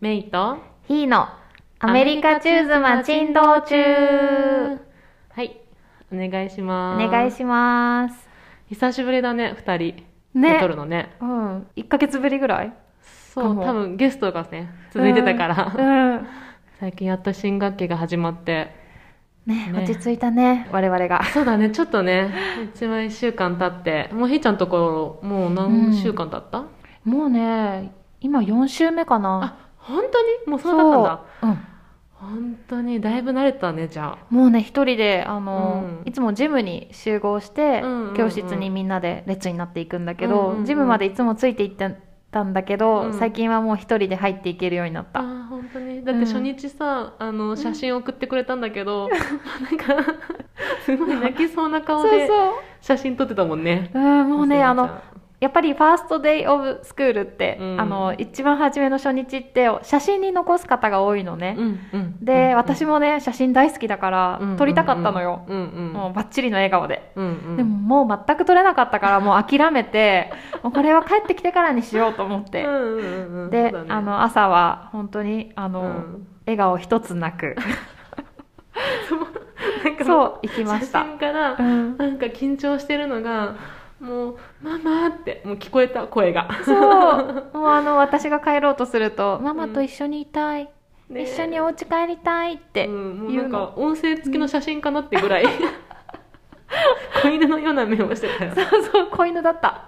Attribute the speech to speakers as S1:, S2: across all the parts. S1: メイと
S2: ひーのアメリカチューズマ珍道中
S1: はいお願いしま
S2: お
S1: す
S2: 願いします
S1: 久しぶりだね二人で
S2: ね
S1: 撮るのね
S2: うん1ヶ月ぶりぐらい
S1: そう
S2: かも
S1: 多分ゲストがね続いてたから、
S2: うん、
S1: 最近やっと新学期が始まって
S2: ね
S1: ね
S2: 落ち着いたね我々が
S1: そうだねちょっとね一番1週間経ってもうひーちゃんのところもう何週間経った、
S2: もうね今4週目かな
S1: あ本当にもうそうだったんだ
S2: そううん
S1: 本当にだいぶ慣れたねじゃ
S2: もうね一人であの、
S1: うん
S2: いつもジムに集合して、
S1: うんうんうん
S2: 教室にみんなで列になっていくんだけど、
S1: うんうんうん
S2: ジムまでいつもついていってたんだけど、
S1: うん
S2: 最近はもう一人で入っていけるようになっ
S1: ああ
S2: た、
S1: ー本当にだって初日さ、あの写真送ってくれたんだけど、なん かすごい泣きそうな顔
S2: そう
S1: で
S2: そう
S1: 写真撮ってたもんね
S2: うんもうねあ
S1: 忘れ
S2: の
S1: ちゃ
S2: やっぱりファーストデイオブスクールって、
S1: うん
S2: あの一番初めの初日って写真に残す方が多いのね、
S1: うんうん
S2: で、
S1: うん
S2: 私もね写真大好きだから、
S1: うん
S2: 撮りたかったのよ、
S1: うんうん
S2: もうバッチリの笑顔で、
S1: うんうん
S2: でももう全く撮れなかったからもう諦めてもうこれは帰ってきてからにしようと思っ
S1: う
S2: て、
S1: んうんうんそ
S2: で、
S1: うだね
S2: あの朝は本当にあ
S1: う
S2: の、
S1: ん
S2: 笑顔一つ なく
S1: なんか
S2: そう行きまし
S1: 写
S2: た、
S1: 真から
S2: うん
S1: なんか緊張してるのがもう「ママ」ってもう聞こえた声が、
S2: そうもうあの私が帰ろうとすると「ママと一緒にいたい、
S1: ね
S2: 一緒にお家帰りたい」って
S1: うん、もう
S2: 言
S1: な
S2: うんの、
S1: か音声付きの写真かなって ぐらい子犬のような目をしてたよ
S2: そうそう子犬だった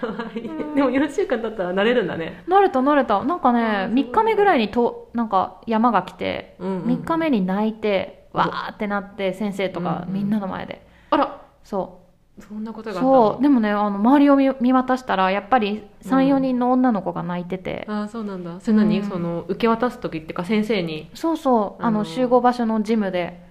S1: かわいい、
S2: うん
S1: でも4週間経ったら慣れるんだね、
S2: 慣れた慣れたなんか
S1: あー
S2: ね
S1: すごい
S2: 3日目ぐらいにとなんか山が来て
S1: うんうん
S2: 3日目に泣いてわーってなって先生とか
S1: うんうん
S2: みんなの前で
S1: あら
S2: そ
S1: そんなこと
S2: う
S1: があったの
S2: そうでもねあの周りを見見渡したらやっぱり
S1: う
S2: 34
S1: ん
S2: 人の女の子が泣いてて
S1: ああそうなんだそれ何、
S2: うん
S1: その受け渡す時ってか先生に
S2: そうそうあ
S1: う
S2: の
S1: ん
S2: 集合場所のジムで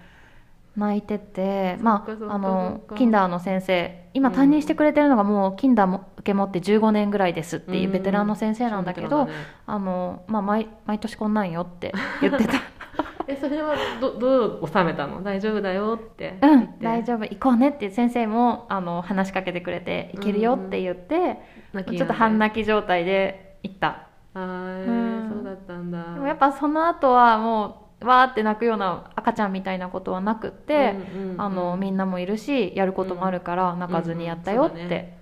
S2: 泣いててま
S1: そっかそっ
S2: あ
S1: か
S2: あの
S1: そっか
S2: キンダーの先生今
S1: うん
S2: 担任してくれてるのがもうキンダーも受け持って15年ぐらいですっていううんベテランの先生なんだけ
S1: そ
S2: ど
S1: うだね
S2: あのまあ毎毎年こんなん よって言ってた
S1: えそれはどどう収めたの大丈夫だよって
S2: う
S1: 言っ
S2: ん、
S1: て
S2: 大丈夫行こうねって先生もあの話しかけてくれて行けるよって言って、
S1: 泣
S2: ち
S1: き止
S2: ょっ
S1: んで
S2: と半泣き状態で行った
S1: あー、
S2: うん
S1: そうだったんだ
S2: でもやっぱその後はもうわーって泣くような赤ちゃんみたいなことはなくって、
S1: うんうんうん
S2: あのみんなもいるしやることもあるから泣かずにやったよって、うん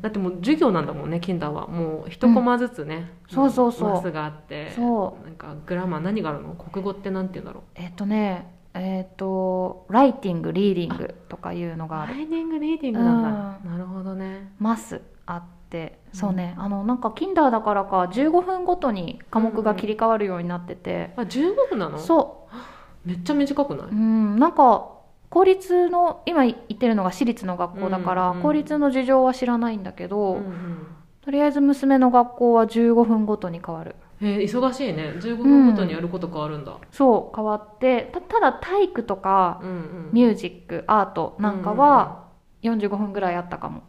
S1: だってもう授業なんだもんねキンダーはもう一コマずつね、
S2: うんそうそうそう
S1: マスがあって
S2: そ
S1: なんかグラマー何があるの国語ってなんて言うんだろ
S2: えっ、とねえっ、とライティングリーディングとかいうの
S1: う
S2: があ
S1: ラ
S2: る
S1: イディングリーディングなんだなるほどね
S2: ますあってそうね、あのなんかキンダーだからか15分ごとに科目が切り替わるようになってて、
S1: あ15分なの
S2: そう
S1: めっちゃ短くない、
S2: うん、なんか公立の今行ってるのが私立の学校だから、
S1: うんうん
S2: 公立の事情は知らないんだけど、
S1: うんうん
S2: とりあえず娘の学校は15分ごとに変わる
S1: えー忙しいね15分ごとにやること変わるんだ、
S2: そう変わってたただ体育とか
S1: うんうん
S2: ミュージックアートなんかは45分ぐらいあったかも、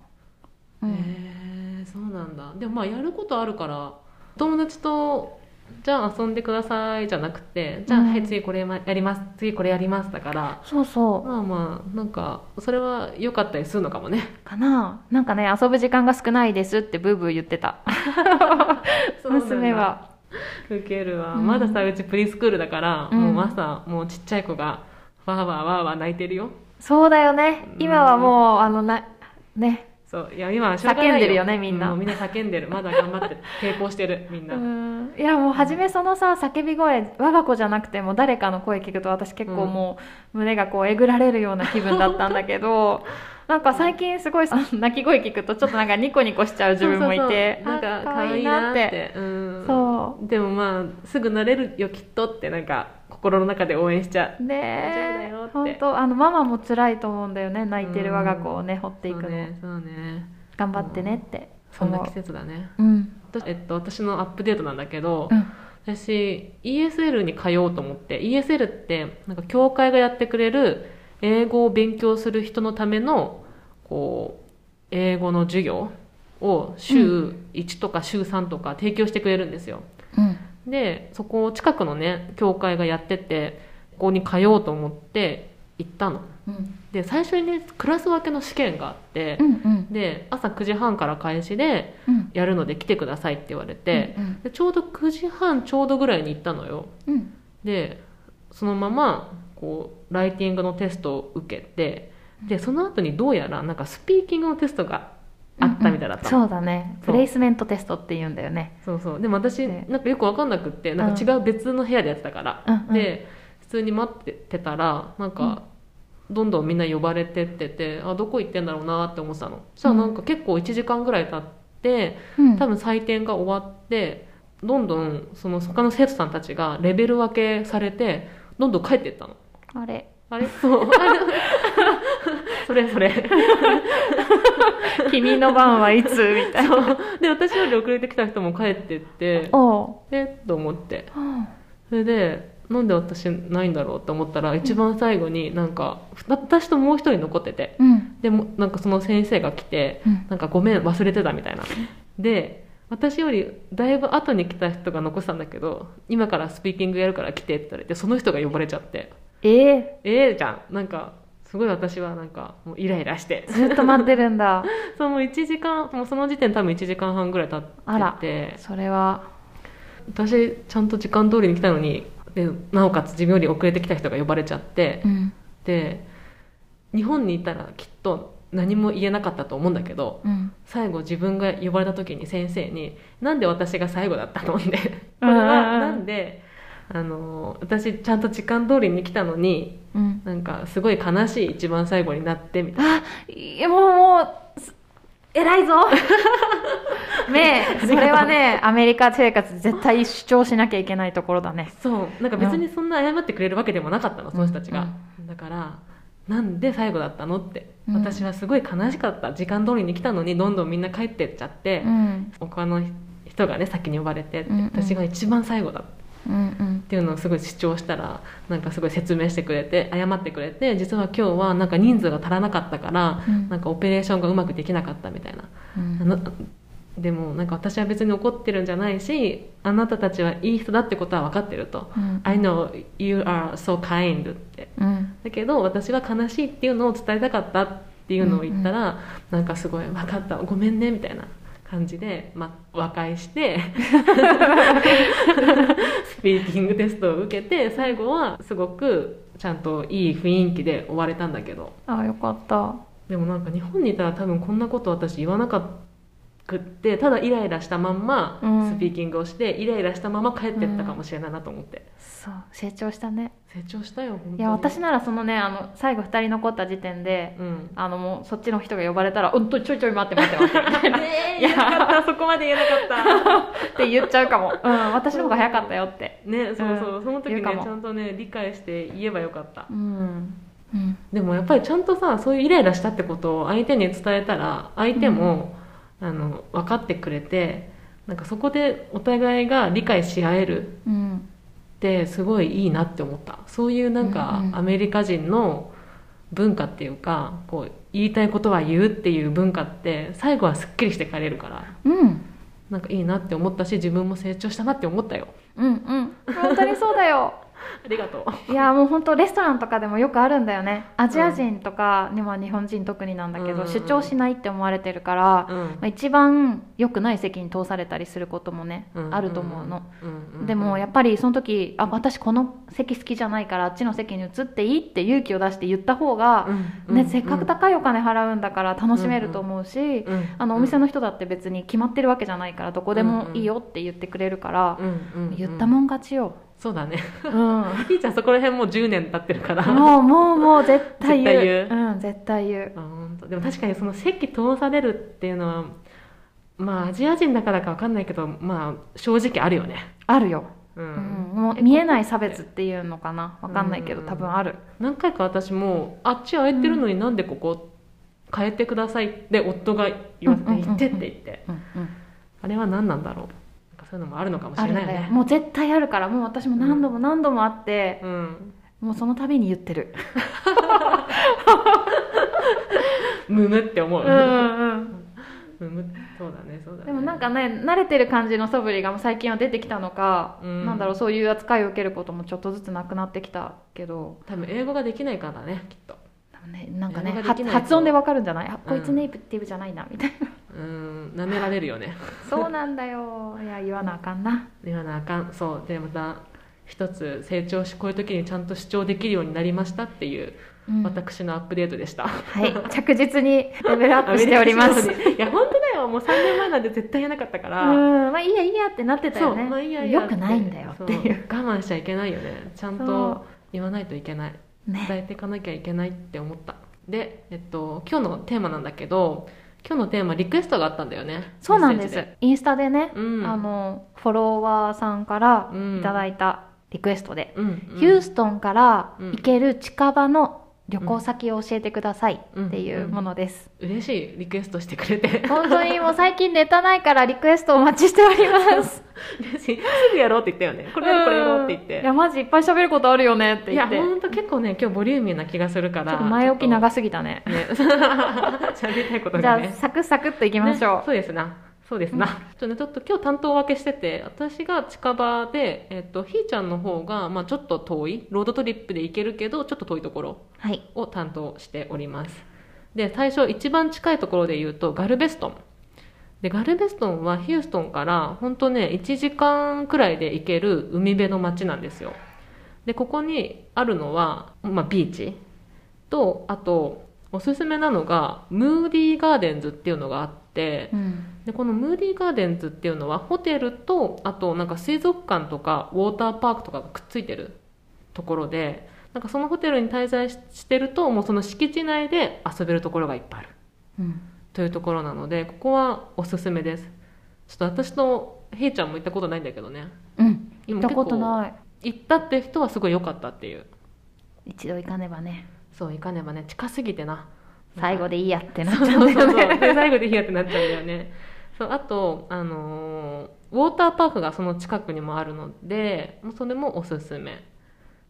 S2: う
S1: うんんうんうんへえそうなんだでもまあやることあるから友達とじゃあ遊んでくださいじゃなくてじゃあ、
S2: うん
S1: はい次これまやります次これやりますだから
S2: そうそ
S1: まあまあなんかそれは良かったりするのかもね
S2: うかななんかね遊ぶ時間が少ないですってブーブー言ってた 娘は
S1: ウケるわ、
S2: うん
S1: まださうちプリスクールだから、
S2: うん
S1: もう朝もうちっちゃい子がわーわーわーわー泣いてるよ
S2: そうだよね今はもうあのなね
S1: そういや今はしょうがない
S2: 叫んでるよねみんな
S1: うみんな叫んでるまだ頑張って抵抗してるみんな、
S2: うんいやもう初めそのさ叫び声我が子じゃなくても誰かの声聞くと私結構もう胸がこうえぐられるような気分だったんだ けどなんか最近すごいさ泣き声聞くとちょっとなんかニコニコしちゃう自分もいて
S1: そうそうそうなんか
S2: あ
S1: 可愛いなってうん
S2: そ
S1: でもまあすぐ慣れるよきっとってなんか心の中で応援しちゃ
S2: う
S1: 大
S2: ね
S1: 丈夫だよっ
S2: え
S1: て
S2: 本当あのママも辛いと思うんだよね泣いてる我が子をね掘っ
S1: う
S2: ていく
S1: そう
S2: の、
S1: ねそうね
S2: 頑張ってねって
S1: そん
S2: 思
S1: な
S2: う
S1: 季節だね
S2: うん
S1: 私えっと、私のアップデートなんだけど、
S2: うん
S1: 私 ESL に通おうと思って ESL ってなんか教会がやってくれる英語を勉強する人のためのこう英語の授業を週1とか週3とか提供してくれるんですよ、
S2: うん
S1: でそこを近くのね教会がやっててここに通おうと思って行ったの
S2: うん
S1: で最初にねクラス分けの試験があって
S2: う、んうん
S1: で朝9時半から開始で
S2: うん
S1: やるので来てくださいって言われて、
S2: うん
S1: でちょうど9時半ちょうどぐらいに行ったのよ
S2: うん
S1: でそのままこうライティングのテストを受けてでその後にどうやらなんかスピーキングのテストがあったみたいだったの、
S2: そうだね
S1: そう
S2: プレイスメントテストって言うんだよね
S1: そうそうでも私
S2: ね
S1: なんかよく分かんなくってなんか違う別の部屋でやってたから、
S2: うんうん
S1: で普通に待っててたらなんか、どんどんみんな呼ばれてっててあどこ行ってんだろうなって思ってたのそしたらなんか結構1時間ぐらい経って
S2: うん
S1: 多分採点が終わってどんどんその他の生徒さんたちがレベル分けされてどんどん帰っていったの
S2: あれ
S1: あれそうあれそれそれ
S2: 「君の番はいつ?」みたいな
S1: で私より遅れてきた人も帰ってって
S2: お
S1: えっと思って
S2: ううん
S1: それでなんで私ないんだろうって思ったら一番最後になんか私ともう一人残ってて
S2: うん
S1: でもなんかその先生が来て
S2: うん
S1: なんかごめん忘れてたみたいなで私よりだいぶ後に来た人が残したんだけど今からスピーキングやるから来てって言われてその人が呼ばれちゃって
S2: ええ
S1: ええじゃんなんかすごい私はなんかもうイライラして
S2: ずっと待ってるんだ
S1: そうもう1時間もうその時点多分1時間半ぐらい経
S2: あ
S1: っ
S2: ら
S1: てて
S2: それは
S1: 私ちゃんと時間通りに来たのにでなおかつ自分より遅れてきた人が呼ばれちゃって、
S2: うん
S1: で日本にいたらきっと何も言えなかったと思うんだけど
S2: うん
S1: 最後自分が呼ばれた時に先生に「なんで私が最後だったの?」ってこ
S2: う
S1: れ
S2: んうんうん
S1: はなんであの私ちゃんと時間通りに来たのに
S2: うん
S1: なんかすごい悲しい一番最後になってみたい
S2: あいやもうもうす偉い ぞねえそれはねアメリカ生活絶対主張しなきゃいけないところだね
S1: なそうなんか別にそんな謝ってくれるわけでもなかったのその人たち
S2: う
S1: が、だからなんで最後だったのって、
S2: うん
S1: 私はすごい悲しかった時間通りに来たのにどんどんみんな帰ってっちゃって、
S2: うん
S1: 他の人がね先に呼ばれてって、
S2: うんうん
S1: 私が一番最後だっ
S2: うんうん
S1: ていうのをすごい主張したらなんかすごい説明してくれて謝ってくれて実は今日はなんか人数が足らなかったから、
S2: うん
S1: なんかオペレーションがうまくできなかったみたいな。
S2: うん
S1: あのでもなんか私は別に怒ってるんじゃないしあなたたちはいい人だってことは分かってると
S2: う
S1: 「
S2: ん
S1: I know you are so kind」って
S2: うん
S1: だけど私は悲しいっていうのを伝えたかったっていうのを言ったら、なんかすごい「分かったごめんね」みたいな感じで、ま、和解して スピーキングテストを受けて最後はすごくちゃんといい雰囲気で終われたんだけど
S2: あよかった
S1: でもなんか日本にいたら多分こんなこと私言わなかくってただイライラしたまんま
S2: うん
S1: スピーキングをして、イライラしたまま帰ってったかもしれないなと思って、
S2: そう成長したね
S1: 成長したよ本当に
S2: いや私ならそのねあの最後2人残った時点で
S1: うん
S2: あのもうそっちの人が呼ばれたら「うんとちょいちょい待って待って待って」 みたいなっ
S1: ねえ
S2: い
S1: 言
S2: や
S1: えなかったそこまで言えなかった
S2: て言っちゃうかも、うん、私の方が早かったよって
S1: ねそうそう、その時ね
S2: 言う
S1: ち
S2: かも
S1: ゃんとね理解して言えばよかった
S2: うんうん
S1: でもやっぱりちゃんとさそういうイライラしたってことを相手に伝えたら相手も、あの分かってくれてなんかそこでお互いが理解し合える
S2: うん
S1: ってすごいいいなって思ったそういうなんか、
S2: うんうん
S1: アメリカ人の文化っていうかこう言いたいことは言うっていう文化って最後はすっきりして帰れるから
S2: うん
S1: なんかいいなって思ったし自分も成長したなって思ったよ
S2: うんうん本当にそうだよ
S1: ありがとう
S2: いやもう本当レストランとかでもよくあるんだよねアジア人とか、ねまあ、日本人特になんだけど、
S1: うん
S2: 主張しないって思われてるから、
S1: うん
S2: まあ、一番良くない席に通されたりすることもね、あると思うの、、でもや
S1: っ
S2: っぱりその時あ私この席好きじゃないからあっちの席に移っていいって勇気を出して言った方が、ねせっかく高いお金払うんだから楽しめると思うし、あのお店
S1: の
S2: の人だって別に決まってるわけじゃないからどこでもいいよって言ってくれるから、言った
S1: ん
S2: もん勝ちよ、
S1: そうだね
S2: うん、
S1: ひーちゃんそこら辺もう10年経ってる から
S2: もうもうもう絶対言
S1: 絶対言
S2: ううん、絶対言う
S1: あ本当でも確かにその席通されるっていうのはまあアジア人だからかわかんないけどまあ正直あるよね
S2: あるよ、
S1: うん、
S2: うんもう見えない差別っていうのかなわかんないけど
S1: うん
S2: 多分ある、
S1: 何回か私もあっち空いてるのになんでここ変えてくださいって夫が言われて
S2: うんうんうんうん
S1: 行ってって言って
S2: うんうん
S1: あれは何なんだろうなんかそういうのもあるのかもし
S2: あ
S1: れ
S2: るん
S1: な
S2: だ
S1: いよ
S2: よ
S1: ね
S2: もう絶対あるからもう私も何度も何度もあって、
S1: うん
S2: もうその度に言ってる。
S1: むむって思う、
S2: うん
S1: むむそうだねそうだね
S2: でもなんかね慣れてる感じの素振りがもう最近は出てきたのか、
S1: うん
S2: なんだろうそういう扱いを受けることもちょっとずつなくなってきたけど
S1: 多分英語ができないからねきっと
S2: な分ねなんかね
S1: 英語ができ
S2: 発
S1: ないと
S2: 発音でわかるんじゃないあ
S1: うん
S2: こいつネイプティブじゃないなみたい な
S1: うん舐められるよ ね
S2: そうなんだよいや言わなあかんな
S1: 言わなあかんそうでまた一つ成長しこういう時にちゃんと主張できるようになりましたっていう、
S2: うん
S1: 私のアップデートで した
S2: はい着実にレベルアップしております
S1: いや本当だよもう3年前なんで絶対言えなかったか
S2: う
S1: ら、
S2: んまあいいやいいやってなってた
S1: そう
S2: よね、
S1: まあいいやいいや
S2: よくないんだよっていう
S1: そ我慢しちゃいけないよねちゃん
S2: そう
S1: と言わないといけない伝
S2: ね
S1: えていかなきゃいけないって思ったで、えっと、今日のテーマなんだけど今日のテーマリクエストがあったんだよね
S2: そうなんで
S1: メ
S2: す
S1: ッセージ
S2: インスタでね、
S1: うん
S2: あのフォロワーさんから
S1: うん
S2: いただいたリクエストで、
S1: うんうん
S2: ヒューストンから
S1: うん
S2: 行ける近場の旅行先を教えてください
S1: うん
S2: っていうものです、
S1: 嬉しいリクエストしてくれて
S2: 本当にもう最近ネタないからリクエストお待ちしております
S1: 嬉しいすぐやろうって言ったよね これやろうこれやろうって言って
S2: いやマジいっぱい喋ることあるよねって
S1: い
S2: 言
S1: や
S2: って
S1: 本当結構ね今日ボリューミーな気がするか
S2: ちょ
S1: ら
S2: っと前置き
S1: ちょっ
S2: 長すぎたね
S1: とね 喋りたいこと
S2: じゃ
S1: が
S2: あ
S1: ね
S2: サクサクっといきましょう、
S1: ねそうですなそうですな、
S2: うん
S1: ちょっとねちょっと今日担当分けしてて私が近場で、えっとひーちゃんの方が、まあ、ちょっと遠いロードトリップで行けるけどちょっと遠いところ
S2: はい
S1: を担当しておりますで最初一番近いところで言うとガルベストンでガルベストンはヒューストンから本当ね1時間くらいで行ける海辺の街なんですよでここにあるのは、まあ、ビーチとあとおすすめなのがムーディーガーデンズっていうのがあって
S2: うん
S1: でこのムーディーガーデンズっていうのはホテルとあとなんか水族館とかウォーターパークとかがくっついてるところでなんかそのホテルに滞在ししてるともうその敷地内で遊べるところがいっぱいある
S2: うん
S1: というところなのでここはおすすめですちょっと私とヘイちゃんも行ったことないんだけどね
S2: うん行
S1: 今
S2: ったことない
S1: 行ったって人はすごい良かったっていう
S2: 一度行かねばね
S1: そう行かねばね近すぎてな
S2: 最後でいいやってなっ
S1: そう
S2: ちゃ
S1: そううん
S2: だ
S1: そ
S2: よ
S1: う で
S2: ね
S1: 最後でヒヤってなっちゃうんだよねそうあと、あのーウォーターパークがその近くにもあるのでもうそれもおすすめ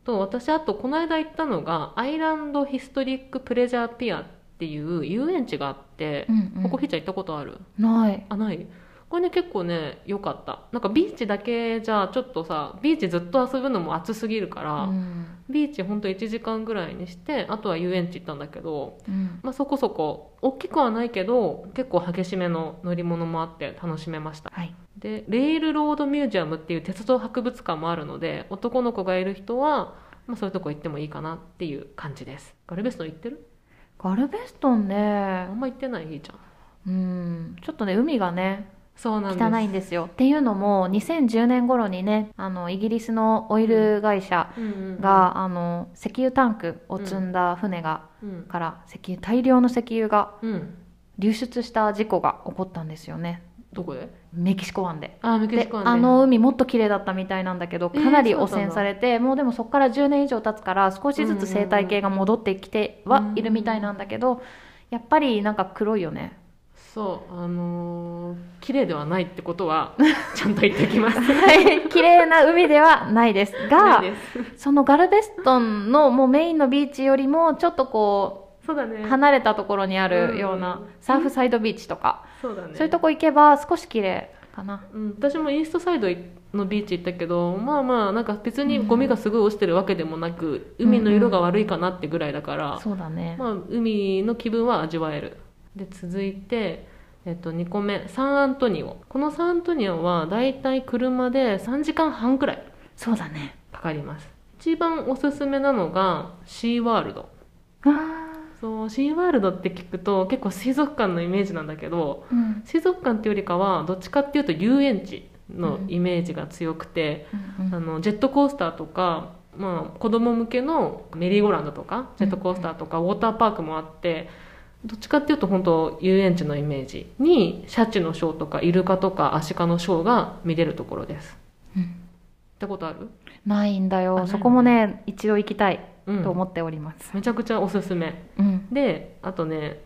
S1: と私あとこの間行ったのがアイランドヒストリックプレジャーピアっていう遊園地があって、
S2: うんうん
S1: ここひーちゃん行ったことある
S2: ない
S1: あないこれね結構ね良かったなんかビーチだけじゃちょっとさビーチずっと遊ぶのも暑すぎるから、
S2: うん
S1: ビーチほんと1時間ぐらいにしてあとは遊園地行ったんだけど
S2: うん
S1: まあ、そこそこ大きくはないけど結構激しめの乗り物もあって楽しめました
S2: はい
S1: でレールロードミュージアムっていう鉄道博物館もあるので男の子がいる人は、まあ、そういうとこ行ってもいいかなっていう感じですガルベストン行ってる
S2: ガルベストンね
S1: あんま行ってないひーちゃん
S2: うんちょっとね海がね
S1: そうなんです
S2: 汚いんですよっていうのも2010年頃にねあのイギリスのオイル会社
S1: うんうんうん、
S2: が、あの石油タンクを積んだ船が、
S1: うん
S2: から石油大量の石油が
S1: うん、
S2: 流出した事故が起こったんですよね
S1: どこで
S2: メキシコ湾で。
S1: あメキシ
S2: で
S1: コ湾ね
S2: あの海もっと綺麗だったみたいなんだけど
S1: えー
S2: かなり
S1: そうな
S2: 汚
S1: んだ
S2: 染されて、もうでもそこから10年以上経つから少しずつ生態系が戻ってきてはいるみたいなんだけど、やっぱりなんか黒いよね
S1: そうあのー綺麗ではないってこと はちゃんと言っておきます
S2: はい綺麗な海ではないです
S1: な
S2: が
S1: いです
S2: そのガルベストンのもうメインのビーチよりもちょっとこ
S1: そうだね
S2: う離れたところにあ
S1: う
S2: る
S1: ん
S2: ようなサーフサイドビーチとか、
S1: そうだね
S2: そういうとこ行けば少し綺麗かな
S1: うん、私もイーストサイドのビーチ行ったけどまあまあなんか別にゴミがすごい落ちてるわけでもなく、
S2: うん
S1: 海の色が悪いかなってぐらいだから、
S2: そうだね、
S1: まあ、海の気分は味わえるで続いて、えっと、2個目サンアントニオこのサンアントニオはだいたい車で3時間半くらい
S2: そうだね
S1: かかります一番おすすめなのがシーワールド
S2: あ
S1: そうシーワールドって聞くと結構水族館のイメージなんだけど
S2: ーうん
S1: 水族館っていうよりかはどっちかっていうと遊園地のイメージが強くて、
S2: うんう
S1: あ
S2: ん
S1: のジェットコースターとか、まあ、子供向けのメリーゴーランドとかジェットコースターとか、ウォーターパークもあってどっちかっていうと本当遊園地のイメージにシャチのショーとかイルカとかアシカのショーが見れるところです。
S2: うん
S1: ってことある、
S2: ないんだ
S1: あ
S2: よ
S1: ない
S2: そこもね一度行きたい
S1: うん
S2: と思っております、
S1: めちゃくちゃおすすめ
S2: うん
S1: であとね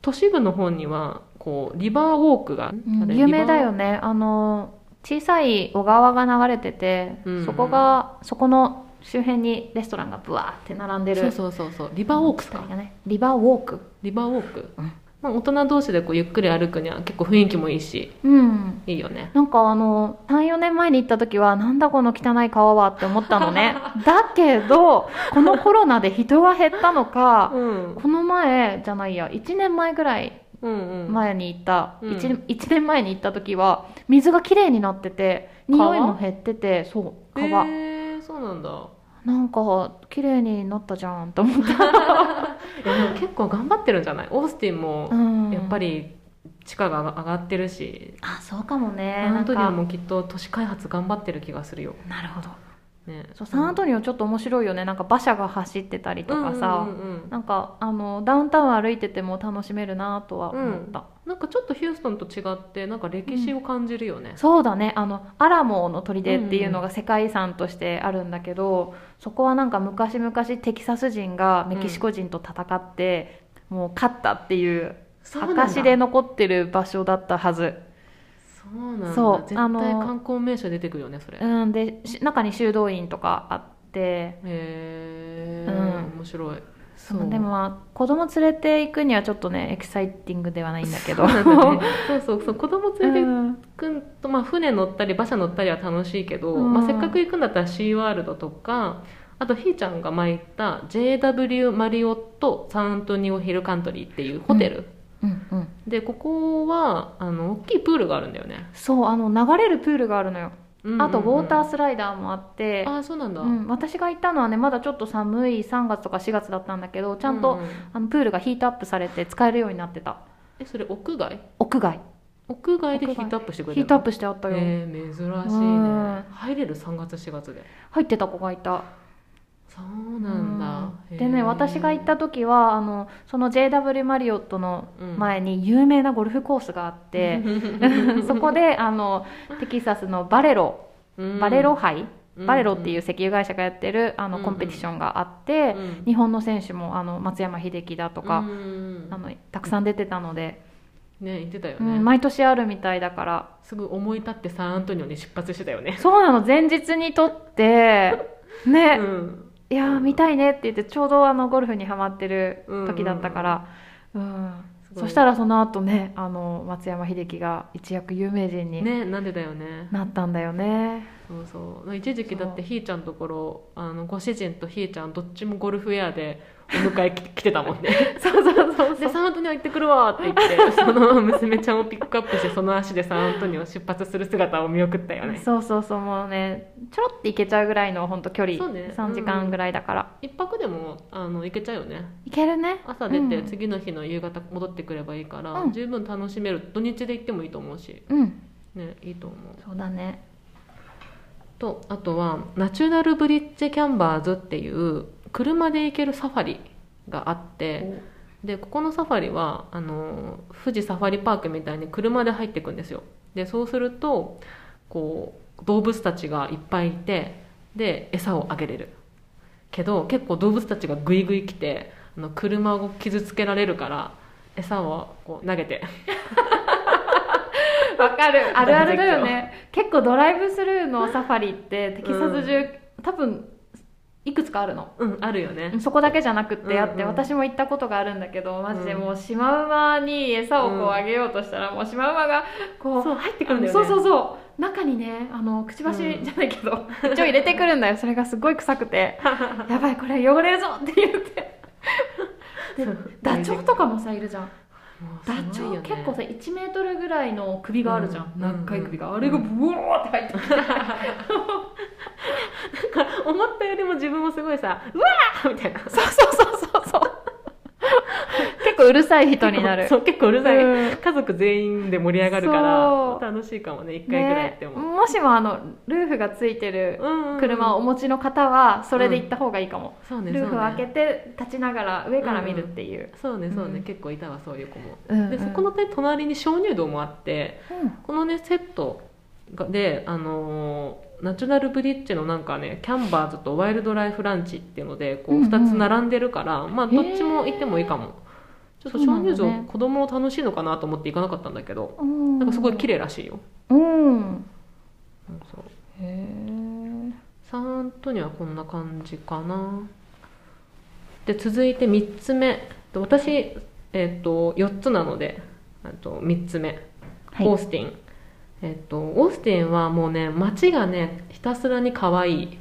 S1: 都市部の方にはこうリバーウォークが、
S2: うん
S1: あれ
S2: 有名だ
S1: リバー
S2: よねあの小さい小川が流れてて、
S1: うん
S2: そこがそこの周辺にレストランがブワーって並んでる
S1: そうそうそうそうリバーウォークスか
S2: ね、リバーウォーク
S1: リバーウォーク、
S2: うん
S1: まあ、大人同士でこうゆっくり歩くには結構雰囲気もいいし
S2: うん
S1: いいよね
S2: なんかあの34年前に行った時はなんだこの汚い川はって思った のねだけどこのコロナで人が減ったのか
S1: うん
S2: この前じゃないや1年前ぐらい
S1: うんうん
S2: 前に行った、
S1: うん
S2: 一 1, 年前に行った時は水がきれいになってて匂いも減っててそう
S1: え
S2: 川、
S1: ー、そうなんだ
S2: なんかきれいになったじゃんと思った、
S1: いやでも結構頑張ってるんじゃないオースティンも
S2: うん、
S1: やっぱり地価が上がってるし、
S2: あそうかもね
S1: サンアントニオ
S2: なんか
S1: もきっと都市開発頑張ってる気がするよ、
S2: なるほど
S1: ね、
S2: そうサンアント
S1: ニ
S2: ニオちょっと面白いよねなんか馬車が走ってたりとかさ、
S1: うんうんうんうん
S2: なんかあのダウンタウン歩いてても楽しめるなとは思った、
S1: なんかちょっとヒューストンと違ってなんか歴史を感じるよね、
S2: そうだねあのアラモの砦っていうのが世界遺産としてあるんだけど、そこはなんか昔々テキサス人がメキシコ人と戦って、もう勝ったっていう
S1: そうなんだ
S2: 証で残ってる場所だったはず
S1: そうなんだ
S2: そう
S1: 絶対
S2: あの
S1: 観光名所出てくるよねそれ、へ
S2: うんでし中に修道院とかあって
S1: え、
S2: うん
S1: 面白いそ
S2: でもまあ子供連れて行くにはちょっとねエキサイティングではないんだけ ど
S1: そうなんだねそうそうそう子供連れて
S2: うん
S1: 行くんと、まあ、船乗ったり馬車乗ったりは楽しいけど、
S2: うん
S1: まあ、せっかく行くんだったらシーワールドとかあとひーちゃんが前言った JW マリオットサンアントニオヒルカントリーっていうホテル、
S2: うんうん
S1: でここはあの大きいプールがあるんだよね、
S2: そうあの流れるプールがあるのよ、
S1: うんうんうん
S2: あとウォータースライダーもあって
S1: ああそうなんだ、
S2: うん、私が行ったのはねまだちょっと寒い3月とか4月だったんだけどちゃん
S1: う
S2: と、
S1: う
S2: あのプールがヒートアップされて使えるようになってた
S1: えそれ屋外
S2: 屋外
S1: 屋外でヒートアップしてくれて
S2: ヒー
S1: る
S2: トアッ
S1: の
S2: プしてあったよ、
S1: えー、珍しい
S2: うん
S1: ね入れる3月4月で
S2: 入ってた子がいた
S1: そうなんだ、
S2: うん
S1: へー
S2: でね私が行った時はあのその JW マリオットの前に有名なゴルフコースが あって、そこであのテキサスのバレロ
S1: うん
S2: バレロ杯、
S1: うん
S2: バレロっていう石油会社がやってるあの
S1: うん
S2: コンペティションがあって、
S1: うん
S2: 日本の選手もあの松山英樹だと
S1: う
S2: か、
S1: ん
S2: あのたくさん出てたので、
S1: ね言ってたよ
S2: う
S1: ね、
S2: ん、毎年あるみたいだから
S1: すぐ思い立ってサンアントニオに出発してたよね
S2: そうなの前日に撮って
S1: う
S2: ね、
S1: ん
S2: いやー見たいねって言ってちょうどあのゴルフにはまってる時だったから、うん
S1: すごい
S2: そしたらその後ねあの松山英樹が一躍有名人に
S1: ねなんでだよね
S2: なったんだ よね
S1: そうそう一時期だってひーちゃんのところあのご主人とひーちゃんどっちもゴルフウェアでお迎えき来てたもんね
S2: そうそうそう
S1: で
S2: そう
S1: サンアントニオ行ってくるわって言 ってその娘ちゃんをピックアップしてその足でサンアントニオ出発する姿を見送ったよね
S2: そうそうそうもうねちょろって行けちゃうぐらいの本当距離、
S1: そうね
S2: 3時間ぐらいだから、
S1: 一泊でもあの行けちゃうよね
S2: 行けるね
S1: 朝出て
S2: うん
S1: 次の日の夕方戻ってくればいいから、
S2: うん
S1: 十分楽しめる土日で行ってもいいと思うし
S2: うん
S1: ねいいと思う
S2: そうだね
S1: とあとはナチュラルブリッジキャンバーズっていう車で行けるサファリがあってでここのサファリはあの富士サファリパークみたいに車で入っていくんですよでそうするとこう動物たちがいっぱいいてで餌をあげれるけど結構動物たちがグイグイ来てあの車を傷つけられるから餌をこう投げて
S2: わかるあるあるだよね結構ドライブスルーのサファリってテキサス中、多分いくつかあるの
S1: うんあるよね
S2: そこだけじゃなくってあって、
S1: うんうん
S2: 私も行ったことがあるんだけどマジでもうシマウマに餌をこう
S1: うん
S2: あげようとしたら、もうシマウマがこう
S1: そう入ってくるんだよね
S2: そうそうそう中にねあのくちばし
S1: うん
S2: じゃないけど、一応入れてくるんだよそれがすごい臭く てやばいこれ汚れるぞって言ってでダチョウとかもさいるじゃん
S1: もうす
S2: ダ
S1: ごいよね
S2: チョウ結構さ1メートルぐらいの首があるじゃん、
S1: うん
S2: 長い首が、
S1: うん
S2: あれがブワーって入ってきて
S1: 思ったよりも自分もすごいさ「うわー!」みたいな
S2: そうそうそうそうそう結構うるさい人になる
S1: そう結構うるさい、
S2: うん
S1: 家族全員で盛り上がる
S2: そ
S1: か
S2: う
S1: ら楽しいかもね1回ぐらい行っても、
S2: ね、もしもあのルーフがついてる
S1: うんうん
S2: 車をお持ちの方はそれで行った方がいいかも、
S1: そうね
S2: ルーフを開け
S1: て
S2: て立ちながら上から見るっていう、
S1: そうねそうね、
S2: うん
S1: 結構いたわそういう子も、
S2: うんうん
S1: でそこの、ね、隣に鍾乳洞もあってこのねセットがであのーナチュラルブリッジのなんかねキャンバーズとワイルドライフランチっていうのでこう
S2: う
S1: ん
S2: うん
S1: 2つ並んでるから、まあどっちも行ってもいいかもちょっと鍾乳
S2: そうなんだ
S1: 洞
S2: ね
S1: 子供楽しいのかなと思って行かなかったんだけど
S2: うん
S1: なんかすごい綺麗らしいよ、
S2: うん
S1: うんそう
S2: へえ
S1: サンアントニオはこんな感じかなで続いて3つ目私えっと4つなのであと3つ目オースティン、えっとオースティンはもうね街がねひたすらに可愛い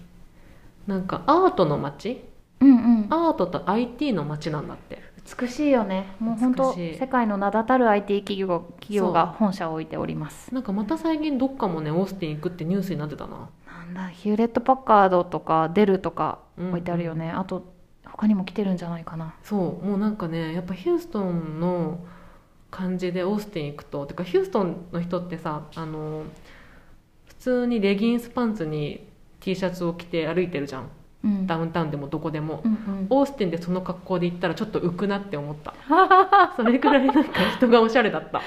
S1: なんかアートの街
S2: うんうん
S1: アートと IT の街なんだって
S2: 美しいよねもう本当
S1: 美しい
S2: 世界の名だたる IT 企業が企業が
S1: そ
S2: 本社を置いております
S1: なんかまた最近どっかもねオースティン行くってニュースになってたな
S2: なんだヒューレット・パッカードとかデルとか
S1: うん
S2: 置いてあるよね、あと他にも来てるんじゃないかな
S1: そうもうなんかねやっぱヒューストンの感じでオースティン行くとてかヒューストンの人ってさあの普通にレギンスパンツに T シャツを着て歩いてるじゃん
S2: うん
S1: ダウンタウンでもどこでも、
S2: うんうん
S1: オースティンでその格好で行ったらちょっと浮くなって思った それくらいなんか人がおしゃれだった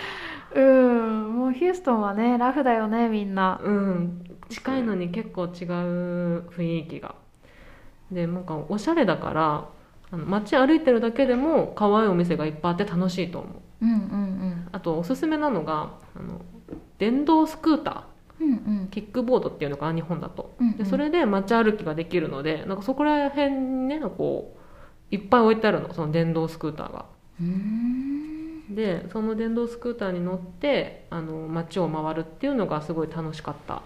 S2: うんもうヒューストンはねラフだよねみんな
S1: うん近いのに結構違う雰囲気がでなんかおしゃれだからあの街歩いてるだけでも可愛いお店がいっぱいあって楽しいと思う
S2: うんうん
S1: あとおすすめなのがあの電動スクータ
S2: うんうんうん
S1: ーキックボードっていうのかな日本だと
S2: うんうん
S1: でそれで街歩きができるのでなんかそこら辺にねこういっぱい置いてあるのその電動スクーターが
S2: うーん
S1: でその電動スクーターに乗ってあの街を回るっていうのがすごい楽しかった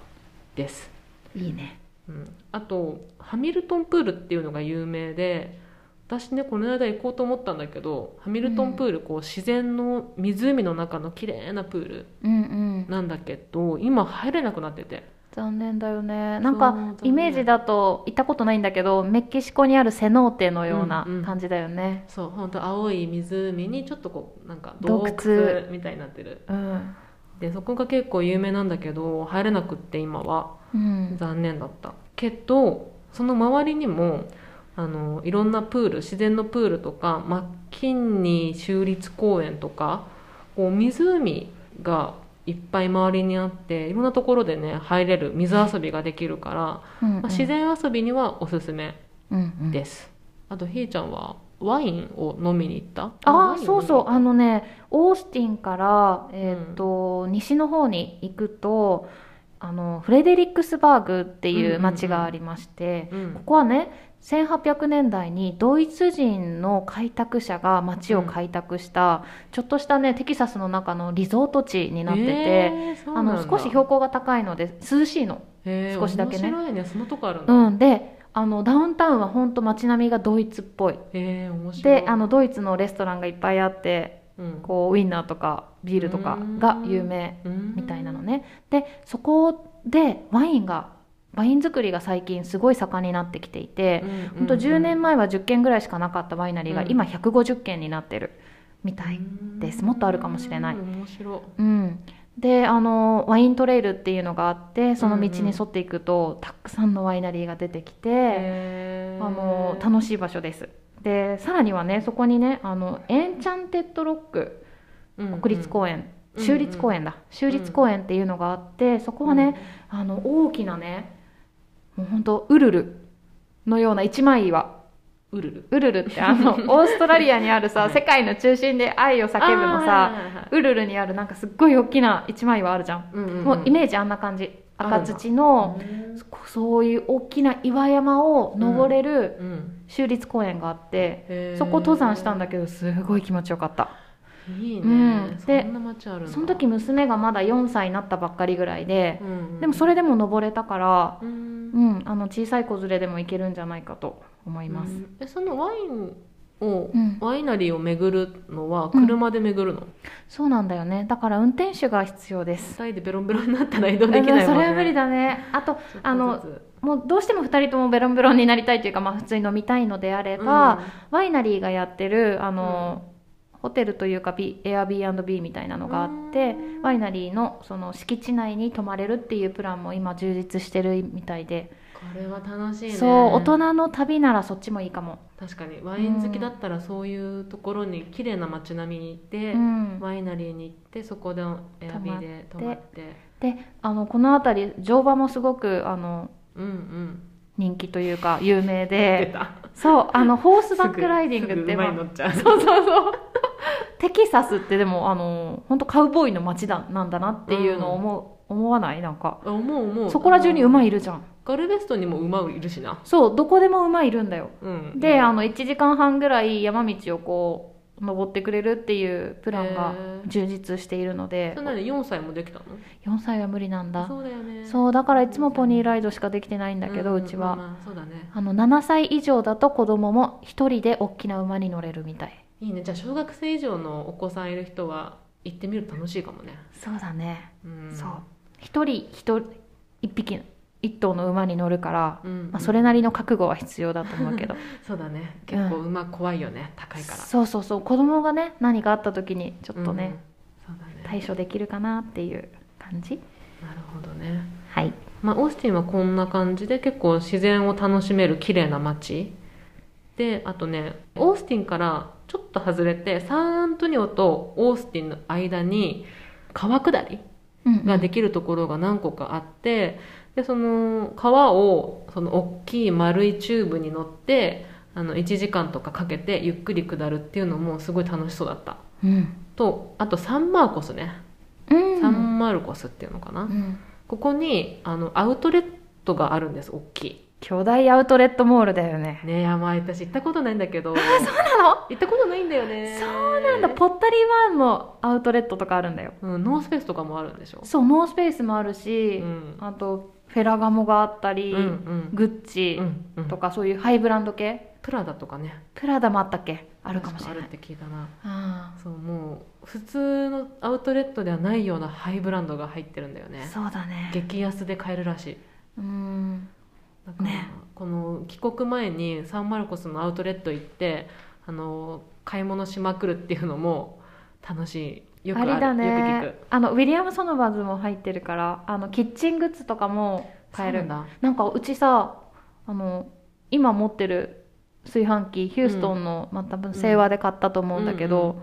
S1: です、
S2: いいね
S1: うん、あとハミルトンプールっていうのが有名で私ねこの間行こうと思ったんだけどハミルトンプール、こう自然の湖の中の綺麗なプール
S2: うんうん
S1: なんだけど今入れなくなってて
S2: 残念だよねな
S1: そ
S2: ん
S1: う残
S2: か
S1: 念
S2: イメージだと行ったことないんだけどメキシコにあるセノーテのような
S1: うんうん
S2: 感じだよね
S1: そう本当青い湖にちょっとこうなんか洞
S2: 洞
S1: 窟
S2: 窟
S1: みたいになってる
S2: うん、
S1: でそこが結構有名なんだけど入れなくって今は
S2: うん、
S1: 残念だったけどその周りにもあのいろんなプール自然のプールとかマッキンニー州立公園とかこう湖がいっぱい周りにあっていろんなところでね入れる水遊びができるから、
S2: うんうん
S1: まあ、自然遊びにはおすすめ
S2: うんうん
S1: です、あとひーちゃんはワインを飲みに行った
S2: あ
S1: ワインを飲みに行った
S2: あそうそうあのねオースティンから、えーっと西の方に行くとあのフレデリックスバーグって
S1: うんうん
S2: い
S1: うん
S2: う町がありまして、
S1: うん
S2: ここはね1800年代にドイツ人の開拓者が町を開拓した、ちょっとしたねテキサスの中のリゾート地になってて、
S1: えーそう
S2: あ
S1: なんだ
S2: の少し標高が高いので涼しいの。
S1: へー
S2: 少しだけね
S1: 面白いねそのとこあるんだ、
S2: うん、であのダウンタウンは本当街並みがドイツっぽい。
S1: えー面白い
S2: であのドイツのレストランがいっぱいあって
S1: うん
S2: こうウインナーとかビールとかが有名
S1: うん
S2: みたいなのねでそこでワインがワイン作りが最近すごい盛んになってきていて
S1: うんうんうん
S2: ほんと10年前は10軒ぐらいしかなかったワイナリーが
S1: うん
S2: 今150軒になってるみたいですもっとあるかもしれない
S1: うん面白い
S2: うんであのワイントレイルっていうのがあってその道に沿っていくとたくさんのワイナリーが出てきて
S1: へー
S2: あの楽しい場所ですでさらにはねそこにねあのエンチャンテッドロック
S1: うんうん
S2: 国立公園、
S1: うん
S2: 州立公園だ、州立公園っていうのがあってそこはね、あの大きなねもう本当ウルルのような一枚岩
S1: うんうるる
S2: ウルル ってあのオーストラリアにある
S1: は
S2: さ
S1: い
S2: 世界の中心で愛を叫ぶのさ
S1: あ
S2: ウルルにあるなんかすっごい大きな一枚岩あるじゃん、
S1: ーはいはいはいんんん
S2: もうイメージあんな感じ
S1: あるんだ
S2: 赤土の
S1: うん
S2: そそういう大きな岩山を登れる
S1: うん
S2: 州立公園があって、
S1: へー
S2: そこ登山したんだけどすごい気持ちよかった
S1: いいね、
S2: うん
S1: そ
S2: で
S1: んな街あるんだ
S2: その時娘がまだ4歳になったばっかりぐらいで、
S1: うんうん
S2: でもそれでも登れたから、
S1: うん
S2: うん、あの小さい子連れでも行けるんじゃないかと思います、
S1: うんえそのワインを、
S2: うん
S1: ワイナリーを巡るのは
S2: うん
S1: 車で巡るの、
S2: そうなんだよねだから運転手が必要です
S1: 二人でベロンベロンになったら移動できないもんね
S2: うんそれは無理だねあと
S1: ちょっとずつ
S2: あのもうどうしても2人ともベロンベロンになりたいというか、まあ、普通に飲みたいのであれば、ワイナリーがやってるあの、ホテルというか B Airbnb みたいなのがあって
S1: うん
S2: ワイナリーのその敷地内に泊まれるっていうプランも今充実してるみたいで
S1: これは楽しいね
S2: そう大人の旅ならそっちもいいかも、
S1: 確かにワイン好きだったらそういうところに綺麗な街並みに行って、
S2: うん、
S1: ワイナリーに行ってそこでエアビーで泊まって
S2: であのこの辺り乗馬もすごくあの
S1: うんうん
S2: 人気というか有名
S1: 出
S2: で
S1: た
S2: そうあのホースバックライディングって、
S1: すぐ馬に
S2: ま
S1: 乗っちゃう
S2: あそうそうそうテキサスってでもあの本当カウボーイの街だなんだなっていうのを思う、思わないなんか
S1: あ思う思う
S2: そこら中に
S1: あの
S2: 馬いるじゃん
S1: ガルベストにも馬いるしな
S2: そうどこでも馬いるんだよ
S1: うん
S2: であ
S1: の
S2: の1時間半ぐらい山道をこ登ってくれるっていうプランが充実しているので
S1: それなに4歳もできたの
S2: 4歳は無理なんだ
S1: そうだよね
S2: そうだからいつもポニーライドしかできてないんだけど
S1: ん
S2: うちは
S1: まあ、そうだね
S2: あの7歳以上だと子供も1人で大きな馬に乗れるみたい
S1: いいねじゃあ小学生以上のお子さんいる人は行ってみると楽しいかもね
S2: そうだね
S1: うん
S2: そう1人 1, 1匹1頭の馬に乗るから、
S1: うん
S2: まあ、それなりの覚悟は必要だと思う けど
S1: そうだね結構馬怖いよね、高いから
S2: そうそうそう子供がね何かあった時にちょっとね、
S1: うん、そうだね
S2: 対処できるかなっていう感じ
S1: なるほどね
S2: はい
S1: まあ、オースティンはこんな感じで結構自然を楽しめる綺麗な街であとねオースティンからちょっと外れてサンアントニオとオースティンの間に川下りがで
S2: き
S1: きるところが何個かあってでその川をその大きい丸いチューブに乗ってあの1時間とかかけてゆっくり下るっていうのもすごい楽しそうだった
S2: うん、
S1: とあとサンマルコスね、
S2: うん
S1: サンマルコスっていうのかな、
S2: うん
S1: ここにあのアウトレットがあるんです大きい
S2: 巨大アウトレットモールだよね
S1: ねえあまあ私行ったことないんだけど
S2: そうなの
S1: 行ったことないんだよね
S2: そうなんだぽったりワンもアウトレットとかあるんだよ
S1: うん、ノースペースとかもあるんでしょ
S2: そうノースペースもある
S1: う
S2: し、
S1: ん
S2: あとフェラガモがあった
S1: う
S2: り、
S1: んうん
S2: グッチ
S1: うんうん
S2: とかそういうハイブランド系
S1: プラダとかね
S2: プラダもあったっけあるかもしれ
S1: 確
S2: な
S1: あ
S2: い
S1: るって聞いたな
S2: あ
S1: そうもう普通のアウトレットではないようなハイブランドが入ってるんだよ
S2: あ
S1: ね
S2: そうだね
S1: 激安で買えるらしい
S2: うん
S1: だから、
S2: ね
S1: この帰国前にサンマルコスのアウトレット行ってあの買い物しまくるっていうのも楽しいよくあ
S2: あ
S1: る
S2: りだ
S1: よく聞く
S2: ねあのウィリアム・ソノバーズも入ってるからあのキッチングッズとかも買える
S1: そうなんだ
S2: なんかうちさあの今持ってる炊飯器ヒューストンの、まあ、多分セイワで買ったと思うんだけど、
S1: うん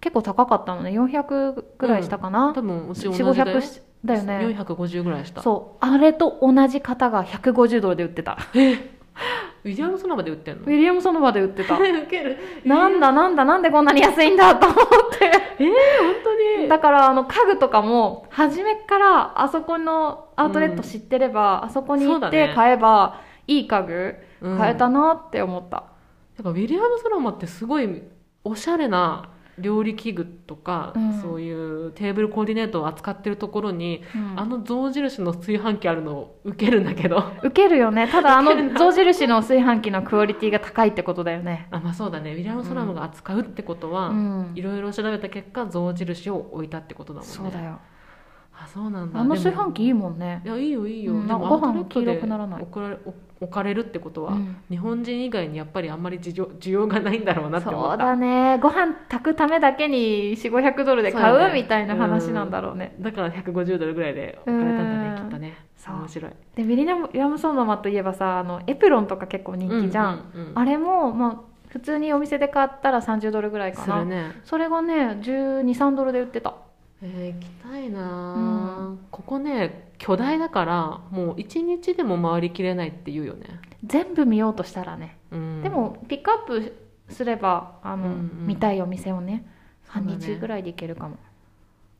S2: 結構高かったのね400ぐらいしたかな、
S1: 多分うち同じだよ
S2: 4500しだよね
S1: 450ぐらいした
S2: そうあれと同じ型が150ドルで売っ てた
S1: ウィリアムソナバで売ってん
S2: ウ
S1: の
S2: ィリアム・ソノバで売っ てた
S1: ウケる
S2: なんだなんだなんでこんなに安いんだと思って
S1: 本当に
S2: だからあの家具とかも初めからあそこのアウトレット知ってれば、あそこに行
S1: そ
S2: っ
S1: うだ
S2: て
S1: ね
S2: 買えばいい家具
S1: うん
S2: 買えたなって思った、
S1: だからウィリアム・ソナバってすごいおしゃれな料理器具とか、
S2: うん
S1: そういうテーブルコーディネートを扱ってるところに、
S2: うん
S1: あの象印の炊飯器あるの受けるんだけど
S2: ウケるよねただあ
S1: ウケる
S2: の
S1: な
S2: 象印の炊飯器のクオリティが高いってことだよね
S1: あまあそうだねウィリアム・ソナバが扱うってことは、
S2: うん
S1: いろいろ調べた結果象印を置いたってことだもんね
S2: そうだよ
S1: あそうなんだ
S2: あの
S1: でも
S2: 炊飯器いいもんね
S1: いやいいよいいよ、
S2: うん
S1: でも
S2: なんかご飯
S1: アウトレットで
S2: も黄色くならない
S1: 送られお置かれるってことは、
S2: うん
S1: 日本人以外にやっぱりあんまり需要需要がないんだろうなって思った
S2: そうだねご飯炊くためだけに4500ドルで買
S1: そう
S2: う
S1: だね
S2: みたいな話なんだろうね
S1: だから150ドルぐらいで置かれたんだね
S2: うん
S1: きっとね
S2: そう
S1: 面白い
S2: でミリナム・ヤムソンの間といえばさあのエプロンとか結構人気じゃん、
S1: うんうんうん
S2: あれも、まあ、普通にお店で買ったら30ドルぐらいか
S1: す
S2: な
S1: るね
S2: それがね123ドルで売ってた
S1: えー行きたいなあ、ここね巨大だからもう1日でも回りきれないって言うよね、
S2: 全部見ようとしたらね、
S1: うん、
S2: でもピックアップすればあ
S1: う
S2: の、
S1: んうん
S2: 見たいお店をね半
S1: そうだ
S2: 日
S1: ね
S2: ぐらいで行けるかも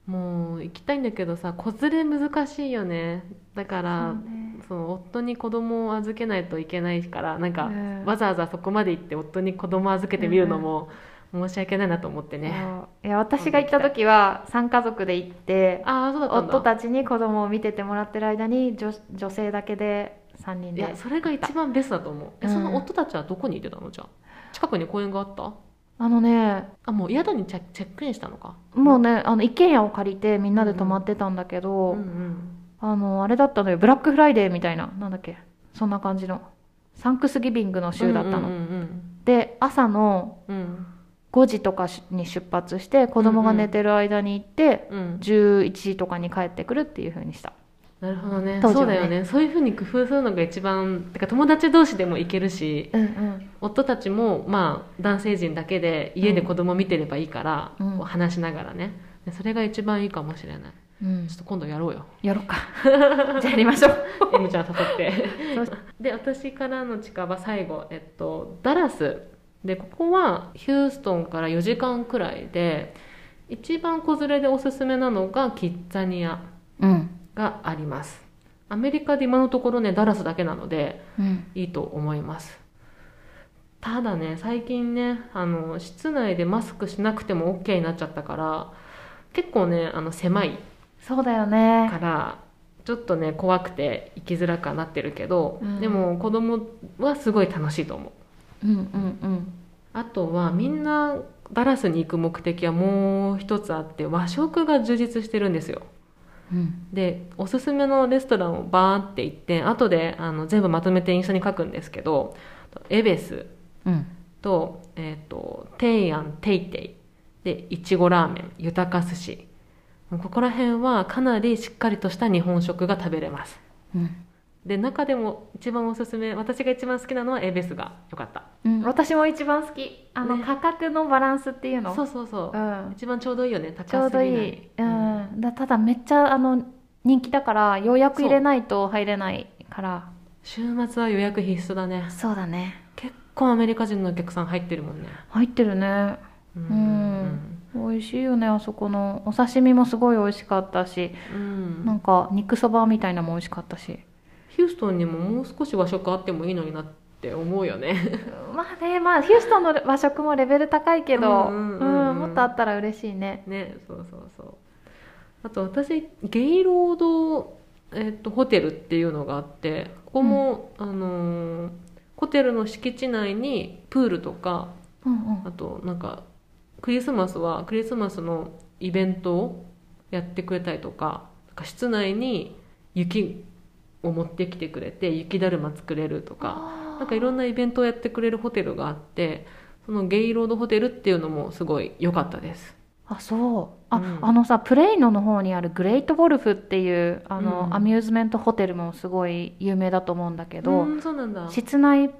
S1: もう行きたいんだけどさ子連れ難しいよねだから
S2: そうね
S1: その夫に子供を預けないといけないからなんか、
S2: うん
S1: わざわざそこまで行って夫に子供預けてみるのも申し訳ないなと思ってね、
S2: そういや私が行った時は3家族で行って
S1: ああそうだったんだ
S2: 夫たちに子供を見ててもらってる間に女女性だけで3人
S1: い
S2: で
S1: やそれが一番ベストだと思う、え
S2: うん
S1: その夫たちはどこにいてたのじゃあ近くに公園があった
S2: あのね
S1: あもう宿にチェチェックインしたのか
S2: もうねあの一軒家を借りてみんなで泊まってたんだけ
S1: う
S2: ど、
S1: んうん
S2: あのあれだったのよブラックフライデーみたいななんだっけそんな感じのサンクスギビングの週だったの、
S1: うんうん
S2: で朝の
S1: うんうん
S2: 5時とかに出発して子供が寝てる間に行って、
S1: うんうん
S2: 11時とかに帰ってくるっていう風にした
S1: なるほどね
S2: 当時
S1: そ
S2: はね
S1: うだよねそういうふうに工夫するのが一番てか友達同士でも行けるし
S2: うんうん
S1: 夫たちもまあ男性陣だけで家で子供見てればいいから、
S2: うん
S1: こう話しながらねでそれが一番いいかもしれないちょっと今度やろう よ
S2: やろ うかじゃあやりましょう
S1: M ちゃん誘って
S2: そう
S1: で私からの近場最後、えっと、ダラスでここはヒューストンから4時間くらいで一番子連れでおすすめなのがキッザニア
S2: うん
S1: がありますアメリカで今のところねダラスだけなので
S2: うん
S1: いいと思いますただね最近ねあの室内でマスクしなくても OK になっちゃったから結構ねあの狭い
S2: そうだよね
S1: からちょっとね怖くて行きづらくはなってるけど、
S2: うん
S1: でも子供はすごい楽しいと思う
S2: うんうん
S1: あとはみんなダラスに行く目的はもう一つあって和食が充実してるんですよ
S2: うんうん
S1: でおすすめのレストランをバーって行って後であの全部まとめてインスタに書くんですけどエベス
S2: うん
S1: と,、えー、とテイアンテイテイでいちごラーメン豊か寿司ここら辺はかなりしっかりとした日本食が食べれます
S2: うん
S1: で中でも一番おすすめ私が一番好きなのはエベスが良かった
S2: うん、私も一番好きあの、
S1: ね
S2: 価格のバランスっていうの、
S1: そうそうそうう、
S2: ん、
S1: 一番ちょうどいいよね
S2: ちょ
S1: 高
S2: う
S1: すぎ
S2: ど
S1: ない
S2: い、うんだただめっちゃあの人気だから予約入れないと入れないから
S1: 週末は予約必須だね
S2: そうだね
S1: 結構アメリカ人のお客さん入ってるもんね
S2: 入ってるね
S1: う
S2: うん美味しいよねあそこのお刺身もすごい美味しかったし、
S1: うん
S2: なんか肉そばみたいなのも美味しかったし
S1: ヒューストンにももう少し和食あってもいいのになって思うよね
S2: まあねまあヒューストンの和食もレベル高いけど
S1: う
S2: うん
S1: うん
S2: ん
S1: うんうん
S2: もっとあったら嬉しいね
S1: ねそうそうそうあと私ゲイロード、えっとホテルっていうのがあってここも、あのーホテルの敷地内にプールとか
S2: うんうん
S1: あとなんかクリスマスはクリスマスのイベントをやってくれたりとかなんか室内に雪を持ってきてくれて雪だるま作れるとかなんかいろんなイベントをやってくれるホテルがあってそのゲイロードホテルっていうのもすごい良かったです
S2: あそうあ、
S1: うん
S2: あのさプレイノの方にあるグレートゴルフっていうあの、
S1: うん
S2: アミューズメントホテルもすごい有名だと思うんだけ
S1: う
S2: ど、
S1: んそうなんだ
S2: 室内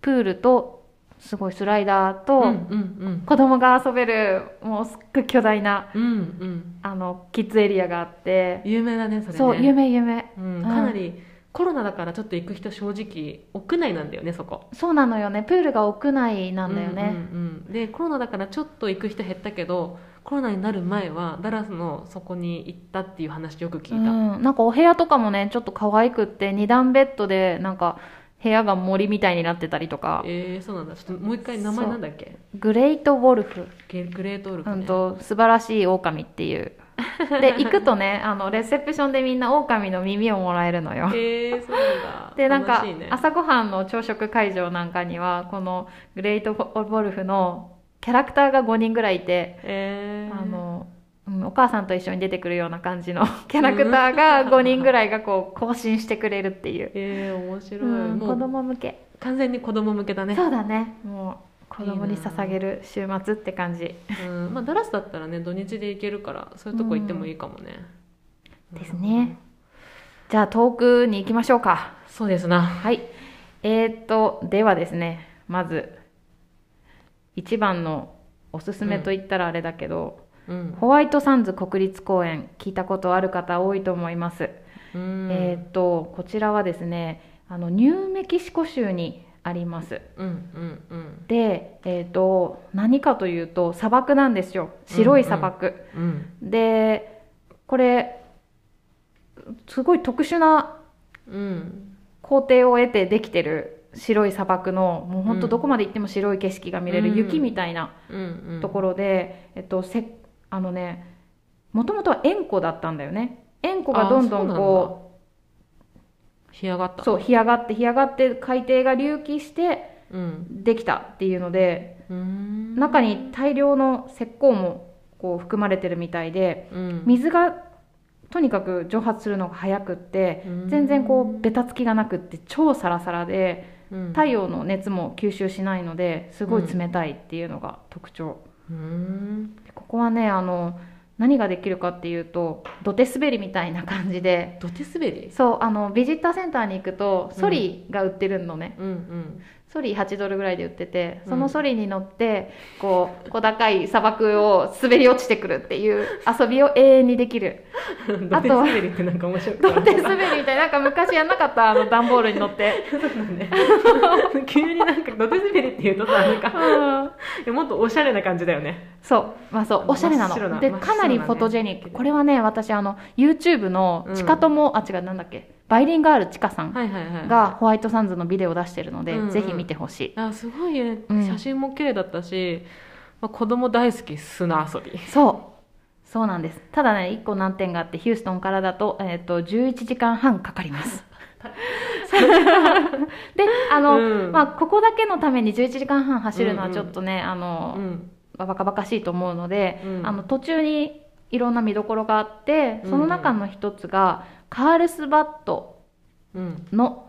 S2: プールとすごいスライダーと、
S1: うんうん
S2: 子供が遊べるもうすっごい巨大な
S1: うんうんうん
S2: あのキッズエリアがあって
S1: 有名だねそれね
S2: そう有名有名
S1: うん、かなりコロナだからちょっと行く人正直屋内なんだよねそこ
S2: そうなのよねプールが屋内なんだよね、
S1: うんうんうんでコロナだからちょっと行く人減ったけどコロナになる前はダラスのそこに行ったっていう話よく聞
S2: う
S1: いた、
S2: んなんかお部屋とかもねちょっと可愛くって二段ベッドでなんか部屋が森みたいになってたりとか
S1: えー、そうなんだちょっともう一回名前なんだっけ
S2: グレートウォルフ
S1: ゲグレートウルフ、
S2: う
S1: ね
S2: んと素晴らしい狼っていうで 行くとねあのレセプションでみんな狼の耳をもらえるのよ
S1: えー、そうなんだ
S2: でなんか
S1: 楽しいね
S2: 朝ごはんの朝食会場なんかにはこのグレートゴルフのキャラクターが5人ぐらいいて、
S1: えー、
S2: あのうんお母さんと一緒に出てくるような感 じのキャラクターが5人ぐらいがこう更新してくれるっていう、
S1: えー、面白い、
S2: うん
S1: も
S2: 子
S1: う
S2: 供向け、
S1: 完全に子供向けだね
S2: そうだねもう子供に
S1: いいな
S2: 捧げる週末って感じ
S1: うんまあ、ダラスだったらね土日で行けるからそういうとこ行ってもいいかもね、
S2: うんですねじゃあ遠くに行きましょうか
S1: そうですな
S2: はい。えー、と、ではですね、まず、一番のおすすめと言ったらあれだけど、
S1: うん、
S2: ホワイトサンズ国立公園、聞いたことある方多いと思います。
S1: うん
S2: えー、と、こちらはですね、あの、ニューメキシコ州にあります。
S1: うんうんうん
S2: で、えー、と、何かというと、砂漠なんですよ。白い砂漠。
S1: うん
S2: で、これ、すごい特殊な
S1: うん
S2: 工程を得てできてる白い砂漠のもうほんとどこまで行っても白い景色が見れ
S1: うん
S2: る雪みたいな
S1: うんうん
S2: ところで、えっと、せあのねもともとは塩湖だったんだよね塩湖がどんどんこ
S1: 干上がっ
S2: う
S1: た
S2: そう干上がって干上がって海底が隆起して
S1: うん
S2: できたっていうので
S1: うん
S2: 中に大量の石膏もこう含まれてるみたいで
S1: うん
S2: 水がとにかく蒸発するのが早くって全然こうベタつきがなくって超サラサラで。
S1: うん
S2: 太陽の熱も吸収しないのですごい冷たいっていうのが特徴、
S1: うん
S2: でここはねあの何ができるかっていうと土手滑りみたいな感じで
S1: 土手滑り
S2: そうあのビジッターセンターに行くとソリが売ってるのね、
S1: うんうん
S2: ソリ8ドルぐらいで売っててそ
S1: うん
S2: のソリに乗ってこう小高い砂漠を滑り落ちてくるっていう遊びを永遠にで きる
S1: 土手滑りってなんか面白い
S2: 土手滑りみたいななんか昔やんなかったあの段ボールに乗って、
S1: 急になんか土手滑りっていうとさなんか
S2: うん
S1: いやもっとおしゃれな感じだよね
S2: そう、まあそう、おしゃれな
S1: 真っ白な
S2: の。で、
S1: 真っ白
S2: か
S1: な
S2: な
S1: ね
S2: りフォトジェニック。これはね、私、あの、YouTube の、
S1: うん
S2: チカトモ、あ、違う、なんだっけ、バイリンガールちかさん
S1: はいはいはい
S2: がホワイトサンズのビデオを出してるので、
S1: うんうん
S2: ぜひ見てほしい
S1: あすごいね
S2: うん
S1: 写真も綺麗だったし、まあ、子供大好き砂遊び
S2: そうそうなんですただね1個難点があってヒューストンからだと,、えー、と11時間半かかります であの、
S1: うん
S2: まあ、ここだけのために11時間半走るのはちょっとね、あの
S1: うん
S2: バカバカしいと思うので、
S1: うん
S2: あの途中にいろんな見どころがあってその中の一つが、カールスバット
S1: うん
S2: の、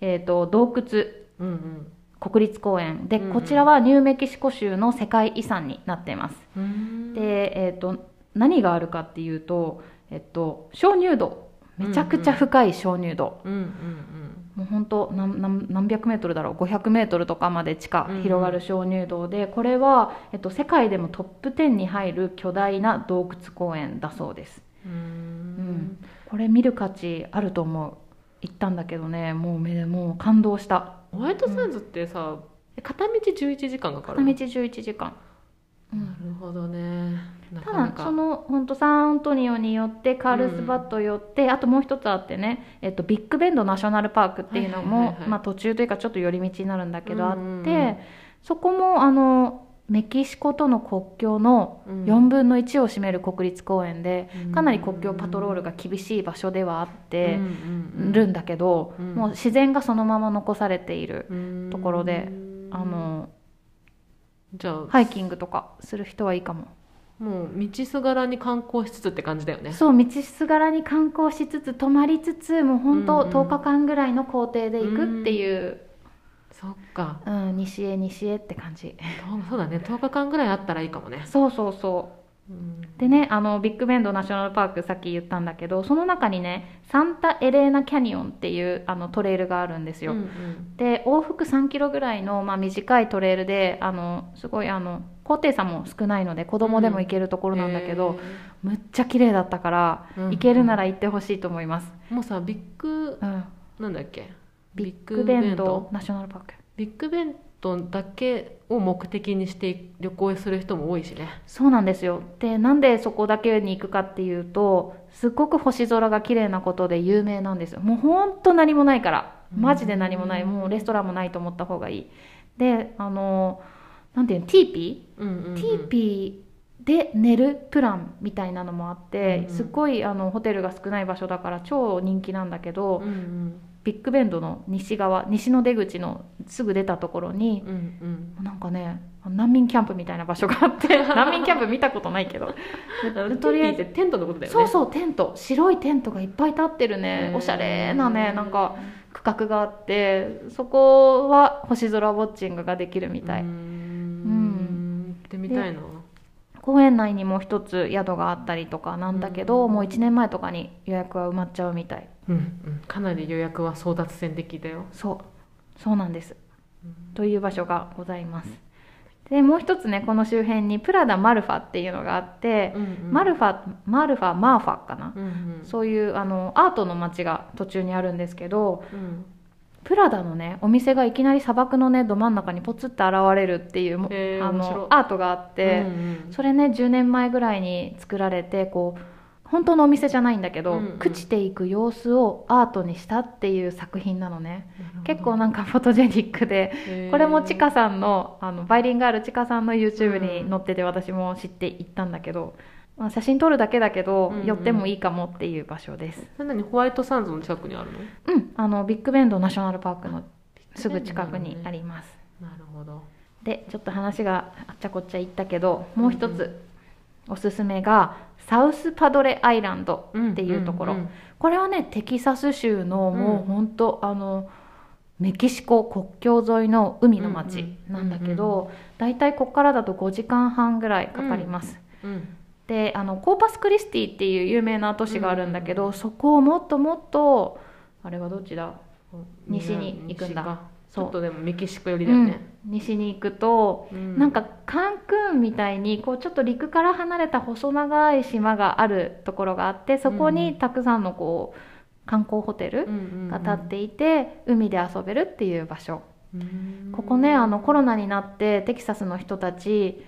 S2: えー、と洞窟
S1: うんうん
S2: 国立公園で、
S1: うんうん
S2: こちらはニューメキシコ州の世界遺産になっています、
S1: うーん
S2: で、えー、と何があるかっていうと、えっと、鍾乳洞めちゃくちゃ深い鍾乳洞、
S1: うんうん
S2: もう本当何何何百メートルだろう500メートルとかまで地下
S1: うんうん
S2: 広がる鍾乳洞で、これは、えっと、世界でもトップ10に入る巨大な洞窟公園だそうです
S1: うんうー
S2: うん
S1: ん
S2: これ見る価値あると思う行ったんだけどねもう目でもう感動した
S1: ホワイトサンズってさ、片道11時間かかる
S2: 片道11時間、う
S1: なるほどねな
S2: た
S1: かな
S2: だ
S1: か
S2: その本当サンアントニオによってカールスバット寄って、あともう一つあってね、えっと、ビッグベンドナショナルパークっていうのも、
S1: はいはいはいはい
S2: まあ、途中というかちょっと寄り道になるんだけどあって、
S1: うんうんうん
S2: そこもあのメキシコとの国境の
S1: うん
S2: 4分の1を占める国立公園で、かなり国境パトロールが
S1: 来
S2: 厳しい場所ではあってる
S1: る
S2: んだけど、
S1: うん
S2: もう自然がそのまま残されている、ところであの
S1: じゃあ、
S2: ハイキングとかする人はいいかも。
S1: もう道すがらに観光しつつって感じだよね
S2: そう道すがらに観光しつつ泊まりつつもう本当
S1: うんうん
S2: 10日間ぐらいの行程で行くっていう、
S1: そっか
S2: うん西へ西へって感じ
S1: そうそうだね10日間ぐらいあったらいいかもね、
S2: そうそうそう
S1: うん
S2: でねあのビッグベンドナショナルパークさっき言ったんだけどその中にねサンタエレーナキャニオンっていうあのトレイルがあるんですよ、
S1: うんうん
S2: で往復3キロぐらいの、まあ、短いトレイルであのすごいあの高低差も少ないので子供でも行けるところなんだけど、むっちゃ綺麗だったから、
S1: へー
S2: 行けるなら行ってほしいと思います、
S1: もうさビッグ
S2: うん、
S1: なんだっけ
S2: ビッグベンドナショナルパーク
S1: ビッグベントだけを目的にして旅行する人も多いしね
S2: そうなんですよでなんでそこだけに行くかっていうとすっごく星空が綺麗なことで有名なんですよもうほんと何もないからマジで何もない
S1: うん
S2: もうレストランもないと思った方がいいであのなんていうのティーピ
S1: うんうんうん
S2: ー、ティーピーで寝るプランみたいなのもあって、
S1: うんうん
S2: すっごいあのホテルが少ない場所だから超人気なんだけど、
S1: うんうん
S2: ビッグベンドの西側西の出口のすぐ出たところに
S1: うんうん
S2: なんかね難民キャンプみたいな場所があ って難民キャンプ見たことないけど
S1: あの
S2: とりあえ
S1: ティーピ
S2: ず
S1: ーってテントのことだよね
S2: そうそうテント白いテントがいっぱい立ってるねおしゃれなねなんか区画があってそこは星空ウォッチングができるみたい、
S1: うーん行ってみたいな
S2: 公園内にも一つ宿があったりとかなんだけど、
S1: うん
S2: もう1年前とかに予約は埋まっちゃうみたい
S1: うんうんかなり予約は争奪戦的だよ
S2: そうそうなんですという場所がございますでもう一つねこの周辺にプラダマルファっていうのがあって、マル
S1: フ
S2: ファマルファマーファかな、
S1: そ
S2: そういうあのアートの街が途中にあるんですけど
S1: うん
S2: プラダのねお店がいきなり砂漠のねど真ん中にポツって現れるっていうも
S1: へー
S2: あ
S1: 面白い
S2: のアートがあって、
S1: うん
S2: それね10年前ぐらいに作られてこう本当のお店じゃないんだけど、
S1: うんうん
S2: 朽ちていく様子をアートにしたっていう作品なのね
S1: うん
S2: 結構なんかフォトジェニックで
S1: へー
S2: これもちかさんのあのバイリンガールちかさんの YouTube に載ってて私も知って行ったんだけど、まあ、写真撮るだけだけど、
S1: うんうん
S2: 寄ってもいいかもっていう場所です
S1: それ何ホワイトサンズの近くにあるの
S2: うんあのビッグベンドナショナルパークのすぐ近くにあります、
S1: なるほど
S2: でちょっと話があっちゃこっちゃ行ったけどもう一つおすすめがサウスパドレアイランドっていうところ、
S1: んん
S2: これはねテキサス州の
S1: うん
S2: もう本当、あのメキシコ国境沿いの海の町なんだけど、だいたいここからだと5時間半ぐらいかかります、
S1: うんうん
S2: であのコーパスクリスティっていう有名な都市があるんだけ
S1: う
S2: ど、
S1: ん
S2: そこをもっともっとあれはどっちだ西に行くんだ
S1: 西かち
S2: そう
S1: ょっとでもメキシコ寄りだよね
S2: うん西に行くと、
S1: な
S2: なんかカンクンみたいにこうちょっと陸から離れた細長い島があるところがあってそこ
S1: うん
S2: にたくさんのこう観光ホテル、が立っていて、海で遊べるっていう場所ここねあのコロナになってテキサスの人たち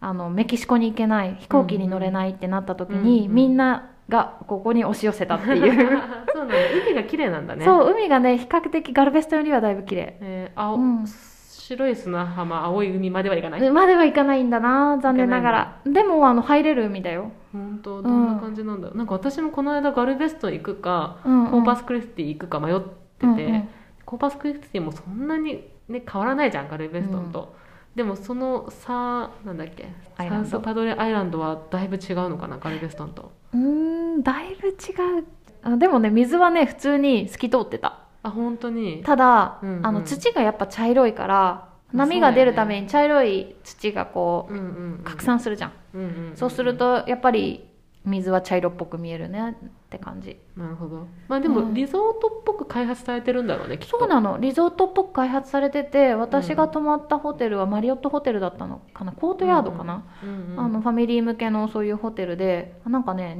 S2: あのメキシコに行けない飛行機に乗れないってなった時に、
S1: うんうん
S2: みんながここに押し寄せたっていう、
S1: そうなんだ海が綺麗なんだね
S2: そう海がね比較的ガルベストよりはだいぶ綺麗
S1: えー青
S2: うん
S1: 白い砂浜青い海まではいかない、
S2: まではいかないんだな残念ながらでもあの入れる海だよ、
S1: 本当どんな感じなんだろう、なんか私もこの間ガルベスト行くか、
S2: うんうん
S1: コーパスクリスティ行くか迷ってて、
S2: うんうん
S1: コーパスクリスティもそんなに、ね、変わらないじゃんガルベストと、でもそのさなんだっけ
S2: ア
S1: サ
S2: イラン
S1: ウ
S2: ド
S1: スパドレアイランドはだいぶ違うのかなガルベストンと
S2: うーんだいぶ違うあでもね水はね普通に透き通ってた
S1: あ本当に
S2: ただ、
S1: うんうん
S2: あの土がやっぱ茶色いから
S1: うん
S2: 波が出るために茶色い土がこ
S1: うんうんうん
S2: う拡散するじゃん、
S1: うんうんん
S2: そうするとやっぱり水は茶色っぽく見えるねって感じ
S1: なるほどまあで
S2: う
S1: も
S2: ん
S1: リゾートっぽく開発されてるんだろうねきっと
S2: そうなのリゾートっぽく開発されてて私が泊まったホテルはマリオットホテルだったのかなコートヤードかな、
S1: うんうん
S2: あのファミリー向けのそういうホテルでなんかね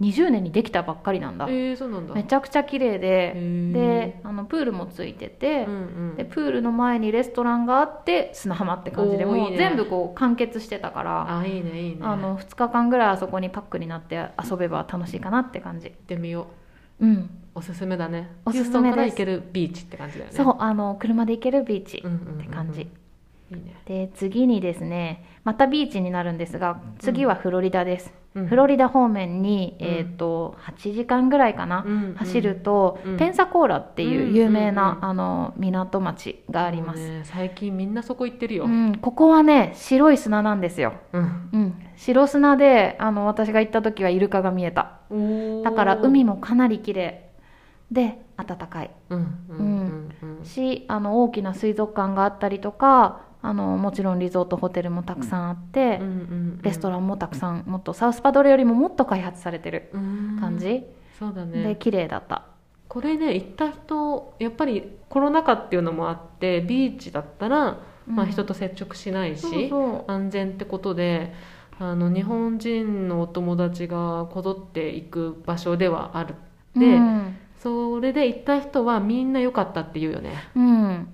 S2: 2020年にできたばっかりなんだ
S1: えー、そうなんだ
S2: めちゃくちゃ綺麗
S1: へ
S2: で、
S1: ー
S2: であのプールもついてて、
S1: うんうん
S2: でプールの前にレストランがあって砂浜って感じで
S1: おー
S2: も
S1: いうい
S2: い
S1: ね
S2: 全部こう完結してたから
S1: あいいねいいね
S2: あの2日間ぐらいあそこにパックになって遊べば楽しいかなって感じ
S1: 行ってみよう
S2: うん
S1: おすすめだね
S2: お
S1: ヒュー
S2: すすめです
S1: ストンから行けるビーチって感じだよね
S2: そうあの車で行けるビーチ
S1: うんうんうんうん
S2: って感じ
S1: いいね
S2: で次にですねまたビーチになるんですが次はフロリダです、
S1: うん
S2: フロリダ方面に、
S1: うん
S2: えー、と8時間ぐらいかな、
S1: うんうん
S2: 走ると、
S1: うん
S2: ペンサコーラっていう有名な、
S1: うんうんうん
S2: あの港町があります、
S1: もうね最近みんなそこ行ってるよ、
S2: うん、ここはね白い砂なんですよ、
S1: うん
S2: うん、白砂であの私が行った時はイルカが見えた
S1: おー
S2: だから海もかなり綺麗で暖かい
S1: うんうんうんうん
S2: しあの大きな水族館があったりとかあのもちろんリゾートホテルもたくさんあって、
S1: うんうんうん
S2: レストランもたくさんもっとサウスパドレよりももっと開発されてる
S1: うん
S2: 感じ、
S1: そうだ
S2: で
S1: ね
S2: 綺麗だった
S1: これね行った人やっぱりコロナ禍っていうのもあってビーチだったら、まあ、
S2: うん
S1: 人と接触しないし、
S2: そうそ
S1: 安全ってことであの日本人のお友達がこぞって行く場所ではある
S2: う
S1: で、
S2: うん
S1: それで行った人はみんな良かったって言うよね
S2: うん、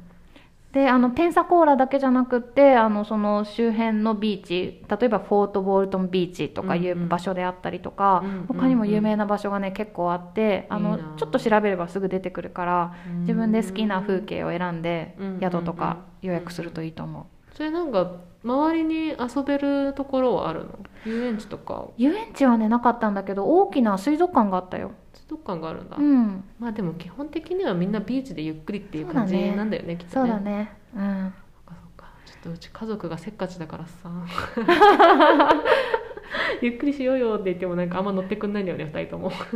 S2: であのペンサコーラだけじゃなくってあのその周辺のビーチ例えばフォートボールトンビーチとかい
S1: うんう
S2: うん場所であったりとか、
S1: うんうんうん
S2: 他にも有名な場所がね結構あってあの
S1: いいな
S2: ちょっと調べればすぐ出てくるから自分で好きな風景を選んで
S1: うん
S2: 宿とか予約するといいと思う。
S1: それなんか周りに遊べるところはあるの遊園地とか
S2: 遊園地はねなかったんだけど大きな水族館があったよ、
S1: 水族館があるんだ、
S2: うん、
S1: まあでも基本的にはみんなビーチでゆっくりっていう感
S2: そうだ
S1: じ
S2: ね
S1: なんだよねきっと
S2: そう
S1: ね
S2: だね、うん、
S1: そっかそっかちょっとうち家族がせっかちだから さゆっくりしようよって言ってもなんかあんま乗ってくんないんだよね2人とも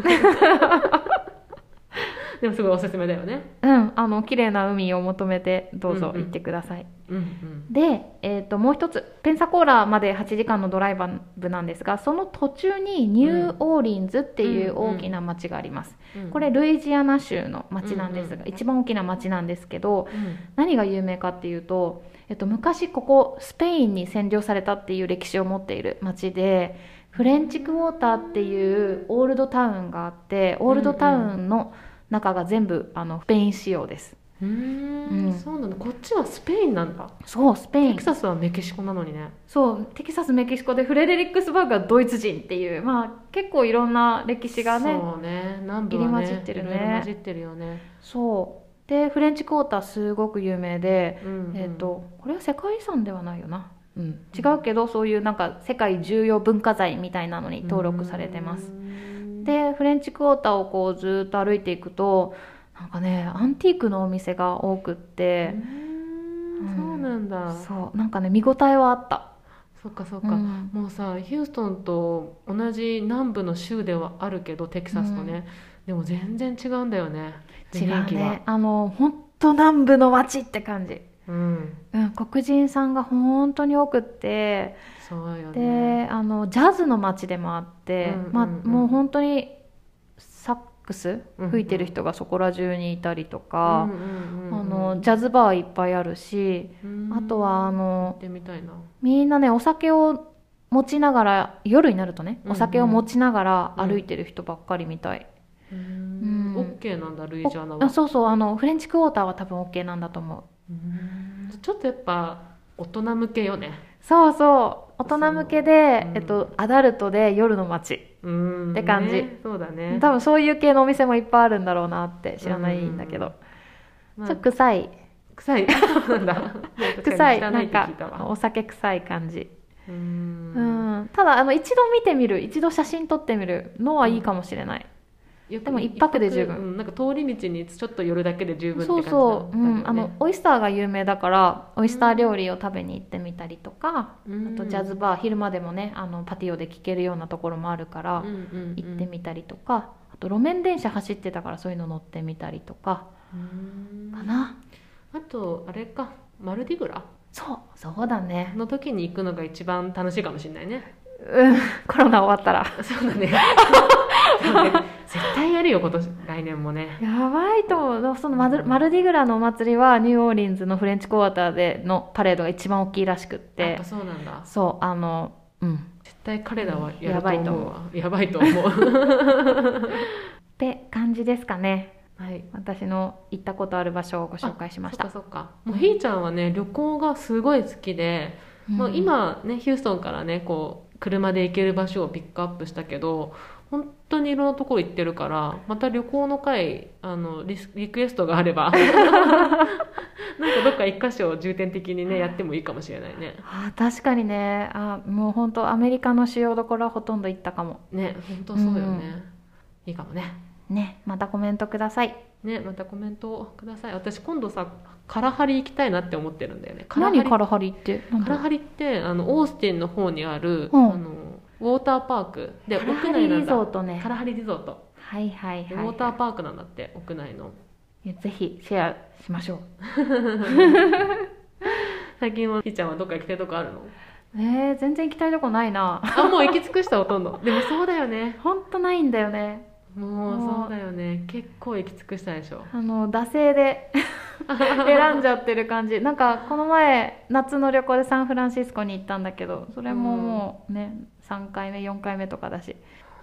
S1: でもすごいおすすめだよね
S2: うん、あの綺麗な海を求めてどうぞ
S1: うんうん
S2: 行ってください、
S1: うんうん
S2: で、えー、ともう一つペンサコーラまで8時間のドライブなんですがその途中にニューオーリンズっていう
S1: うんうん
S2: 大きな町があります、
S1: うん
S2: これルイジアナ州の町なんですが、
S1: うん
S2: 一番大きな町なんですけど
S1: うん
S2: 何が有名かっていうと、えっと、昔ここスペインに占領されたっていう歴史を持っている町でフレンチクォーターっていうオールドタウンがあってオールドタウンの中が全部あのスペイン仕様です
S1: うーん
S2: うん
S1: そうなんだこっちはスペインなんだ
S2: そうスペイ
S1: テ
S2: ン
S1: キサスはメキシコなのにね
S2: そうテキサスメキシコでフレデリックスバーグはドイツ人っていうまあ結構いろんな歴史がね
S1: そうね南部はね
S2: 入り混じってるね
S1: いろいろ混じってるよね、
S2: そうでフレンチクォーターすごく有名で、
S1: うんうん
S2: えっ、とこれは世界遺産ではないよな、うん、違うけどそういうなんか世界重要文化財みたいなのに登録されてます
S1: う、ん
S2: でフレンチクォーターをこうずっと歩いていくとなんかねアンティークのお店が多くっ
S1: う
S2: て、
S1: ーんそうなんだそ
S2: そうなんかね見応えはあった
S1: っかそっ
S2: う
S1: か、
S2: ん
S1: もうさヒューストンと同じ南部の州ではあるけどテキサスとね、でも全然違うんだよね
S2: 違
S1: 雰囲
S2: う
S1: 気が
S2: ねあの本当南部の街って感じ
S1: うん
S2: うん、黒人さんが本当に多くって、
S1: そうよね
S2: であのジャズの街でもあっ
S1: うん
S2: て、
S1: うんうん
S2: まあ、もう本当にサックス
S1: うんうん
S2: 吹いてる人がそこら中にいたりと
S1: あ
S2: か、あのジャズバーいっぱいあるし、あとは
S1: 行
S2: あ
S1: っ
S2: の
S1: てみたいな
S2: みんなねお酒を持ちながら夜になるとね
S1: うんうん
S2: お酒を持ちながら歩いてる人ばっかりみたい、
S1: う
S2: うん
S1: んオッケーなんだルイジアナ
S2: あ
S1: は
S2: そうそうあのフレンチクォーターは多分 OK なんだと思う
S1: うんちょっとやっぱ大人向けよね
S2: そうそう大人向けで、
S1: うん
S2: えっと、アダルトで夜の街
S1: うん
S2: って感じ
S1: ねそうだね
S2: 多分そういう系のお店もいっぱいあるんだろうなって知らないんだけど、
S1: まあ
S2: ちょっと臭い
S1: 臭い なんだ
S2: 臭
S1: 確
S2: い
S1: か
S2: な
S1: に汚
S2: ん
S1: って聞いた
S2: か
S1: わ
S2: お酒臭い感じ、
S1: う
S2: うんんただあの一度見てみる一度写真撮ってみるのはいいかもしれない、
S1: よく
S2: でも一泊で十分
S1: うんなんか通り道にちょっと寄るだけで十分って感
S2: そう
S1: じなんだよ
S2: そう、うん、あの
S1: ね
S2: オイスターが有名だからオイスター料理を食べに行ってみたりとか、
S1: うん
S2: あとジャズバー昼間でもねあのパティオで聴けるようなところもあるから、
S1: うんうんうん
S2: 行ってみたりとかあと路面電車走ってたからそういうの乗ってみたりとか
S1: うん
S2: かな、
S1: あとあれかマルディグラ
S2: そうそうだね
S1: の時に行くのが一番楽しいかもしれないね
S2: うんコロナ終わったら
S1: そうだねそうね絶対やるよ今年来年もね
S2: やばいと思うでもそのマルマルディグラのお祭りはニューオーリンズのフレンチクォーターでのパレードが一番大きいらしくっ
S1: やってぱそうなんだ
S2: そうあのうん
S1: 絶対彼らはやる
S2: や
S1: と
S2: ばいと
S1: 思
S2: 思
S1: う
S2: う
S1: わやばいと思 う
S2: って感じですかね
S1: はい
S2: 私の行ったことある場所をご紹介しまし
S1: そっか
S2: た
S1: そっかもうひーちゃんはね旅行がすごい好きで、まあ、
S2: うん
S1: 今ねヒューストンからねこう車で行ける場所をピックアップしたけど本当にいろんなところ行ってるからまた旅行の回あのリスリクエストがあれ ばなんかどっか一箇所を重点的にねやってもいいかもしれないね
S2: あー確かにねあーもう本当アメリカの主要どころはほとんど行ったかも
S1: ね本当そうよね、
S2: うん
S1: いいかもね
S2: ねまたコメントください
S1: ねまたコメントをください私今度さカラハリ行きたいなって思ってるんだよねカラハリ
S2: 何カラハリってなんだ
S1: カラハリってあのオースティンの方にある、
S2: うん
S1: あのウォーターパークで
S2: カラハ
S1: 屋
S2: リ
S1: 内な
S2: リ
S1: ん
S2: ゾ
S1: だ
S2: ートね
S1: カラハリリゾート
S2: はいはい
S1: で
S2: はい、
S1: ウォーターパークなんだって屋内の
S2: ぜひシェアしましょう
S1: 最近はひーちゃんはどっか行きたいとこあるの
S2: えー、全然行きたいとこないな
S1: あもう行き尽くしたほとんど でもそうだよね
S2: 本当ないんだよね
S1: も
S2: も
S1: う
S2: う
S1: そうだよね結構行き尽くしたでし ょ
S2: あの惰性 で選んじゃってる感じなんかこの前夏の旅行でサンフランシスコに行ったんだけどそれももうね3回目4回目とかだし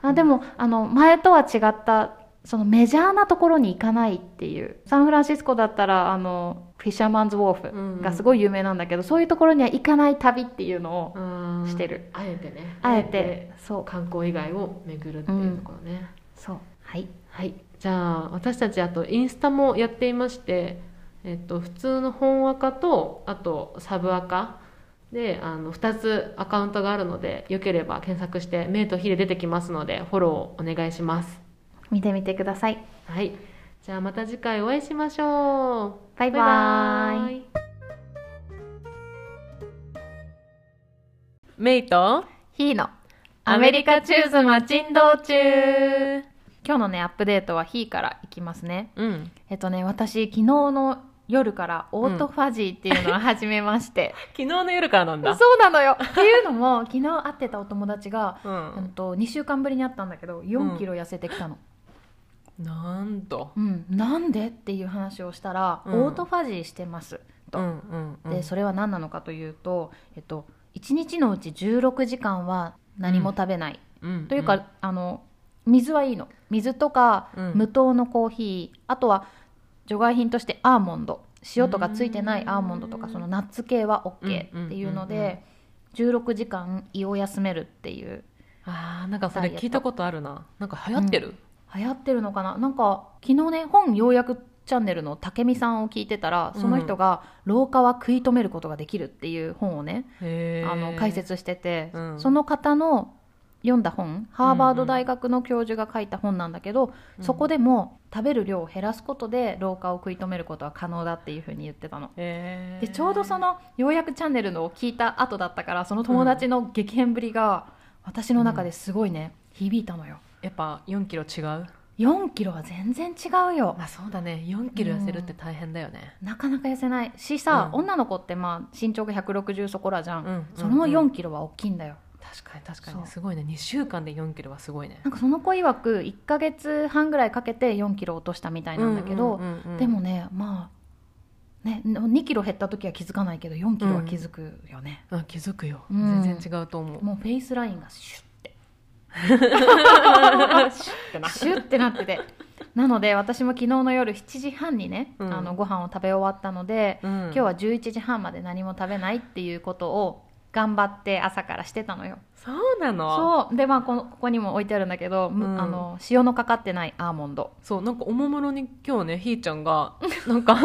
S2: あでもあの前とは違ったそのメジャーなところに行かないっていうサンフランシスコだったらあのフィッシャーマンズ・ウォーフがすごい有名なんだけど、そういうところには行かない旅っていうのを
S1: あー
S2: してる
S1: あえてね
S2: あえてそう
S1: 観光以外を巡るっていうところね、
S2: そうはい
S1: はい、じゃあ私たちあとインスタもやっていまして、えっと、普通の本アカとあとサブアカであの2つアカウントがあるのでよければ検索して「メイとヒ」で出てきますのでフォローお願いします、
S2: 見てみてください
S1: はい、じゃあまた次回お会いしましょう
S2: バイバイ
S1: イメイと
S2: ヒーのアメリカチューズマチン道中今日のねアップデートはヒーからいきますね
S1: うん
S2: えっとね私昨日の夜からオートファジーっていうのを始めまして、
S1: 昨日の夜からなん
S2: そう なのよっていうのも昨日会ってたお友達が、
S1: う
S2: うん、と2週間ぶりに会ったんだけど4キロ痩せてきたの、
S1: なんと
S2: うんなんでっていう話をしたら、
S1: うん
S2: オートファジーしてますと
S1: んうん
S2: でそれは何なのかというと、えっと、1日のうち16時間は何も食べない、というか、あの水はいいの水とか、
S1: うん
S2: 無糖のコーヒーあとは除外品としてアーモンド塩とかついてないアーモンドとか
S1: うん
S2: そのナッツ系は OK っていうの
S1: うんうんうん
S2: で、16時間胃を休めるっていう
S1: あーなんかそ
S2: ダ
S1: れ
S2: イエット
S1: 聞いたことあるななんか流行ってる、
S2: 流行ってるのかななんか昨日ね本ようやくチャンネルの武見さんを聞いてたらその人が「老化は食い止めることができる」っていう本をね、
S1: へー
S2: あの解説してて、
S1: うん
S2: その方の読んだ本ハーバード大学の教授が書いた本なんだけど、
S1: うん
S2: そこでも食べる量を減らすことで老化を食い止めることは可能だっていうふうに言ってたの。
S1: へー
S2: でちょうどその「ようやくチャンネル」のを聞いた後だったからその友達の激変ぶりが私の中ですごいね、響いたのよ
S1: やっぱ4キロ違う
S2: 4キロは全然違うよ
S1: あそうだね4キロ痩せるって大変だよね、
S2: なかなか痩せないしさ、
S1: うん
S2: 女の子ってまあ身長が160そこらじゃ
S1: う
S2: ん、
S1: んうん
S2: その4キロは大きいんだよ
S1: 確かに確か
S2: そ
S1: に
S2: う
S1: すごいね2週間で4キロはすごいね
S2: なんかその子曰く1ヶ月半ぐらいかけて4キロ落としたみたいなんだけど、
S1: うんうんうんうん
S2: でもねまあね2キロ減った時は気づかないけど4キロは気づくよね、
S1: あ気づくよ、
S2: うん
S1: 全然違うと思う
S2: もうフェイスラインがシュッて
S1: シュッてな
S2: シュッてなっててなので私も昨日の夜7時半にね、
S1: うん
S2: あのご飯を食べ終わったので、
S1: うん
S2: 今日は11時半まで何も食べないっていうことを頑張って朝からしてたのよ
S1: そうなの
S2: そうでまあこのここにも置いてあるんだけど、む
S1: うん
S2: あの塩のかかってないアーモンド
S1: そうなんかおもむろに今日ねひーちゃんがなんか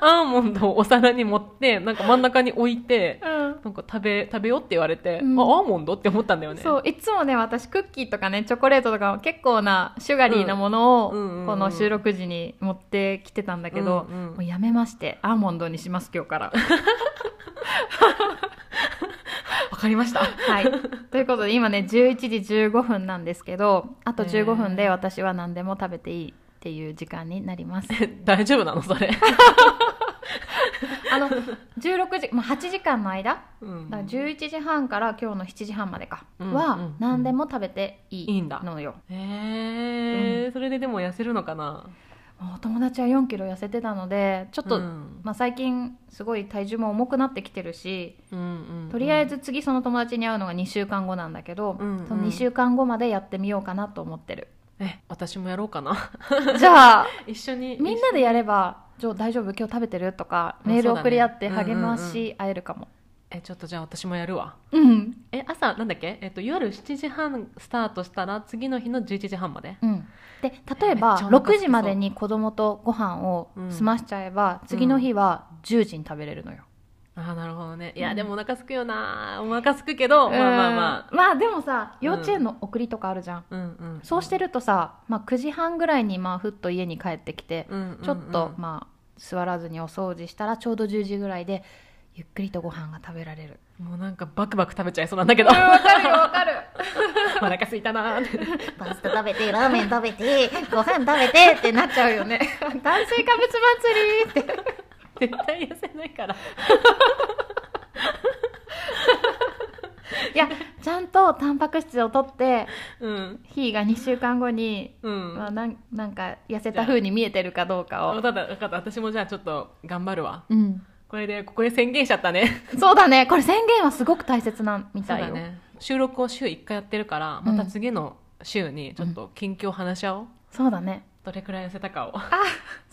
S1: アーモンドをお皿に持ってなんか真ん中に置いて
S2: うん
S1: なんか食べ食べようって言われて、
S2: うん
S1: あアーモンドって思ったんだよね
S2: そういつもね私クッキーとかねチョコレートとか結構なシュガリーなものを、
S1: うんうんうんうん
S2: この収録時に持ってきてたんだけど、
S1: うんうん
S2: もうやめましてアーモンドにします今 日から。
S1: わかりました
S2: はい、ということで今ね11時15分なんですけどあと
S1: ねえ
S2: 15分で私は何でも食べていいっていう時間になります。
S1: 大丈夫なのそれ、
S2: あの16時、まあ、8時間の間
S1: うん
S2: だから11時半から今日の7時半までか、
S1: うんう
S2: は
S1: ん
S2: 何でも食べてい
S1: いい
S2: い
S1: んだ
S2: のよ。
S1: えーそれででも痩せるのかな
S2: まあお友達は4キロ痩せてたのでちょっと、
S1: うん
S2: まあ、最近すごい体重も重くなってきてるし
S1: うんうんうん
S2: とりあえず次その友達に会うのが2週間後なんだけど、
S1: うんうん
S2: その2週間後までやってみようかなと思っ てる
S1: え私もやろうかな
S2: じゃあ
S1: 一緒に
S2: みんなでやれば「ジョー大丈夫今日食べてる?」とか
S1: うん
S2: メール
S1: そうだね
S2: 送り合って励まし合えるかも。
S1: えちょっとじゃあ私もやるわ
S2: うん、
S1: え朝なんだっけ、えっと、夜7時半スタートしたら次の日の11時半まで
S2: うん、で例
S1: め
S2: え
S1: っ
S2: ば
S1: ちゃお腹空きそう
S2: 6時までに子供とご飯を済ましちゃえば、
S1: ん
S2: 次の日は10時に食べれるのよ。
S1: ああなるほどねいうや
S2: ん
S1: でもお腹すくよなお腹すくけど、まあまあまあ
S2: うんまあでもさ幼稚園の送りとかあるじゃん、
S1: うんうん
S2: そうしてるとさ、まあ、9時半ぐらいにまあふっと家に帰ってきて、
S1: うんうんうん
S2: ちょっとまあ座らずにお掃除したらちょうど10時ぐらいでゆっくりとご飯が食べられる
S1: もうなんかバクバク食べちゃいそうなん だけどお
S2: わかるよわ かる
S1: 腹すいたなー って
S3: パスタ食べて、ラーメン食べて、ご飯食べてってなっちゃうよね。
S2: 炭水化物祭りって
S1: 絶対痩せないから
S2: いやちゃんとタンパク質を取って
S1: うん
S2: ひーが2週間後に、
S1: うん、
S2: まあ、なんなんか痩せた風に見えてるかどうか
S1: あ
S2: を
S1: ただ分かった私もじゃあちょっと頑張るわ
S2: うん
S1: これでここで宣言しちゃったね
S2: そうだねこれ宣言はすごく大切なみ
S1: そう
S2: たい
S1: だ
S2: よ、
S1: ね収録を週1回やってるからまた次の週にちょっと近況話し合おう、
S2: そうだね
S1: どれくらい痩せたかを、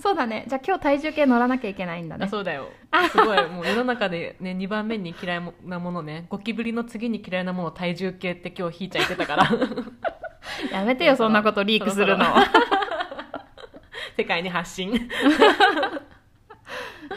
S2: そうだねじゃあ今日体重計乗らなきゃいけないんだね
S1: あそうだよすごいもう世の中で ね2番目に嫌いなものねゴキブリの次に嫌いなもの体重計って今日ひいちゃん言ってたから
S2: やめてよそんなことリークするの
S1: そろ世界に発 信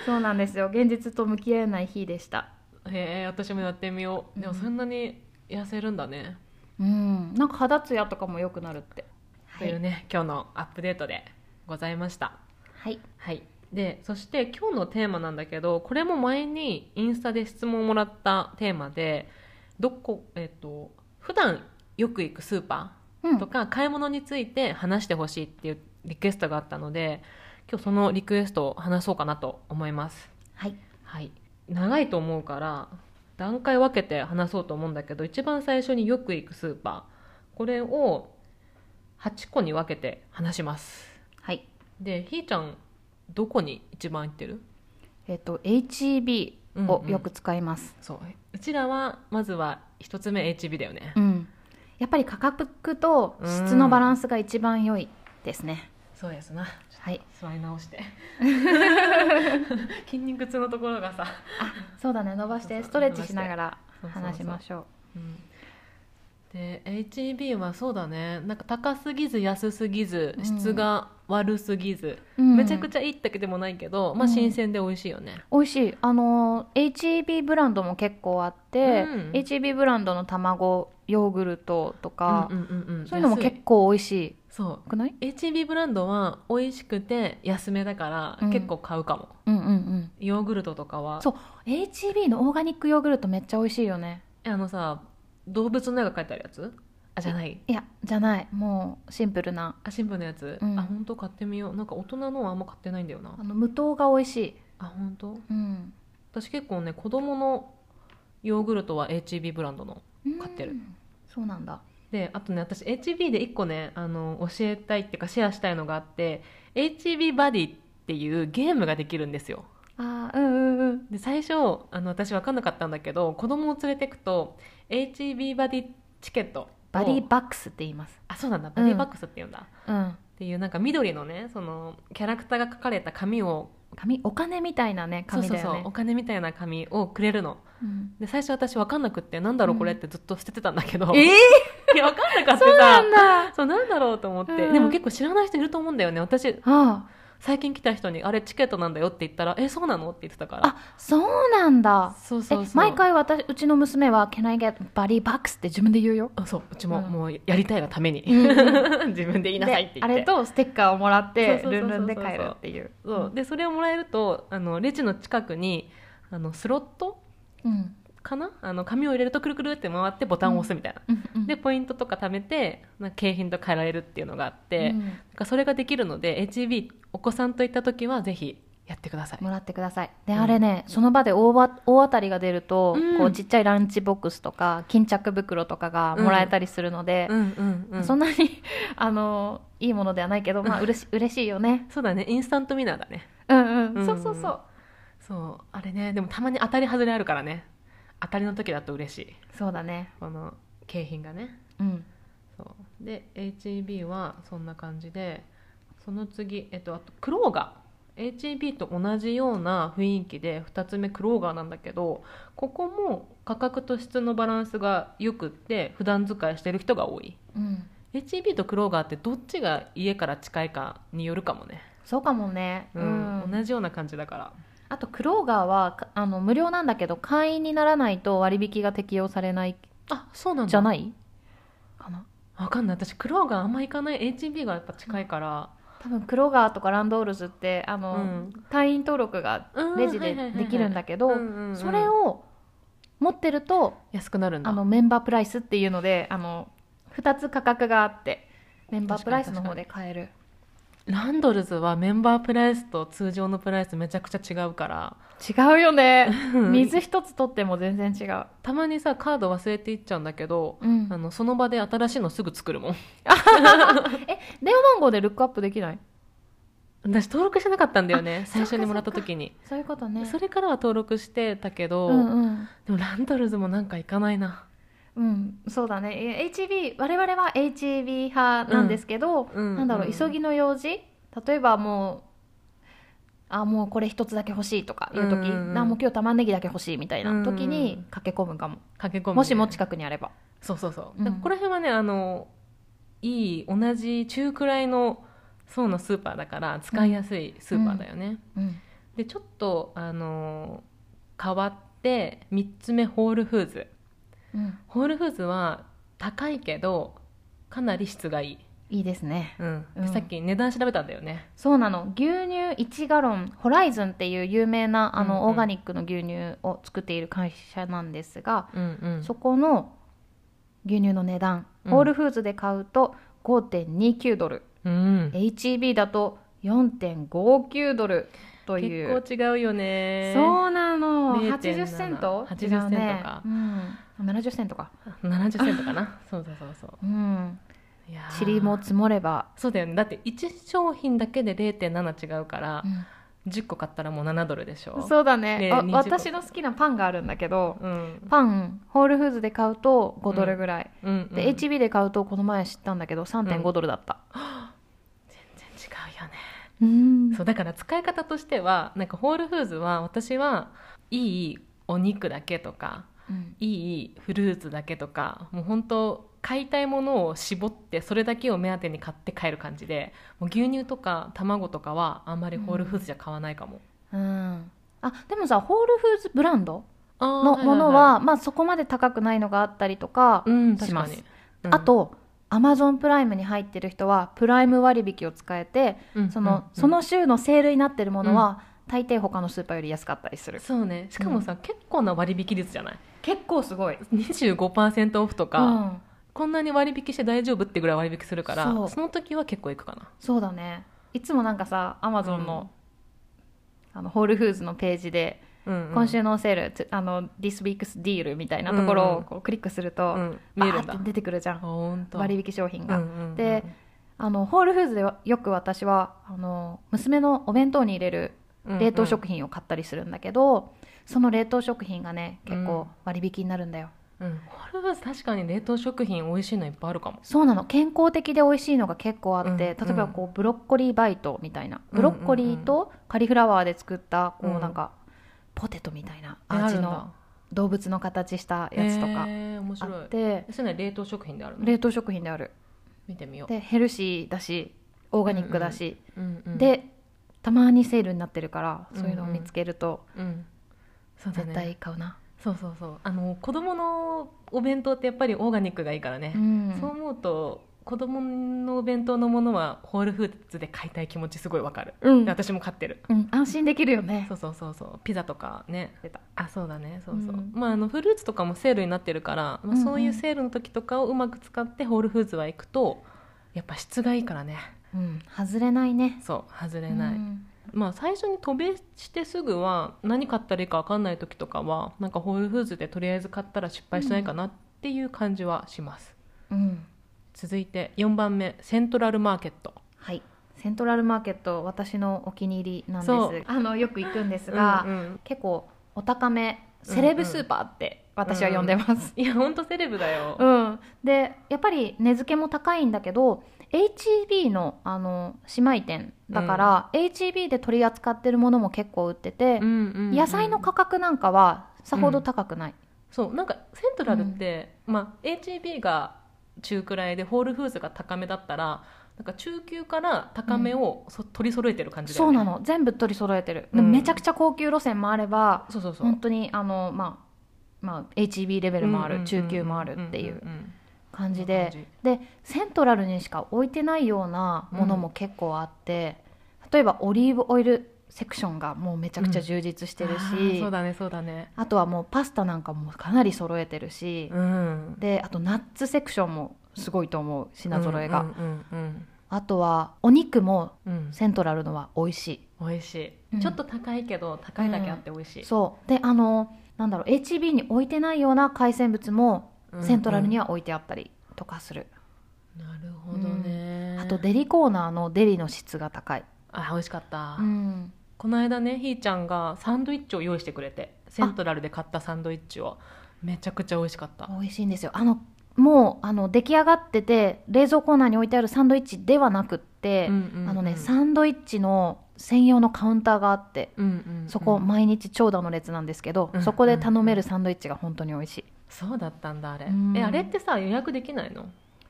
S2: そうなんですよ現実と向き合えない日でした
S1: へえ私もやってみようでもそんなに痩せるんだね、
S2: うんなんか肌ツヤとかも良くなるっては
S1: という
S2: い、
S1: ね今日のアップデートでございました
S2: はい、
S1: はい、でそして今日のテーマなんだけどこれも前にインスタで質問をもらったテーマでどこ、えっと普段よく行くスーパ
S2: う
S1: ー
S2: ん
S1: とか買い物について話してほしいっていうリクエストがあったので今日そのリクエストを話そうかなと思います、
S2: はい
S1: はい、長いと思うから段階分けて話そうと思うんだけど一番最初によく行くスーパーこれを8個に分けて話します
S2: はい
S1: でひーちゃんどこに一番行ってる
S2: えっ、と HEB をよく使います
S1: そううちらはまずは一つ目 HB だよね、
S2: うん、やっぱり価格と質のバランスが一番良いですね、
S1: そうですな
S2: はい
S1: 座り直して 筋肉痛のところがさ、
S2: そうだね伸ばしてストレッチしながら話しましょう
S1: うん、で HB はそうだねなんか高すぎず安すぎず質が悪すぎず、めちゃく
S2: ゃ
S1: ちゃいいってわけでもないけど、まあ
S2: うん
S1: 新鮮で美味しいよね、
S2: 美味しいあのー HEB ブランドも結構あって、
S1: うん
S2: HEB ブランドの卵ヨーグルトとか、
S1: うんうんうんん
S2: そういうのも
S1: 安
S2: 結構美味し
S1: そう
S2: くない
S1: HB ブランドは美味しくて安めだから
S2: うん
S1: 結構買うかも、
S2: うんうんうん
S1: ヨーグルトとかは
S2: そう HEB のオーガニックヨーグルトめっちゃ美味しいよね
S1: えあのさ動物の絵が描いてあるやつあじゃない
S2: いやじゃないもうシンプルな
S1: あ新聞のやつ、
S2: うん
S1: あ本当買ってみようなんか大人のはあんま買ってないんだよな
S2: あの無糖が美味しい、
S1: あ本当
S2: うん、
S1: 私結構ね子供のヨーグルトは HB ブランドの買ってる
S2: うんそうなんだ
S1: であとね私 HB で1個ねあの教えたいっていうかシェアしたいのがあって HB バディっていうゲームができるんですよ
S2: あーうんうんうん
S1: で最初あの私分かんなかったんだけど子供を連れてくと HB バディチケットを
S2: バディバックスって言います
S1: あそうなんだバディバックスって言うんだ、
S2: うん
S1: っていうなんか緑のねそのキャラクターが書かれた紙を
S2: 紙お金みたいなね紙だよね
S1: そうそうそうお金みたいな紙をくれるの
S2: うん
S1: で最初私分かんなくってなんだろうこれってずっと捨ててたんだけど、
S2: え
S1: い
S2: ー、
S1: や分かんなかった
S2: そうなんだ
S1: そうなんだろうと思って、
S2: うん
S1: でも結構知らない人いると思うんだよね私
S2: あ
S1: 最近来た人に「あれチケットなんだよ」って言ったら「えそうなの?」って言ってたから
S2: あそうなんだ
S1: そうそうそう
S2: え毎回私うちの娘は「Can I get Buddy Bucks」って自分で言うよ
S1: あそううち
S2: う
S1: も
S2: ん
S1: もうやりたいがために
S2: うん
S1: 自分で言いなさいって言って
S2: であれとステッカーをもらって
S1: そうそう
S2: ル
S1: そう
S2: ン
S1: そう
S2: ルンで帰るっていう
S1: そうでそれをもらえるとあのレジの近くにあのスロット
S2: うん
S1: かなあの紙を入れるとくるくるって回ってボタンを押すみたいな、
S2: うんうん
S1: でポイントとか貯めてなんか景品と変えられるっていうのがあって、
S2: うん
S1: なんかそれができるので HB お子さんと行った時はぜひやってください
S2: もらってくださいで、
S1: うん
S2: あれねその場で大ば大当たりが出ると、
S1: うん
S2: こうちっちゃいランチボックスとか巾着袋とかがもらえたりするので、
S1: うんうんうん
S2: そんなに あのいいものではないけどまあうれし嬉しいよね
S1: そうだねインスタントミナーだね
S2: うん
S1: う
S2: うんんそうそうそう
S1: そうあれねでもたまに当たり外れあるからね当たりの時だと嬉しい
S2: そうだね
S1: この景品がね
S2: うん
S1: そうで HEB はそんな感じでその次、えっと、あとクローガー HEB と同じような雰囲気で2つ目クローガーなんだけどここも価格と質のバランスがよくって普段使いしてる人が多い
S2: うん
S1: HEB とクローガーってどっちが家から近いかによるかもね、
S2: そうかもね、
S1: うん
S2: うん
S1: 同じような感じだから
S2: あとクローガーはかあの無料なんだけど会員にならないと割引が適用されない
S1: あそうなんだ
S2: じゃないかな
S1: わかんない私クローガーあんま行かない HB がやっぱ近いから、
S2: 多分クローガーとかランドールズってあの、
S1: うん
S2: 会員登録が
S1: うん
S2: レジでできるんだけど、
S1: はいはいはいはいうんうんうん
S2: それを持ってると
S1: 安くなるんだ
S2: あのメンバープライスっていうのであの2つ価格があってメンバープライスの方で買える
S1: ランドルズはメンバープライスと通常のプライスめちゃくちゃ違うから
S2: 違うよね
S1: うん
S2: 水一つ取っても全然違う、
S1: たまにさカード忘れていっちゃうんだけど、
S2: うん
S1: あのその場で新しいのすぐ作るもん
S2: え電話番号でルックアップできない
S1: 私登録してなかったんだよね
S2: あ
S1: 最初
S2: そっ
S1: に
S2: か
S1: もらった時に
S2: そういうこと
S1: そ,、
S2: ね
S1: れからは登録してたけど、
S2: うんうん
S1: でもランドルズもなんか行かないな
S2: うん、そうだねえ HB 我々は HB 派なんですけど、
S1: うんうん
S2: なんだろう、
S1: うん
S2: 急ぎの用事例えばもうあもうこれ一つだけ欲しいとかいう時、
S1: うんうん
S2: あもう今日玉ねぎだけ欲しいみたいな時
S1: うん
S2: に駆け込むかも、
S1: 駆け込むね
S2: もしも近くにあれば
S1: そうそうそう、
S2: うん
S1: だからここら辺はねあのいい同じ中くらいの層のスーパーだから使いやすいスーパーだよね、
S2: うん
S1: でちょっとあの変わって3つ目ホールフーズ
S2: うん
S1: ホールフーズは高いけどかなり質がいい、
S2: いいですね
S1: うんで
S2: うん
S1: さっき値段調べたんだよね
S2: そうなの牛乳1ガロンホライズンっていう有名なあの、
S1: うんうん
S2: オーガニックの牛乳を作っている会社なんですが、
S1: うんうん
S2: そこの牛乳の値段、
S1: うん
S2: ホールフーズで買うと5.29ドル
S1: うん、
S2: HEB だと4.59ドルという
S1: 結構違うよね
S2: そうなの
S1: 0.7
S2: 80セント
S1: 80
S2: 違うね
S1: セントか
S2: うん、70セントか、
S1: 70セントかな そうそうそうそう
S2: うん、
S1: いやー
S2: 塵も積もれば、
S1: そうだよねだって1商品だけで0.7違うから、10個買ったらもう7ドルでしょ
S2: うんそうだね
S1: ね
S2: あ
S1: 20
S2: 私の好きなパンがあるんだけど
S1: うん
S2: パンホールフーズで買うと5ドルぐらい、
S1: うんうん、
S2: で HB で買うとこの前知ったんだけど3.5ドルだった、
S1: 全然違うよね
S2: うん
S1: そうだから使い方としてはなんかホールフーズは私はいいお肉だけとか
S2: うん
S1: いいフルーツだけとかもう本当買いたいものを絞ってそれだけを目当てに買って帰る感じでもう牛乳とか卵とかはあんまりホールフーズじゃ買わないかも。
S2: うんあでもさホールフーズブランド
S1: あー
S2: の
S1: いい
S2: も
S1: い
S2: のは、まあ、そこまで高くないのがあったりとか、
S1: うん
S2: し
S1: 確
S2: ま
S1: か
S2: す
S1: に、
S2: あとアマゾンプライムに入ってる人はプライム割引を使えて
S1: うん
S2: そ
S1: うんう
S2: の
S1: ん
S2: その週のセールになってるものは大抵他のスーパーより安かったりする
S1: そうねしかもさ、結構な割引率じゃない
S2: 結構すごい
S1: 25%オフとか、
S2: うん、
S1: こんなに割引して大丈夫ってぐらい割引するから
S2: そう
S1: その時は結構いくかな
S2: そうだねいつもなんかさアマゾンの,、あのホールフーズのページで
S1: うんうん
S2: 今週のセール、つあの This week's deal みたいなところをこうクリックすると、
S1: うん見えるんだ
S2: バーって出てくるじゃ
S1: あ
S2: ん
S1: 本当
S2: 割引商品が、
S1: うんうんうん
S2: であのホールフーズではよく私はあの娘のお弁当に入れる冷凍食品を買ったりするんだけど、その冷凍食品がね結構割引になるんだよ、
S1: うん、うんホールフーズ確かに冷凍食品美味しいのいっぱいあるかも
S2: そうなの健康的で美味しいのが結構あって、
S1: うん
S2: 例えばこうブロッコリーバイトみたいなブロッコリーとカリフラワーで作ったこ
S1: う
S2: うんなんかポテトみたいな
S1: えあ
S2: 味
S1: るん
S2: の
S1: だ
S2: 動物の形したやつとか
S1: えー、面白
S2: あっ
S1: い
S2: て、
S1: それね冷凍食品であるの
S2: 冷凍食品である
S1: 見てみよう
S2: でヘルシーだしオーガニックだし、
S1: うんうん、
S2: でたまにセールになってるから
S1: うんうん
S2: そういうのを見つけると
S1: うん、そうだ
S2: 絶対
S1: ね
S2: 買うな、
S1: そうそうそうあの子供のお弁当ってやっぱりオーガニックがいいからね、
S2: うん
S1: そう思うと子供のお弁当のものはホールフーズで買いたい気持ちすごいわかる、
S2: うん
S1: で私も買ってる
S2: うん安心できるよね
S1: そうそうそうそうピザとかね
S2: 出た
S1: あそうだねそうそう、
S2: うん
S1: まああのフルーツとかもセールになってるから、まあ、そういうセールの時とかをうまく使ってホールフーズは行くとやっぱ質がいいからね
S2: うん外れないね
S1: そう外れない、
S2: うん
S1: まあ最初に飛べしてすぐは何買ったらいいか分かんない時とかはなんかホールフーズでとりあえず買ったら失敗しないかなっていう感じはします、
S2: うん
S1: 続いて4番目セントラルマーケット
S2: はいセントラルマーケット私のお気に入りなん
S1: そう
S2: ですあのよく行くんですが、
S1: うんうん
S2: 結構お高めセレブスーパーって私は呼んでます、
S1: いやほんとセレブだよ、
S2: うんでやっぱり値付けも高いんだけど HEB のあの姉妹店だから、HEB で取り扱ってるものも結構売ってて、
S1: うんうんうん
S2: 野菜の価格なんかはさほど高くない、
S1: そうなんかセントラルって、まあ、HEB が中くらいでホールフーズが高めだったらなんか中級から高めをそ、取り揃えてる感じだ
S2: そ
S1: よ
S2: う
S1: ね
S2: なの全部取り揃えてる、
S1: うん
S2: めちゃくちゃ高級路線もあれば
S1: そうそうそう
S2: 本当にあのまあまあ、HEB レベルもある、中級もあるっていうん
S1: んん
S2: 感じ
S1: 感
S2: で
S1: じ
S2: でセントラルにしか置いてないようなものも結構あって、例えばオリーブオイルセクションがもうめちゃくちゃ充実してる
S1: あ
S2: し、
S1: ーそうだねそうだね
S2: あとはもうパスタなんかもかなり揃えてるし、
S1: うん
S2: であとナッツセクションもすごいと思う品揃えが、
S1: うんうん
S2: あとはお肉も
S1: うんうん
S2: セントラルのは美味し
S1: 美味しい、
S2: うん
S1: ちょっと高いけど高いだけあって美味し
S2: い
S1: い、
S2: そうであのなんだろう HB に置いてないような海鮮物もセントラルに
S1: は、
S2: は置いてあったりとかする、
S1: なるほどね、
S2: あとデリコーナーのデリの質が高い、
S1: あ美味しかった、
S2: うん
S1: この間ねひーちゃんがサンドイッチを用意してくれてセントラルで買ったサンドイッチをめちゃくちゃ美味しかった
S2: 美味しいんですよあのもうあの出来上がってて冷蔵コーナーに置いてあるサンドイッチではなくって、
S1: うんうんうん
S2: あのねサンドイッチの専用のカウンターがあって
S1: うんうんうん
S2: そこ毎日長蛇の列なんですけど、
S1: うん
S2: そこで頼めるサンドイッチが本当に美味しい、
S1: そうだったんだあれ
S2: うん
S1: えあれってさ予約できないの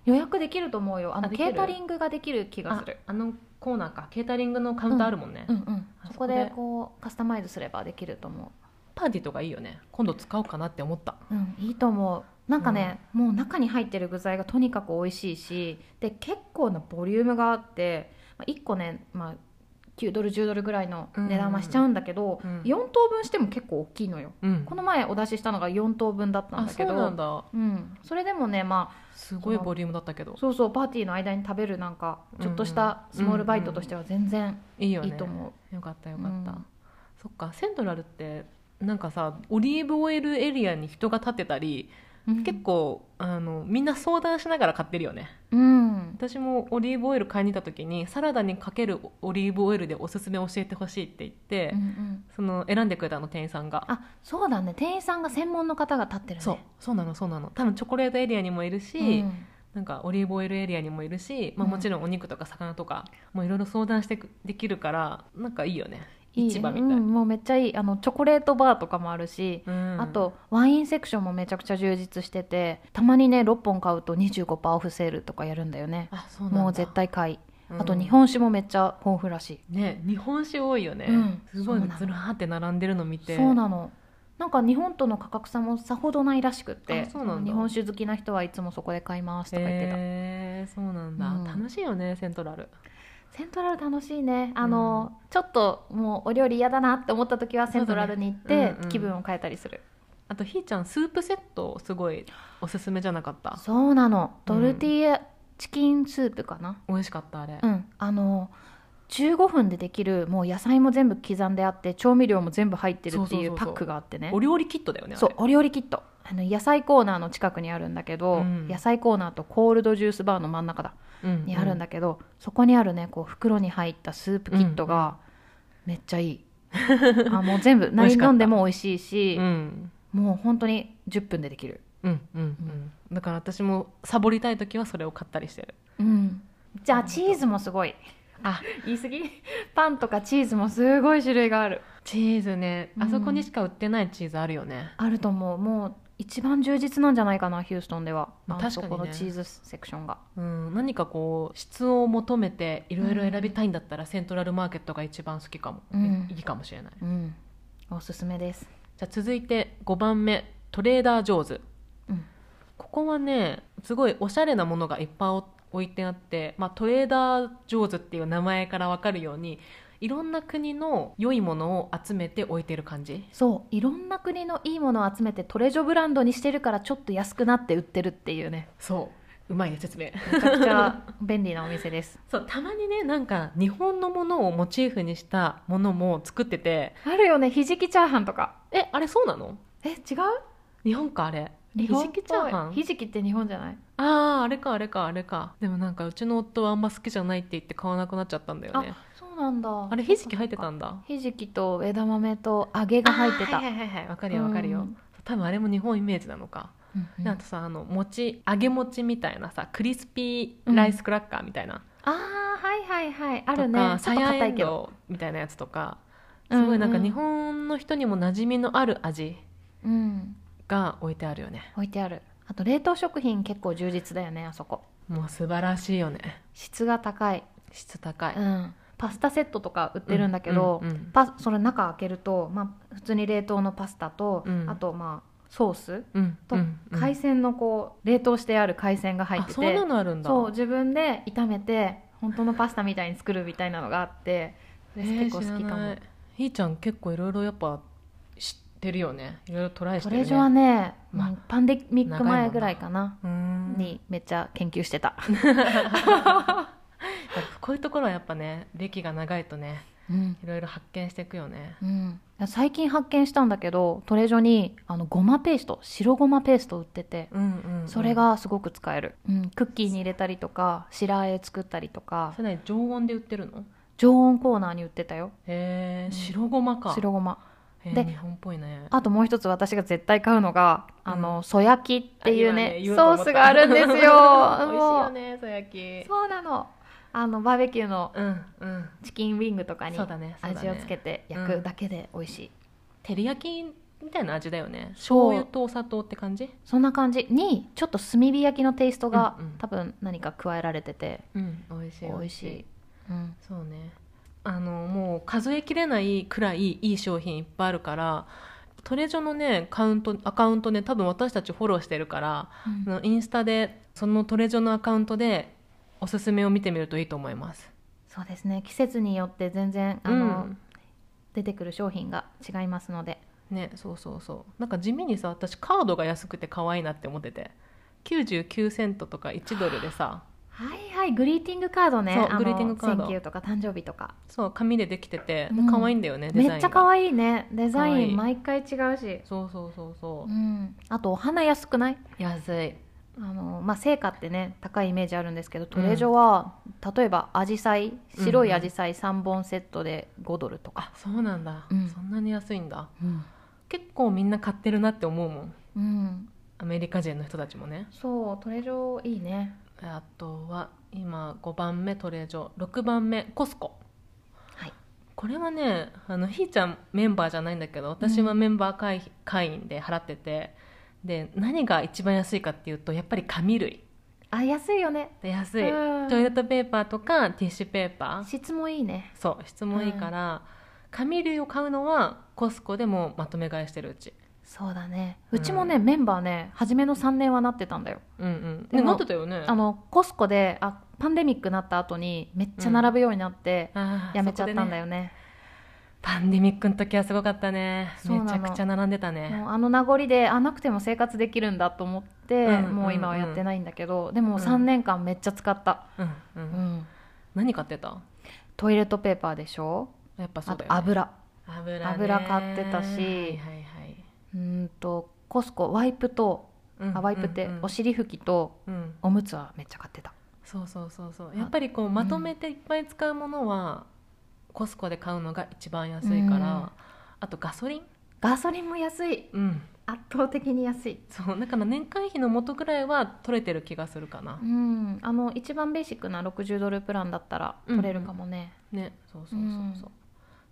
S2: 予約できると思うよあの
S1: あでき
S2: ケ
S1: る
S2: ータリングができる気が
S1: あ
S2: する
S1: あのコーナーかケータリングのカウンターあるもんね、
S2: うんうん
S1: あ
S2: そ
S1: そこ
S2: こ
S1: で
S2: でこうカスタマイズすればできると思
S1: パーティーとかいいよね今度使おうかなって思った
S2: う、うん、いいと思うなんかね、もう中に入ってる具材がとにかく美味しいしで結構なボリュームがあって1個ね、まあ、9ドル10ドルぐらいの値段はしちゃうんだけど、
S1: うん
S2: 4等分しても結構大きいのよ
S1: うん
S2: この前お出ししたのが4等分だったん
S1: あ
S2: だけ
S1: そう
S2: ど
S1: なんだ
S2: うんそれでもねまあ
S1: すごいボリュームだったけど
S2: そうそうパーティーの間に食べるなんかちょっとしたスモールバイトとしては全然
S1: いいよね
S2: いいと思う、
S1: よかったよかった、
S2: うん
S1: そっかセントラルってなんかさオリーブオイルエリアに人が立ってたり、
S2: うん
S1: 結構あのみんな相談しながら買ってるよね
S2: うん
S1: 私もオリーブオイル買いに行った時にサラダにかけるオリーブオイルでおすすめ教えてほしいって言って、
S2: うんうん
S1: その選んでくれたの店員さんが
S2: あそうだね店員さんが専門の方が立ってるね
S1: そうそうなのそうなの多分チョコレートエリアにもいるし、
S2: うん
S1: なんかオリーブオイルエリアにもいるし、まあ、
S2: うん
S1: もちろんお肉とか魚とかもいろいろ相談してくできるからなんかいいよね
S2: いい
S1: 市場みたい
S2: うんもうめっちゃいいあのチョコレートバーとかもあるし、
S1: うん
S2: あとワインセクションもめちゃくちゃ充実しててたまにね6本買うと25%オフセールとかやるんだよね
S1: あそうなんだ
S2: もう絶対買い、
S1: うん
S2: あと日本酒もめっちゃ豊富らしい
S1: ね日本酒多いよね、
S2: うん
S1: すごい
S2: そうなの
S1: ずらーって並んでるの見て
S2: そうなのなんか日本との価格差もさほどないらしくって
S1: あそうなんだ
S2: 日本酒好きな人はいつもそこで買いますとか言ってた、
S1: へーそうなんだ、
S2: うん
S1: 楽しいよねセントラル
S2: セントラル楽しいねあの、ちょっともうお料理嫌だなって思った時はセントラルに行っ
S1: そうだね
S2: て
S1: うんうん
S2: 気分を変えたりする
S1: あとひーちゃんスープセットすごいおすすめじゃなかった
S2: そうなのトルティーヤチキンスープかな
S1: 美味しかったあれ、
S2: うん、あの15分でできるもう野菜も全部刻んであって調味料も全部入ってるってい
S1: そうそうそう
S2: う
S1: そ
S2: パ
S1: う
S2: ックがあってね
S1: お料理キットだよねあれ
S2: そうお料理キットあの野菜コーナーの近くにあるんだけ
S1: う
S2: ど、
S1: ん
S2: 野菜コーナーとコールドジュースバーの真ん中だ
S1: う、ん
S2: にあるんだけど、そこにあるねこう袋に入ったスープキットがめっちゃいい、あもう全部
S1: 美味
S2: 何
S1: しかった
S2: 飲んでも美味しいし
S1: うんうん
S2: もう本当に10分でできる、
S1: うんうんうんだから私もサボりたい時はそれを買ったりしてる
S2: うん、じゃあチーズもすごい
S1: あ
S2: 言い過ぎパンとかチーズもすごい種類がある
S1: チーズね
S2: うん
S1: あそこにしか売ってないチーズあるよね、
S2: あると思うもう一番充実なんじゃないかなヒューストンでは、
S1: まあ
S2: あの
S1: 確かにね
S2: そこのチーズセクションが
S1: うん、何かこう質を求めていろいろ選びたいんだったら、セントラルマーケットが一番好きかも、
S2: うん
S1: いいいかもしれない
S2: うんおすすめです
S1: じゃあ続いて5番目トレーダー・ジョーズ、
S2: うん
S1: ここはねすごいおしゃれなものがいっぱい置いてあって、まあ、トレーダー・ジョーズっていう名前から分かるようにいろんな国の良いものを集めて置いてる感じ
S2: そういろんな国のいいものを集めてトレジョブランドにしてるからちょっと安くなって売ってるっていうね
S1: そううまいね説明
S2: めちゃくちゃ便利なお店です
S1: そうたまにねなんか日本のものをモチーフにしたものも作ってて
S2: あるよねひじきチャーハンとか
S1: えあれそうなの
S2: え違う
S1: 日本かあれ
S2: 日
S1: ひ
S2: 本っ
S1: じ
S2: ぽい
S1: きチャーハン
S2: ひじきって日本じゃない
S1: あああれかあれかあれかでもなんかうちの夫はあんま好きじゃないって言って買わなくなっちゃったんだよね
S2: あそうなんだ
S1: あれひじき入ってたんだ
S2: ひじきと枝豆と揚げが入ってた、
S1: あーはいはいはいはいわかるよわかるよ、
S2: うん
S1: 多分あれも日本イメージなのか、
S2: うんうん
S1: であとさあの餅揚げ餅みたいなさクリスピーライスクラッカーみたいな、
S2: あーはいはいはいあ
S1: と
S2: るね
S1: か
S2: ちょ
S1: さ
S2: っと
S1: や
S2: 硬
S1: え
S2: い
S1: ん
S2: けど
S1: どうみたいなやつとか
S2: うんうん
S1: すごいなんか日本の人にも馴染みのある味
S2: うん
S1: が置いてあるよね
S2: 置いてあるあと冷凍食品結構充実だよねあそこ
S1: もう素晴らしいよね
S2: 質が高い、
S1: 質高い、
S2: うん、パスタセットとか売ってるんだけど、
S1: うんうん
S2: パそれ中開けると、まあ、普通に冷凍のパスタと、
S1: うん
S2: あとまあソース
S1: うん
S2: と
S1: うんうん
S2: 海鮮のこう冷凍してある海鮮が入ってて
S1: あそんなのあるんだ
S2: そう自分で炒めて本当のパスタみたいに作るみたいなのがあってそれ結構好きかも、
S1: ひーちゃん結構いろいろやっぱ知ってるよねいろいろトライして
S2: ト
S1: るね
S2: レジョはね、
S1: まあ
S2: うんパンデミック前ぐらいかな
S1: うーん
S2: にめっちゃ研究してた、
S1: やっぱこういうところはやっぱね歴が長いとね
S2: うん
S1: いろいろ発見していくよね
S2: うん最近発見したんだけどトレジョにあのごまペースト白ごまペースト売ってて
S1: うんうん、
S2: それがすごく使える、うん、クッキーに入れたりとか白あえ作ったりとか
S1: それね常温で売ってるの
S2: 常温コーナーに売ってたよ
S1: へえ白ごまか
S2: 白ごま
S1: へー
S2: で
S1: 日本っぽいね
S2: あともう一つ私が絶対買うのが、
S1: うん
S2: あの素焼きっていう
S1: あ
S2: ね
S1: 今ね
S2: ソースがあるんですよ
S1: 美味しいよねそ焼
S2: もう
S1: き
S2: そうなのあのバーベキューの
S1: うんうん
S2: チキンウィングとかに
S1: そうだねそうだ
S2: 味
S1: ね
S2: をつけて焼くだけで美味しい、
S1: 照り焼きみたいな味だよね
S2: そう
S1: 醤油とお砂糖って感じ
S2: そんな感じにちょっと炭火焼きのテイストが、
S1: うんうん
S2: 多分何か加えられてて
S1: うん美味しい
S2: 美味しい、うん、
S1: そうねあのもう数えきれないくらいいい商品いっぱいあるからトレジョのねカウントアカウントね多分私たちフォローしてるから、あのインスタでそのトレジョのアカウントでおすすめを見てみるといいと思います。
S2: そうですね季節によって全然あの、
S1: うん
S2: 出てくる商品が違いますので
S1: ね、そうそうそうなんか地味にさ私カードが安くて可愛いなって思ってて99セントとか1ドルでさ
S2: はいはいグリーティングカードね
S1: そう
S2: あの
S1: グリーティングカード
S2: センキューとか誕生日とか
S1: そう紙でできてて
S2: うん
S1: 可愛いんだよね、デザイ
S2: め
S1: ンが
S2: っちゃ可愛いねデザ
S1: 可愛
S2: イ
S1: い
S2: ン毎回違うし
S1: そうそうそうそうう、
S2: んあとお花安くない
S1: 安い
S2: あのまあ成果ってね高いイメージあるんですけどトレジョは、例えばアジサイ白いアジサイ3本セットで5ドルとか
S1: あ、そうなんだ、
S2: うん
S1: そんなに安いんだ
S2: うん
S1: 結構みんな買ってるなって思うもんアメリカ人の人たちもね
S2: そうトレジョいいね
S1: あとは今5番目トレージョ6番目コスコ
S2: はい
S1: これはねあのひーちゃんメンバーじゃないんだけど私はメンバー会,、会員で払っててで何が一番安いかっていうとやっぱり紙類
S2: あ安いよね
S1: で安い
S2: うん
S1: トイレットペーパーとかティッシュペーパー
S2: 質もいいね
S1: そう質もいいから、紙類を買うのはコスコでもまとめ買いしてるうち
S2: そうだね
S1: う
S2: うんちもね、メンバーね初めの3年はなってたんだよ
S1: うんうん
S2: で
S1: ね
S2: も
S1: なってたよね
S2: あのコスコであパンデミックなった後にめっちゃ並ぶようになって、
S1: あー
S2: やめちゃったんだ
S1: そこでね
S2: よね
S1: パンデミックの時はすごかったね
S2: そうな
S1: め
S2: の
S1: ちゃくちゃ並んでたね
S2: もうあの名残であなくても生活できるんだと思って、
S1: うんうん
S2: もう今はやってないんだけどで
S1: うん
S2: も3年間めっちゃ使った、
S1: うんう、
S2: うんん
S1: 何買ってた
S2: トイレットペーパーでしょ
S1: やっぱそ
S2: あ
S1: うだよ、
S2: と
S1: ね、
S2: 油
S1: 油ね
S2: 油買ってたし
S1: はいはいはい、
S2: うんとコスコワイプと
S1: うん
S2: あワイプって
S1: うんうん
S2: お尻拭きと
S1: うん
S2: おむつはめっちゃ買ってた
S1: そうそうそうそうやっぱりこうまとめていっぱい使うものは、コスコで買うのが一番安いから、
S2: うん
S1: あとガソリン
S2: ガソリンも安い
S1: うん
S2: 圧倒的に安い
S1: そうだから年会費の元くらいは取れてる気がするかな
S2: う、んあの一番ベーシックな60ドルプランだったら取れるかもね、
S1: ねそうそうそうそう、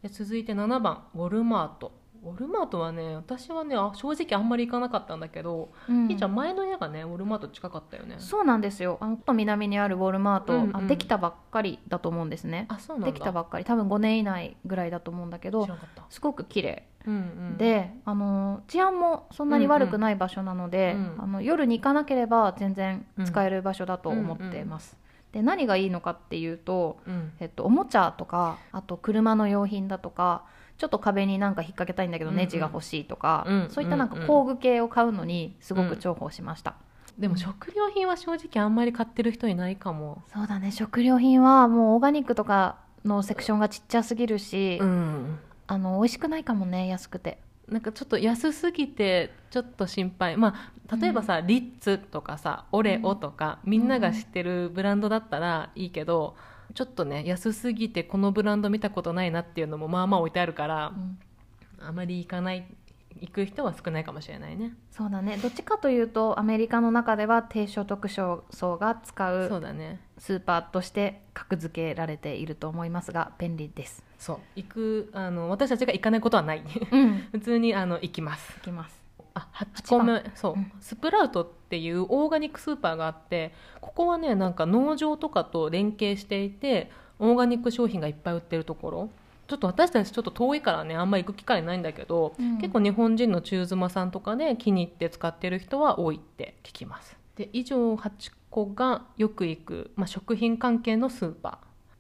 S1: で続いて7番ウォルマートウォルマートはね私はねあ正直あんまり行かなかったんだけど、
S2: うん
S1: ひーちゃん前の家がねウォルマート近かったよね
S2: そうなんですよあのちょっと南にあるウォルマート、
S1: うんうん
S2: あできたばっかりだと思うんですね
S1: あそうなんだ
S2: できたばっかり多分5年以内ぐらいだと思うんだけ
S1: 知
S2: ど
S1: らなかった、
S2: すごく綺麗
S1: うんうん、
S2: で、あの治安もそんなに悪くない場所なので、
S1: うんうん
S2: あの夜に行かなければ全然使える場所だと思ってます、で何がいいのかっていうと、
S1: うん、
S2: えっと、おもちゃとかあと車の用品だとかちょっと壁になんか引っ掛けたいんだけど
S1: うんうん
S2: ネジが欲しいとか、
S1: うんうん
S2: そういったなんか工具系を買うのにすごく重宝しました、
S1: でも食料品は正直あんまり買ってる人いないかも
S2: そうだね食料品はもうオーガニックとかのセクションがちっちゃすぎるし、
S1: ん
S2: あの美味しくないかもね安くて
S1: なんかちょっと安すぎてちょっと心配まあ例えばさ、リッツとかさオレオとか、みんなが知ってるブランドだったらいいけどちょっとね安すぎてこのブランド見たことないなっていうのもまあまあ置いてあるから、あまり行かない行く人は少ないかもしれないね、
S2: そうだねどっちかというとアメリカの中では低所得者層が使
S1: そううだね
S2: スーパーとして格付けられていると思いますが便利です
S1: そう行くあの私たちが行かないことはない
S2: うん
S1: 普通にあの行きます
S2: いきます
S1: あ8個目そう、
S2: うん
S1: スプラウトっていうオーガニックスーパーがあってここはねなんか農場とかと連携していてオーガニック商品がいっぱい売ってるところちょっと私たちちょっと遠いからねあんま行く機会ないんだけど、
S2: うん
S1: 結構日本人の中妻さんとかね気に入って使ってる人は多いって聞きますで以上8個がよく行く、まあ、食品関係のスーパー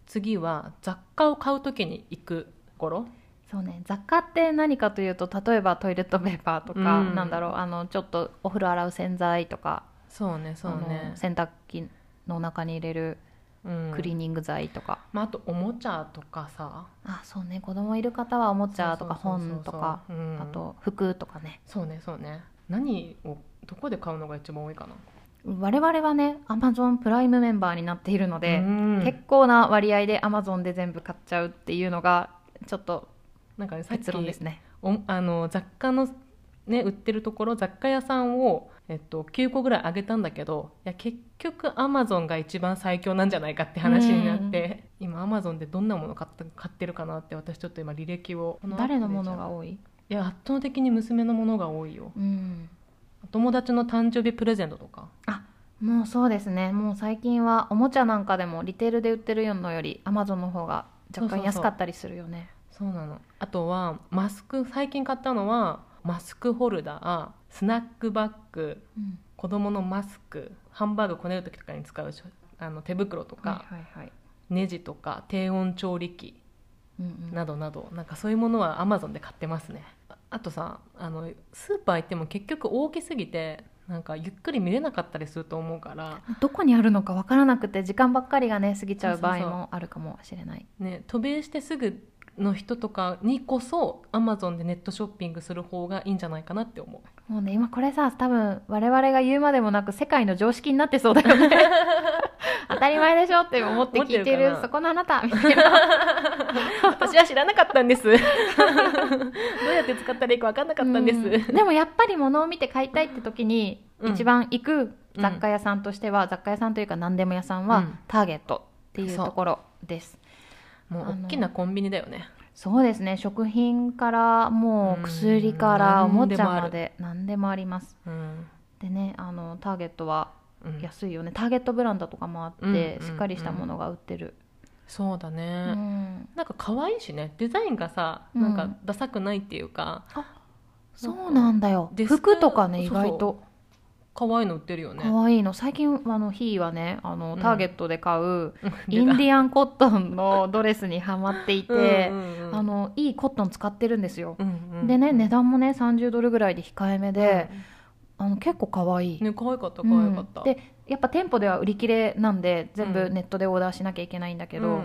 S1: 次は雑貨を買う時に行くところ
S2: そうね雑貨って何かというと例えばトイレットペーパーとか、
S1: うん
S2: なんだろうあのちょっとお風呂洗う洗剤とか
S1: そうねそう
S2: あ
S1: ね
S2: の、洗濯機の中に入れる
S1: うん
S2: クリーニング剤とか、
S1: まあ、あとおもちゃとかさ
S2: あそうね子供いる方はおもちゃとか
S1: そうそうそうそう
S2: 本とか
S1: うん
S2: あと服とかね
S1: そうねそうね何をどこで買うのが一番多いかな
S2: 我々はねアマゾンプライムメンバーになっているので、
S1: うん
S2: 結構な割合でアマゾンで全部買っちゃうっていうのがちょっと
S1: なんかねさっき
S2: 結論ですね
S1: おあの雑貨のね売ってるところ雑貨屋さんを、えっと、9個ぐらいあげたんだけどいや結局アマゾンが一番最強なんじゃないかって話になって今アマゾンでどんなもの買った買ってるかなって私ちょっと今履歴を
S2: 誰のものが
S1: い
S2: 多い、
S1: や圧倒的に娘のものが多いよ
S2: うん、
S1: お友達の誕生日プレゼントとか
S2: もうそうですねもう最近はおもちゃなんかでもリテールで売ってるのよりアマゾンの方が若
S1: そうそうそ
S2: 干
S1: う
S2: 安かったりするよね
S1: そうなのあとはマスク最近買ったのはマスクホルダースナックバッグ
S2: うん
S1: 子供のマスクハンバーグこねる時とかに使うしょあの手袋とか、
S2: はいはいはい、
S1: ネジとか低温調理器
S2: うんうん、
S1: などなどなんかそういうものはアマゾンで買ってますねああとさあのスーパー行っても結局大きすぎてなんかゆっくり見れなかったりすると思うから、
S2: どこにあるのか分からなくて時間ばっかりがね過ぎちゃう場合
S1: そうそう
S2: もあるかもしれない
S1: ね、渡米してすぐの人とかにこそアマゾンでネットショッピングする方がいいんじゃないかなって思う
S2: もうね今これさ多分我々が言うまでもなく世界の常識になってそうだ よね当たり前でしょって思って聞
S1: 思っ
S2: いてる
S1: てるかな
S2: そこのあなたみたいな
S1: 私は知らなかったんですどうやって使ったらいいか分かんなかったんです、
S2: うでもやっぱり物を見て買いたいって時に、
S1: うん
S2: 一番行く雑貨屋さんとしては、雑貨屋さんというか何でも屋さんは、
S1: うん
S2: ターゲットっていうところです
S1: も
S2: あ
S1: う
S2: の
S1: 大きなコンビニだよね
S2: そうですね食品からも
S1: うん
S2: う薬からおもちゃ
S1: 何
S2: ま
S1: で
S2: で何でもあります
S1: うん、
S2: でねあのターゲットは
S1: うん
S2: 安いよねターゲットブランドとかもあって、
S1: うんうん
S2: しっかりしたものが売ってる、
S1: そうだね、
S2: うん
S1: なんか可愛いしねデザインがさ
S2: うん
S1: なんかダサくないっていうか、
S2: そうなんだよ
S1: デスク
S2: 服とかね意
S1: そうそう
S2: 外と
S1: 可愛いの売ってるよね
S2: 可愛いの最近あのヒーはねあの
S1: うん
S2: ターゲットで買う、イ
S1: 出
S2: ン
S1: た
S2: ディアンコットンのドレスにはまっていて、
S1: うんうんうん
S2: あのいいコットン使ってるんですよ、
S1: うんうん
S2: でね値段もね30ドルぐらいで控えめで、あの結構可愛い、
S1: ね可愛かった
S2: う
S1: 可
S2: ん
S1: 愛かった、
S2: でやっぱ店舗では売り切れなんで全
S1: う
S2: 部
S1: ん
S2: ネットでオーダーしなきゃいけないんだけど、
S1: うんうんうん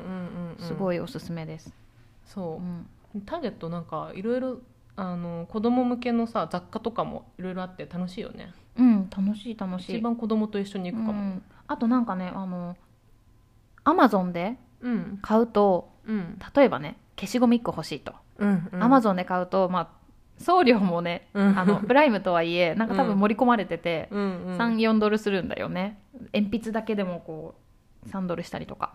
S1: うん
S2: すごいおすすめです、う
S1: そ
S2: ん
S1: うターゲットなんかいろいろあの子供向けのさ雑貨とかもいろいろあって楽しいよね
S2: うん、楽しい楽しい
S1: 一番子供と一緒に行くか
S2: う
S1: も
S2: んあとなんかねあのアマゾンで
S1: うん
S2: 買うと
S1: うん
S2: 例えばね消しゴミ1個欲しいと
S1: うん
S2: アマゾンで買うと、まあ、送料もね
S1: うん
S2: あの プライムとはいえなんか多分盛り込まれてて、
S1: うんうん
S2: 34ドルするんだよね鉛筆だけでもこう3ドルしたりとか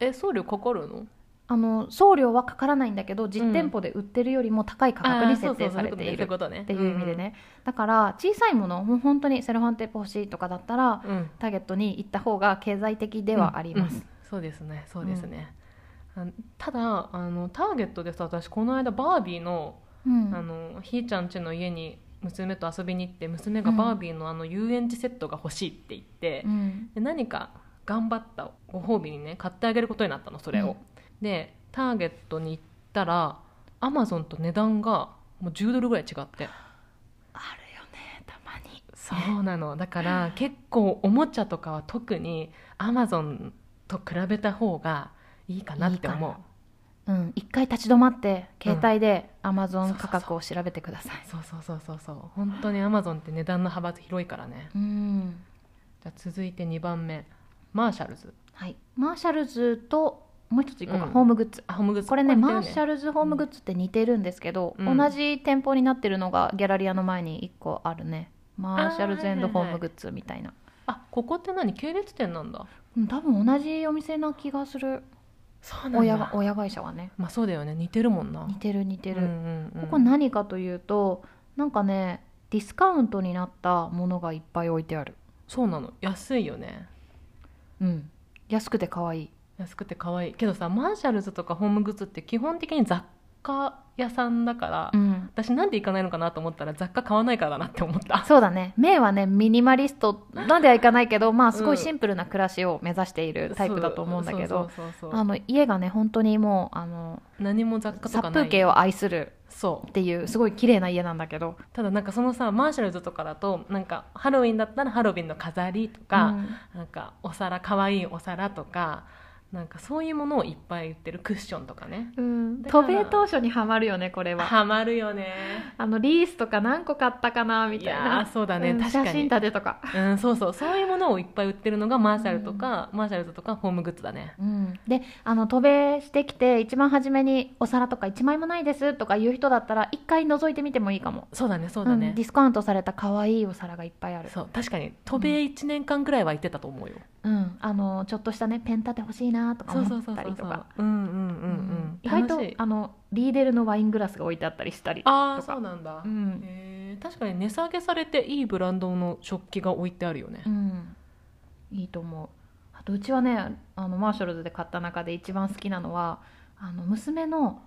S1: え送料かかるの
S2: あの送料はかからないんだけど実店舗で売ってるよりも高い価格に設定されている
S1: あーそうそうそううことね
S2: ってい
S1: そう
S2: 意味でね、だから小さいものもう本当にセロハンテープ欲しいとかだったら
S1: うんうん
S2: ターゲットに行った方が経済的ではあります、
S1: うんうんそうですねそうですね、あただあのターゲットでさ私この間バービーの,、
S2: うん
S1: あのひーちゃん家の家に娘と遊びに行って娘がバービーのあの遊園地セットが欲しいって言って、
S2: うん
S1: で何か頑張ったご褒美にね買ってあげることになったのそれを、
S2: うん
S1: でターゲットに行ったらアマゾンと値段がもう10ドルぐらい違って
S2: あるよねたまに
S1: そうなのだから結構おもちゃとかは特にアマゾンと比べた方がいいかなって思う
S2: いいかうん、一回立ち止まって携帯でアマゾン価格を調べてください
S1: そうそうそうそうそう本当にアマゾンって値段の幅広いからね
S2: うん
S1: じゃあ続いて2番目マーシャルズ
S2: はい、マーシャルズともう一ついこうか、
S1: うん
S2: ホームグッズ
S1: あホームグッズ
S2: これねマーシャ
S1: ル
S2: ルズホームグッズって似てるんですけど、
S1: うん
S2: 同じ店舗になってるのがギャラリアの前に1個あるねマーシャルズ
S1: あーはいはいはい
S2: ホームグッズみたいな、
S1: あここって何系列店なんだ
S2: うん多分同じお店な気がする
S1: そう
S2: 親が親会社はね
S1: まあそうだよね似てるもんな
S2: 似てる似てる、
S1: うんうんうん
S2: ここ何かというとなんかねディスカウントになったものがいっぱい置いてある
S1: そうなの安いよね
S2: うん安くて可愛い
S1: 安くて可愛いけどさマーシャルズとかホームグッズって基本的に雑貨屋さんだから、
S2: うん
S1: 私なんで行かないのかなと思ったら雑貨買わないからだなって思った
S2: そうだねメイはねミニマリストなんではいかないけどまあす
S1: う
S2: ご
S1: ん
S2: いシンプルな暮らしを目指している タイプだと思うんだけど
S1: そうそうそうそう
S2: あの家がね本当にもうあの
S1: 何も雑貨と
S2: 殺
S1: かない
S2: 風景を愛する
S1: そう
S2: っていうすごい綺麗な家なんだけど
S1: ただなんかそのさマーシャルズとかだとなんかハロウィンだったらハロウィンの飾りとか、なんかお皿可愛いお皿とかなんかそういうものをいっぱい売ってるクッションとかね
S2: うん
S1: だから
S2: 渡米当初にはまるよねこれは
S1: ハマるよね
S2: あのリースとか何個買ったかなみたい
S1: いや
S2: な
S1: ーそうだね
S2: ん
S1: 確かに
S2: 写真立てとか、
S1: うん、そうそうそういうものをいっぱい売ってるのがマーシャルとか、マーシャルズとかホームグッズだね
S2: うん、であの渡米してきて一番初めにお皿とか1枚もないですとか言う人だったら一回覗いてみてもいいかも
S1: そうだねそうだ
S2: うん
S1: ね
S2: デ、ィスカウントされた可愛いお皿がいっぱいある
S1: そう確かに渡米1年間くらいは行ってたと思うよ、
S2: うん、あのちょっとしたねペン立て欲しいなとか
S1: そう
S2: 思
S1: そう
S2: っ
S1: そう
S2: た
S1: そ
S2: り
S1: う
S2: と
S1: そ
S2: か
S1: ううんうんうんう
S2: うん
S1: ん
S2: 意外
S1: 楽
S2: と
S1: しい
S2: あのリーデルのワイングラスが置いてあったりしたり
S1: ああ
S2: とか
S1: そうなんだ、
S2: うん、
S1: へー確かに値下げされていいブランドの食器が置いてあるよね、
S2: うん、いいと思うあとうちはねあのマーシャルズで買った中で一番好きなのはあの娘の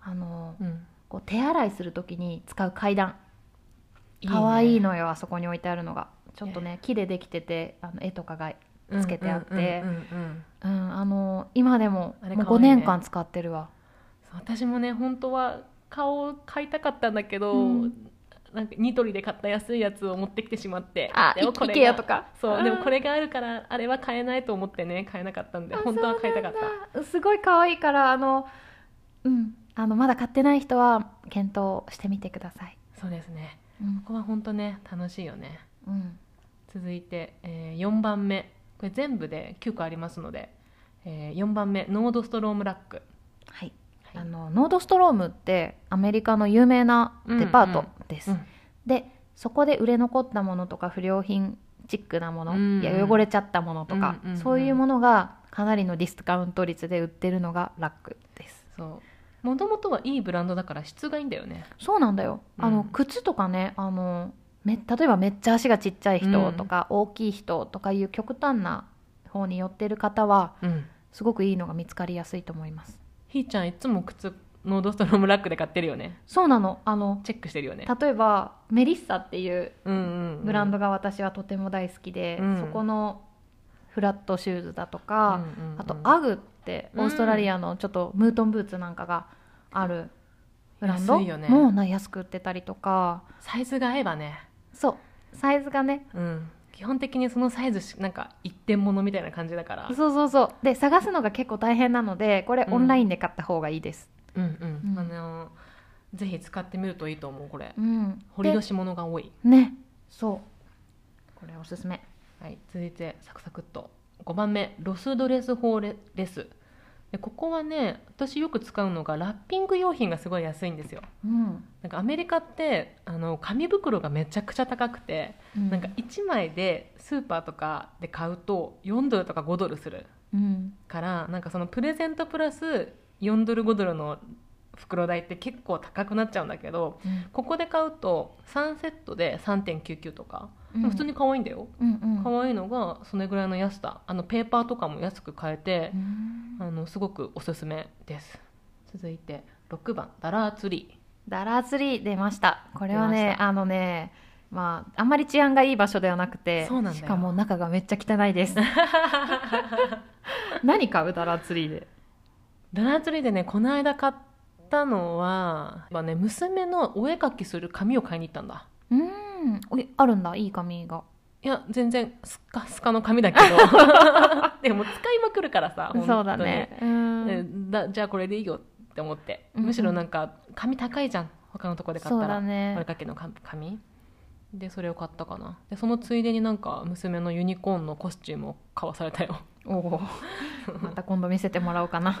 S2: あの
S1: うん
S2: こう手洗いする時に使う階段
S1: ね
S2: 可愛いのよあそこに置いてあるのがちょっとね木でできててあの絵とかが、つけてあって
S1: うんうんうんうん
S2: うん、あの今でも
S1: あれ
S2: もう
S1: 可
S2: 5
S1: 愛いね
S2: 年間使ってるわ
S1: そう私もね本当は顔を買いたかったんだけど、
S2: うん
S1: なんかニトリで買った安いやつを持ってきてしまって
S2: あ
S1: でもこ
S2: い
S1: れが
S2: いけよとか
S1: そう、でもこ
S2: れ
S1: れがあるからあれは買えないと思ってね買えなかったんで本当は買いたかった
S2: すごい可愛いからあのうんあのまだ買ってない人は検討してみてください、
S1: そうですね
S2: うん
S1: ここは本当ね楽しいよね
S2: うん
S1: 続いて、え4番目これ全部で9個ありますので、え4番目ノードストロームラック、
S2: はい、
S1: は
S2: あ
S1: い
S2: のノードストロームってアメリカの有名なデパートです、
S1: うんうんうん
S2: でそこで売れ残ったものとか不良品チックなもの、
S1: うん
S2: いや汚れちゃったものとか、
S1: うんうんうん
S2: そういうものがかなりのディスカウント率で売ってるのがラックです
S1: そうもともとはいいブランドだから質がいいんだよね
S2: そうなんだよ、
S1: うん
S2: あの靴とかねあのめ例えばめっちゃ足がちっちゃい人とか、大きい人とかいう極端な方に寄ってる方は
S1: うん
S2: すごくいいのが見つかりやすいと思います
S1: ひーちゃんいつも靴ノードストロームラックで買ってるよね
S2: そうなのあの
S1: チェックしてるよね
S2: 例えばメリッサっていう
S1: うんうんうん
S2: ブランドが私はとても大好きで、
S1: うん
S2: そこのフラットシューズだと
S1: うん
S2: か、
S1: うんうん
S2: あとアグってオーストラリアのちょっとムートンブーツなんかがあるブランド
S1: 安いよね
S2: もうな安く売ってたりとか
S1: サイズが合えばね
S2: そうサイズがね
S1: うん基本的にそのサイズしなんか一点物みたいな感じだから
S2: そうそうそうで探すのが結構大変なのでこれ
S1: うん
S2: オンラインで買った方がいいです、
S1: うんうん、
S2: うん
S1: あのーぜひ使ってみるといいと思うこれ
S2: うん、
S1: 掘り出
S2: で
S1: し物が多い、
S2: ねそうこれおすすめ
S1: はい、続いてサクサクっと5番目ロスドレス法レレスでここはね私よく使うのがラッピング用品がすごい安いんですよ
S2: うん、
S1: なんかアメリカってあの紙袋がめちゃくちゃ高くて、なんか1枚でスーパーとかで買うと4ドルとか5ドルする
S2: うん
S1: からなんかそのプレゼントプラス4ドル5ドルの袋代って結構高くなっちゃうんだけどここで買うと3セットで3.99とか、普通に可愛いんだよ
S2: うんうん
S1: 可愛いのがそれぐらいの安さあのペーパーとかも安く買えて
S2: う、ん
S1: あのすごくおすすめです続いて6番ダラーツリ
S2: ダラーツリー出ましたこれ
S1: 出
S2: は
S1: ま
S2: ね
S1: した
S2: あのねまああんまり治安がいい場所ではなくて
S1: そうなんだよ
S2: しかも中がめっちゃ汚いです 何買うダラーツリーで
S1: ーダラーツリーでねこの間買ったのは、まあね、娘のお絵描きする紙を買いに行ったんだ
S2: うんおいあるんだいい髪が
S1: いや全然スッカスカの紙だけ ど でも使いまくるからさ本当に
S2: そうだねう
S1: え
S2: ん
S1: だじゃあこれでいいよって思って、
S2: うんうん
S1: むしろなんか紙高いじゃん他のとこで買
S2: そ
S1: っ
S2: う
S1: た
S2: だ
S1: ら、
S2: ね
S1: お絵かけのか紙でそれを買ったかなでそのついでになんか娘のユニコーンのコスチュームを買わされた よ
S2: おおまた今度見せても らおうかな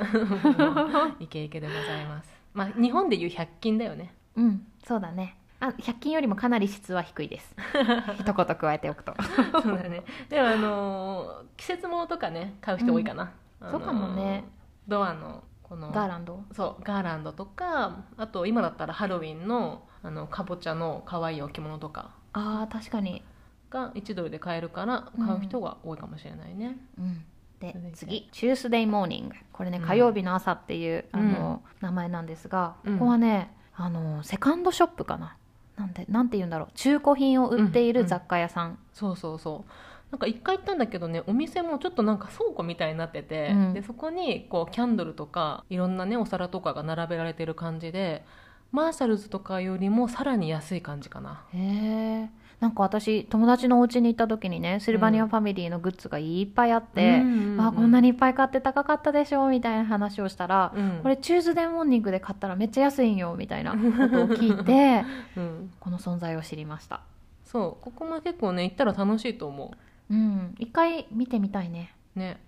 S1: イケイケでございますまあ日本でいう100均だよ ね
S2: うんそうだねあ100均よりもかなり質は低いです 一言加えておくと
S1: そうだねでもあのー季節物とかね買う人多いかな、あのー
S2: そうかもね
S1: ドアのこの
S2: ガーランド
S1: そうガーランドとかあと今だったらハロウィンのあのかぼちゃの可愛い置物とか
S2: あー確かに
S1: が1ドルで買えるから買う人が多いかもしれないね、
S2: うんで
S1: 続いて
S2: 次「チュースデイモーニング」これね
S1: うん
S2: 火曜日の朝っていう、
S1: うん
S2: あの名前なんですが、
S1: うん
S2: ここはねあのセカンドショップかななんでなんて言うんだろう中古品を売ってい
S1: うんう
S2: る
S1: ん
S2: 雑貨屋さん、
S1: そうそうそうなんか1回行ったんだけどねお店もちょっとなんか倉庫みたいになってて、
S2: うん
S1: でそこにこうキャンドルとかいろんなねお皿とかが並べられてる感じでマーシャルズとかよりもさらに安い感じかな
S2: へえなんか私友達のお家に行った時にねシルバニアファミリーのグッズがいっぱいあって、
S1: うんうんうん
S2: わあこんなにいっぱい買って高かったでしょみたいな話をしたら、
S1: うん
S2: これチューズデイモーニングで買ったらめっちゃ安いんよみたい なことを聞いて
S1: うん
S2: この存在を知りました
S1: そうここも結構ね行ったら楽しいと思
S2: うん一回見てみたいね
S1: うね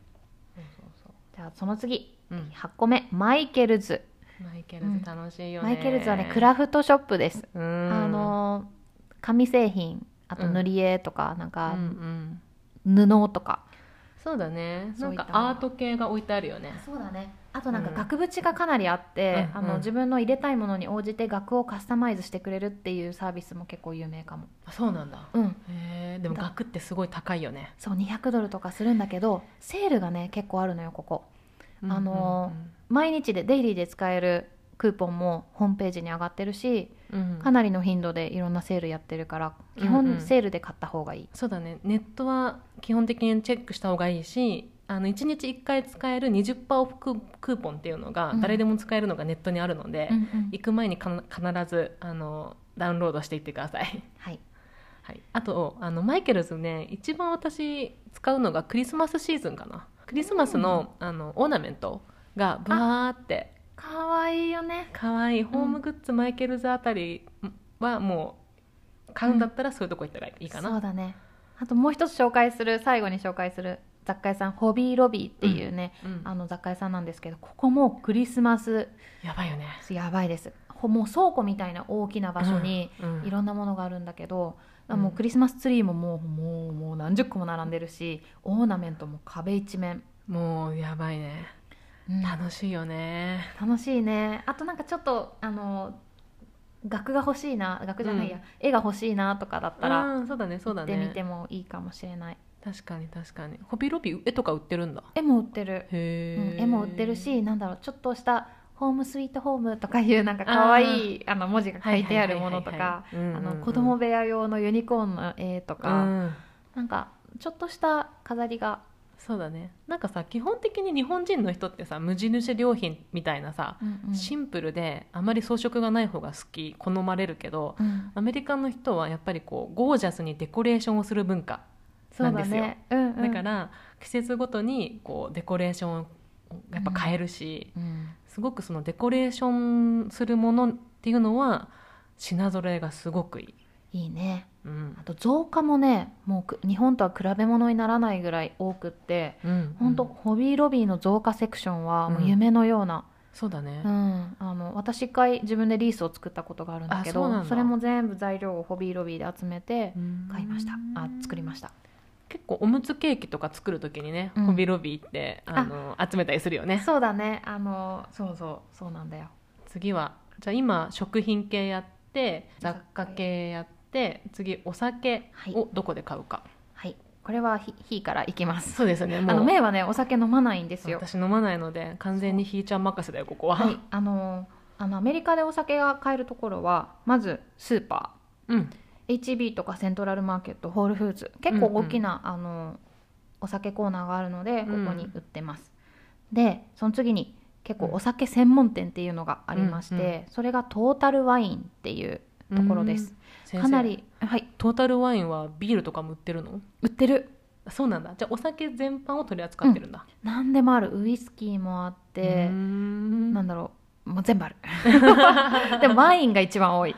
S1: そうそう
S2: じゃあその次
S1: そううん
S2: 8個目マイケルズ
S1: マイケルズ楽しいよね、
S2: マイケルズはねクラフトショップです、
S1: うん
S2: あのー紙製品あと
S1: うん
S2: 塗り絵とか、な
S1: う
S2: ん
S1: ん
S2: か
S1: うん
S2: 布とか、
S1: そうだね
S2: そ
S1: な
S2: うんいった
S1: かアート系が置いてあるよね
S2: そうだねあとなんか
S1: うん
S2: 額縁がかなりあって、
S1: うん
S2: あ
S1: うん
S2: の自分の入れたいものに応じて額をカスタマイズしてくれるっていうサービスも結構有名かも
S1: あそうなんだ
S2: うん
S1: へえでも
S2: だ
S1: 額ってすごい高いよね
S2: そう200ドルとかするんだけどセールがね結構あるのよここあの毎日でデイリーで使えるクーポンもホームページに上がってるし
S1: うんうんうん
S2: かなりの頻度でいろんなセールやってるから基
S1: うんう
S2: 本
S1: ん
S2: セールで買った方がいい、
S1: そうだねネットは基本的にチェックした方がいいしあの1日1回使える20%オフククーポンっていうのが
S2: うん
S1: 誰でも使えるのがネットにあるので、
S2: うんうん
S1: 行く前にかな必ずあのダウンロードしていってください、
S2: はい
S1: はい、あとあのマイケルズね一番私使うのがクリスマスシーズンかなクリスマスの,、あのオーナメントがブワーって
S2: かわいいよね
S1: 可愛いホームグッズマイケルズあたりはもう買うんだったらそういうとこ行ったらいいかな、
S2: そうだねあともう一つ紹介する最後に紹介する雑貨屋さんホビーロビーっていうね、
S1: うん
S2: あの雑貨屋さんなんですけどここもクリスマス
S1: やばいよね
S2: やばいですほもう倉庫みたいな大きな場所に
S1: うんうん
S2: いろんなものがあるんだけど、
S1: うん
S2: もうクリスマスツリーももうもうもう何十個も並んでるしオーナメントも壁一面、
S1: もうやばいね
S2: うん
S1: 楽しいよね、
S2: 楽しいねあとなんかちょっとあの額が欲しいな額じゃないや、
S1: う
S2: 絵が欲しいなとかだったら
S1: うんそうだねそう
S2: 行
S1: だ
S2: ってみて
S1: ね
S2: もいいかもしれない、
S1: 確かに確かにホビーロビー絵とか売ってるんだ
S2: 絵も売ってる
S1: へ
S2: うん
S1: え、
S2: 絵も売ってるしなんだろうちょっとした「ホームスイートホーム」とかいうなんか可愛いあの文字が書いてあるものとか
S1: はいはいはい
S2: あ
S1: はいうんうん
S2: の
S1: うん
S2: 子供部屋用のユニコーンの絵と
S1: う
S2: か、
S1: ん
S2: なんかちょっとした飾りが、
S1: そうだねなんかさ基本的に日本人の人ってさ無印良品みたいなさ、シンプルであまり装飾がない方が好き好まれるけど
S2: うん
S1: アメリカの人はやっぱりこうゴージャスにデコレーションをする文化
S2: そう
S1: なん
S2: だ
S1: ですよ
S2: ねうんうん
S1: だから季節ごとにこうデコレーションをやっぱ変えるし、
S2: うん
S1: すごくそのデコレーションするものっていうのは品揃えがすごくいい、
S2: いいね
S1: うん
S2: あと造花もねもうく日本とは比べ物にならないぐらい多くって
S1: うん、
S2: 本当、
S1: うん
S2: ホビーロビーの造花セクションはもう
S1: うん
S2: 夢のような、
S1: そうだね、
S2: うん、あの私一回自分でリースを作ったことがあるんだけ
S1: あそ
S2: ど
S1: うなん
S2: そ
S1: だ
S2: れも全部材料をホビーロビーで集めて買いましたあ作りましたた
S1: 結構おむつケーキとか作る時にね、
S2: うん
S1: ホビロビーってあの集めたりするよね
S2: そうだねあのそうそうそうなんだよ
S1: 次はじゃあ今食品系やって雑貨系やって次お酒
S3: はい
S1: をどこで買うか、
S3: はい
S2: これはひひからいきます
S1: そうですね
S2: あ
S1: もう
S2: のメイはねお酒飲まないんですよ
S1: 私飲まないので完全にひーちゃん任せだよここは、
S2: はいあのあのアメリカでお酒が買えるところはまずスーパ
S1: うん
S2: ー HB とかセントラルマーケットホールフーズ結構大きな、あのお酒コーナーがあるのでここに売ってます、でその次に結構お酒専門店っていうのがありまして、
S1: うんう
S2: それがトータルワインっていうところです、
S1: うん
S2: かなりはい
S1: トータルワインはビールとかも売ってるの
S2: 売ってる
S1: そうなんだじゃあお酒全般を取り扱ってるんだ、
S2: 何でもあるウイスキーもあって、
S1: な
S2: なんだろうもう全部ある でもワインが一番多い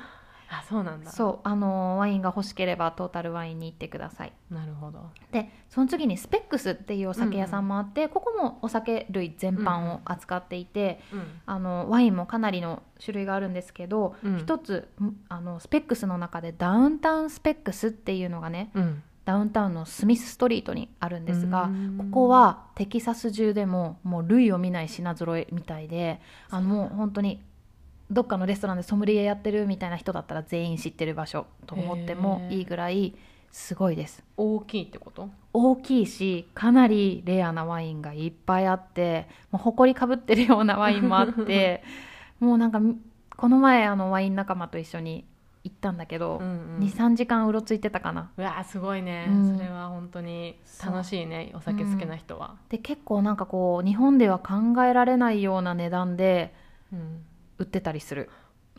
S1: あそうなんだ
S2: そうあのワインが欲しければトータルワインに行ってください
S1: なるほど
S2: でその次にスペックスっていうお酒屋さんもあって、ここもお酒類全般を扱っていて、あのワインもかなりの種類があるんですけど
S1: うん
S2: 一、つんあのスペックスの中でダウンタウンスペックスっていうのがね
S1: うん
S2: ダウンタウンのスミスストリートにあるんですが、
S1: うん
S2: ここはテキサス中でももう類を見ない品揃えみたいであのもう本当にどっかのレストランでソムリエやってるみたいな人だったら全員知ってる場所と思ってもいいぐらいすごいです
S1: 大きいってこと
S2: 大きいしかなりレアなワインがいっぱいあってもう埃かぶってるようなワインもあって もうなんかみこの前あのワイン仲間と一緒に行ったんだけど、
S1: んん
S2: 23時間うろついてたかな
S1: うわあすごいね、
S2: うん
S1: それは本当に楽しいねお酒好きな人は、
S2: で結構なんかこう日本では考えられないような値段で
S1: うん
S2: 売ってたりする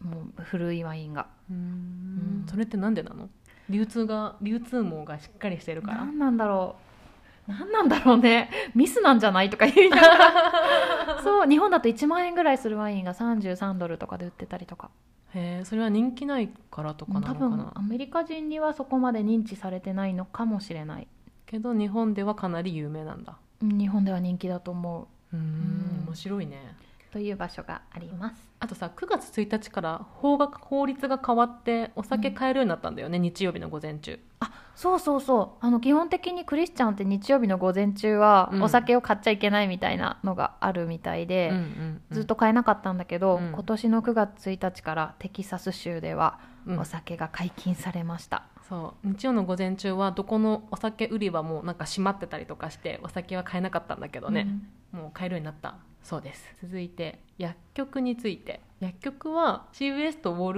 S2: もう古いワインが
S1: うん
S2: うん
S1: それってなんでなの流通が流通網がしっかりしてるから
S2: 何なんだろう何なんだろうねミスなんじゃないとか言いなが らそう日本だと1万円ぐらいするワインが33ドルとかで売ってたりとか
S1: へえそれは人気ないからとかなの
S2: 多
S1: か
S2: 分ア
S1: な
S2: メリカ人にはそこまで認知されてないのかもしれない
S1: けど日本ではかなり有名なんだ
S2: うん日本では人気だと思
S1: うん
S2: うん
S1: 面白いね
S2: うという場所があります
S1: あとさ9月1日から法が法律が変わってお酒買えるようになったんだよね、日曜日の午前中
S2: そうそうそうあの基本的にクリスチャンって日曜日の午前中は
S1: うん
S2: お酒を買っちゃいけないみたいなのがあるみたいで、
S1: うんうんうん
S2: ずっと買えなかったんだけど、
S1: うん
S2: 今年の9月1日からテキサス州では
S1: うん
S2: お酒が解禁されました、
S1: そう日曜の午前中はどこのお酒売り場もなんか閉まってたりとかしてお酒は買えなかったんだけどね、もう買えるようになったそうです続いて薬局について薬局はシーウエストウォ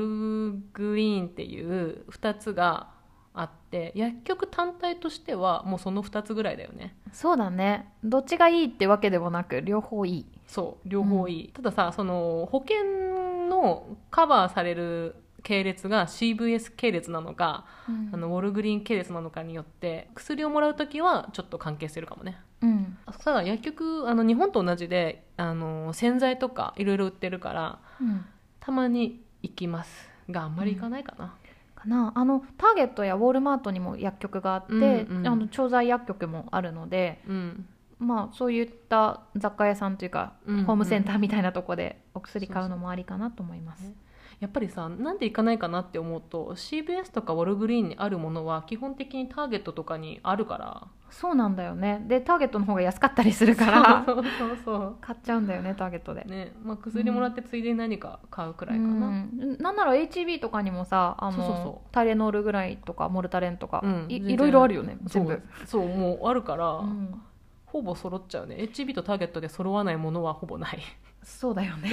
S1: ルグリーンっていう2つがあって薬局単体としてはもうその2つぐらいだよね
S2: うんそうだねどっちがいいってわけでもなく両方いい
S1: そう両方いい、たださその保険のカバーされる系列が CVS 系列なのかあのウォルグリーン系列なのかによって薬をもらう時はちょっと関係してるかもね
S2: うん
S1: ただ薬局あの日本と同じであの洗剤とかいろいろ売ってるから
S2: うん
S1: たまに行きますがあんまり行かないかな、
S2: かなあのターゲットやウォールマートにも薬局があって、
S1: うんうん
S2: あの調剤薬局もあるので、
S1: うん
S2: まあ、そういった雑貨屋さんというか、
S1: うんうん
S2: ホームセンターみたいなとこでお薬買うのもありかなと思います。
S1: そうやっぱりさなんで行かないかなって思うと CBS とかウォルグリーンにあるものは基本的にターゲットとかにあるから
S2: そうなんだよねでターゲットの方が安かったりするから
S1: そうそうそう
S2: 買っちゃうんだよねターゲットで。
S1: ねまあ、薬もらってついでに何か買うくらいか
S2: う
S1: な、
S2: んなんなら HB とかにもさあの
S1: そうそうそ
S2: タイレノールぐらいとかモルタレンとか、
S1: うん
S2: い
S1: 全然
S2: いろいろあるよね
S1: そ
S2: 全部
S1: う。そうもうあるから、
S2: うん
S1: ほぼ揃っちゃうね HB とターゲットで揃わないものはほぼない
S2: そうだよ ね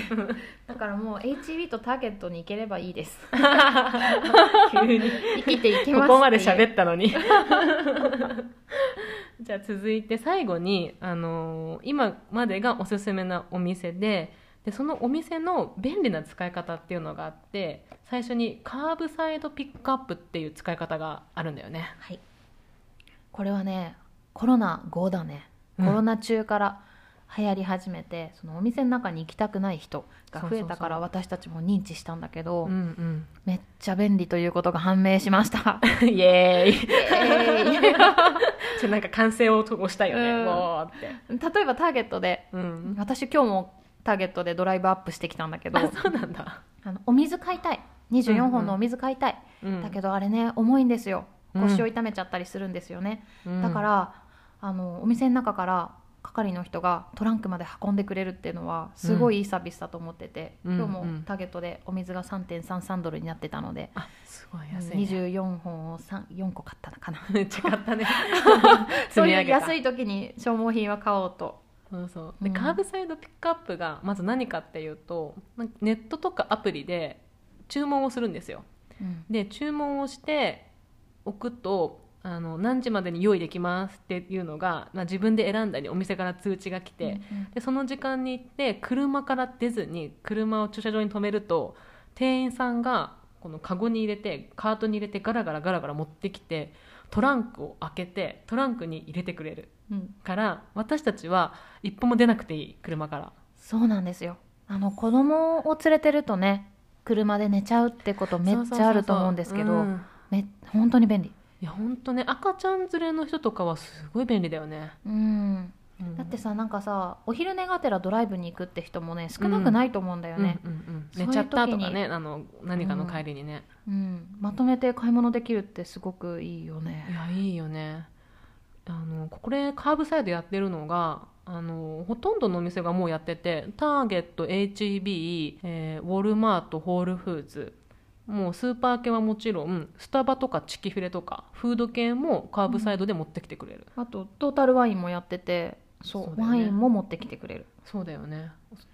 S2: だからもう HB とターゲットに行ければいい です
S1: 急に
S2: 生きていけ
S1: こ
S2: ます
S1: こまで喋
S2: っ
S1: ったのに じゃあ続いて最後に、あのー今までがおすすめなお店ででそのお店の便利な使い方っていうのがあって最初にカーブサイドピックアップっていう使い方があるんだよね、
S3: はい
S2: これはねコロナ後だねコロナ中から流行り始めて、そのお店の中に行きたくない人が増えたから私たちも認知したんだけど
S1: うんうん
S2: めっちゃ便利ということが判明しました
S1: うん、イエーイ
S2: イエ
S1: ちょなんか歓声を押したいよね、
S2: うん
S1: わーって、
S2: ーイ例えばターゲットで
S1: うん、
S2: 私今日もターゲットでドライブアップしてきたんだけど
S1: あそうなんだ、
S2: あのお水買いたい24本のお水買いたい、
S1: うん
S2: だけどあれね重いんですよ腰を痛めちゃったりするんですよね、だからあのお店の中から係の人がトランクまで運んでくれるっていうのはすごいいいサービスだと思ってて、
S1: うん
S2: 今日も
S1: うん
S2: ターゲットでお水が3.33ドルになってたので、
S1: あすごい安い、ね、
S2: 24本を3 4個買ったのかな
S1: 違ったね
S2: そ
S1: 積
S2: う
S1: み
S2: い
S1: 上
S2: う
S1: げた
S2: 安い時に消耗品は買おうと
S1: そうそうで、
S2: うん
S1: カーブサイドピックアップがまず何かっていうとなんかネットとかアプリで注文をするんですよ
S2: うん
S1: で注文をして置くとあの何時までに用意できますっていうのが、まあ、自分で選んだりお店から通知が来て、
S2: うん
S1: でその時間に行って車から出ずに車を駐車場に止めると店員さんがこのカゴに入れてカートに入れてガラガラガラガラ持ってきてトランクを開けてトランクに入れてくれる
S2: うん
S1: から私たちは一歩も出なくていい車から
S2: そうなんですよあの子供を連れてるとね車で寝ちゃうってことめっちゃあると思うんですけ
S1: そ
S2: ど
S1: そそそうん
S2: め本当に便利、
S1: いや本当ね赤ちゃん連れの人とかはすごい便利だよね、
S2: うん、
S1: うん
S2: だってさなんかさお昼寝がてらドライブに行くって人もね少なくないと思うんだよね、
S1: うんうん
S2: そう
S1: う
S2: い
S1: ん、
S2: う
S1: 寝ちゃったとか
S2: 時に
S1: ねあの何かの帰りにね、
S2: うんまとめて買い物できるってすごくいいよ
S1: い
S2: ね
S1: やいいよねあのこれカーブサイドやってるのがあのほとんどのお店がもうやっててターゲット HEB、えーウォルマートホールフーズもうスーパー系はもちろんスタバとかチキフィレとかフード系もカーブサイドで持ってきてくれる、
S2: あとトータルワインもやっててそう
S1: そうだよ
S2: ワ
S1: ね
S2: インも持ってきてくれる、
S1: そうだよね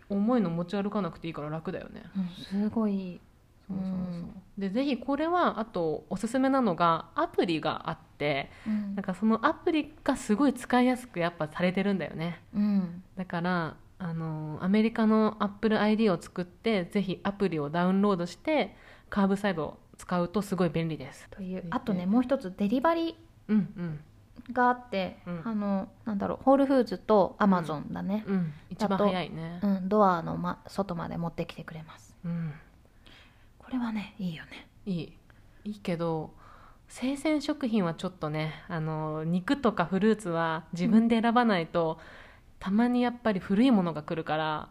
S1: 重いの持ち歩かなくていいから楽だよね
S2: うん、すごい
S1: そうそうそう
S2: う
S1: でぜひこれはあとおすすめなのがアプリがあって
S2: うん
S1: なんかそのアプリがすごい使いやすくやっぱされてるんだよね
S2: うん
S1: だからあのアメリカの AppleID を作ってぜひアプリをダウンロードしてカーブサイドを使うとすごい便利です
S2: という
S1: ね
S2: あとねもう一つデリバリ
S1: うんうん
S2: ーがあって、
S1: うん
S2: あのなんだろうホールフーズとアマゾンだね、
S1: うん一番早いね
S2: うんドアの、ま、外まで持ってきてくれます
S1: うん
S2: これはねいいよね
S1: いいいいけど生鮮食品はちょっとねあの肉とかフルーツは自分で選ばないと、たまにやっぱり古いものが来るから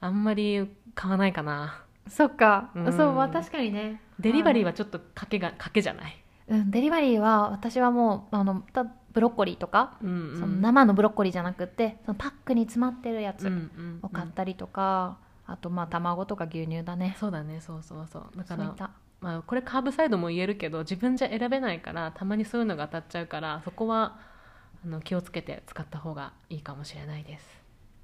S1: あんまり買わないかな
S2: そっか、
S1: うん
S2: そうまあ確かにね
S1: デリバリーはちょっと賭けが賭けじゃない、
S2: うん、デリバリーは私はもうあのたブロッコリーとか、
S1: うんうん、
S2: その生のブロッコリーじゃなくてそのパックに詰まってるやつ
S1: うんうん
S2: を買ったりとか、あとまあ卵とか牛乳だね
S1: そうだねそうそうそうだか
S2: そう
S1: ら
S2: いった
S1: まあ、これカーブサイドも言えるけど自分じゃ選べないからたまにそういうのが当たっちゃうからそこはあの気をつけて使った方がいいかもしれないです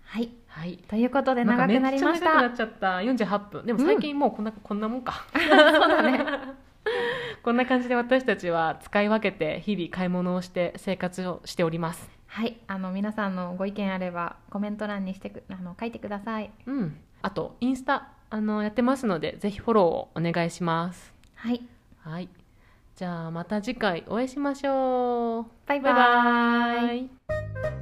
S2: はい
S1: はい
S2: ということで長くなりました
S1: んかめっちゃ長くなっちゃった48分でも最近もうこんな,、こんなもんか
S2: そうだね
S1: こんな感じで私たちは使い分けて日々買い物をして生活をしております
S2: はいあの皆さんのご意見あればコメント欄にしてくあの書いてください
S1: うんあとインスタあのやってますのでぜひフォローをお願いします
S2: はい
S1: はいじゃあまた次回お会いしましょう
S2: バイバ
S1: バイ
S2: イ
S1: バイ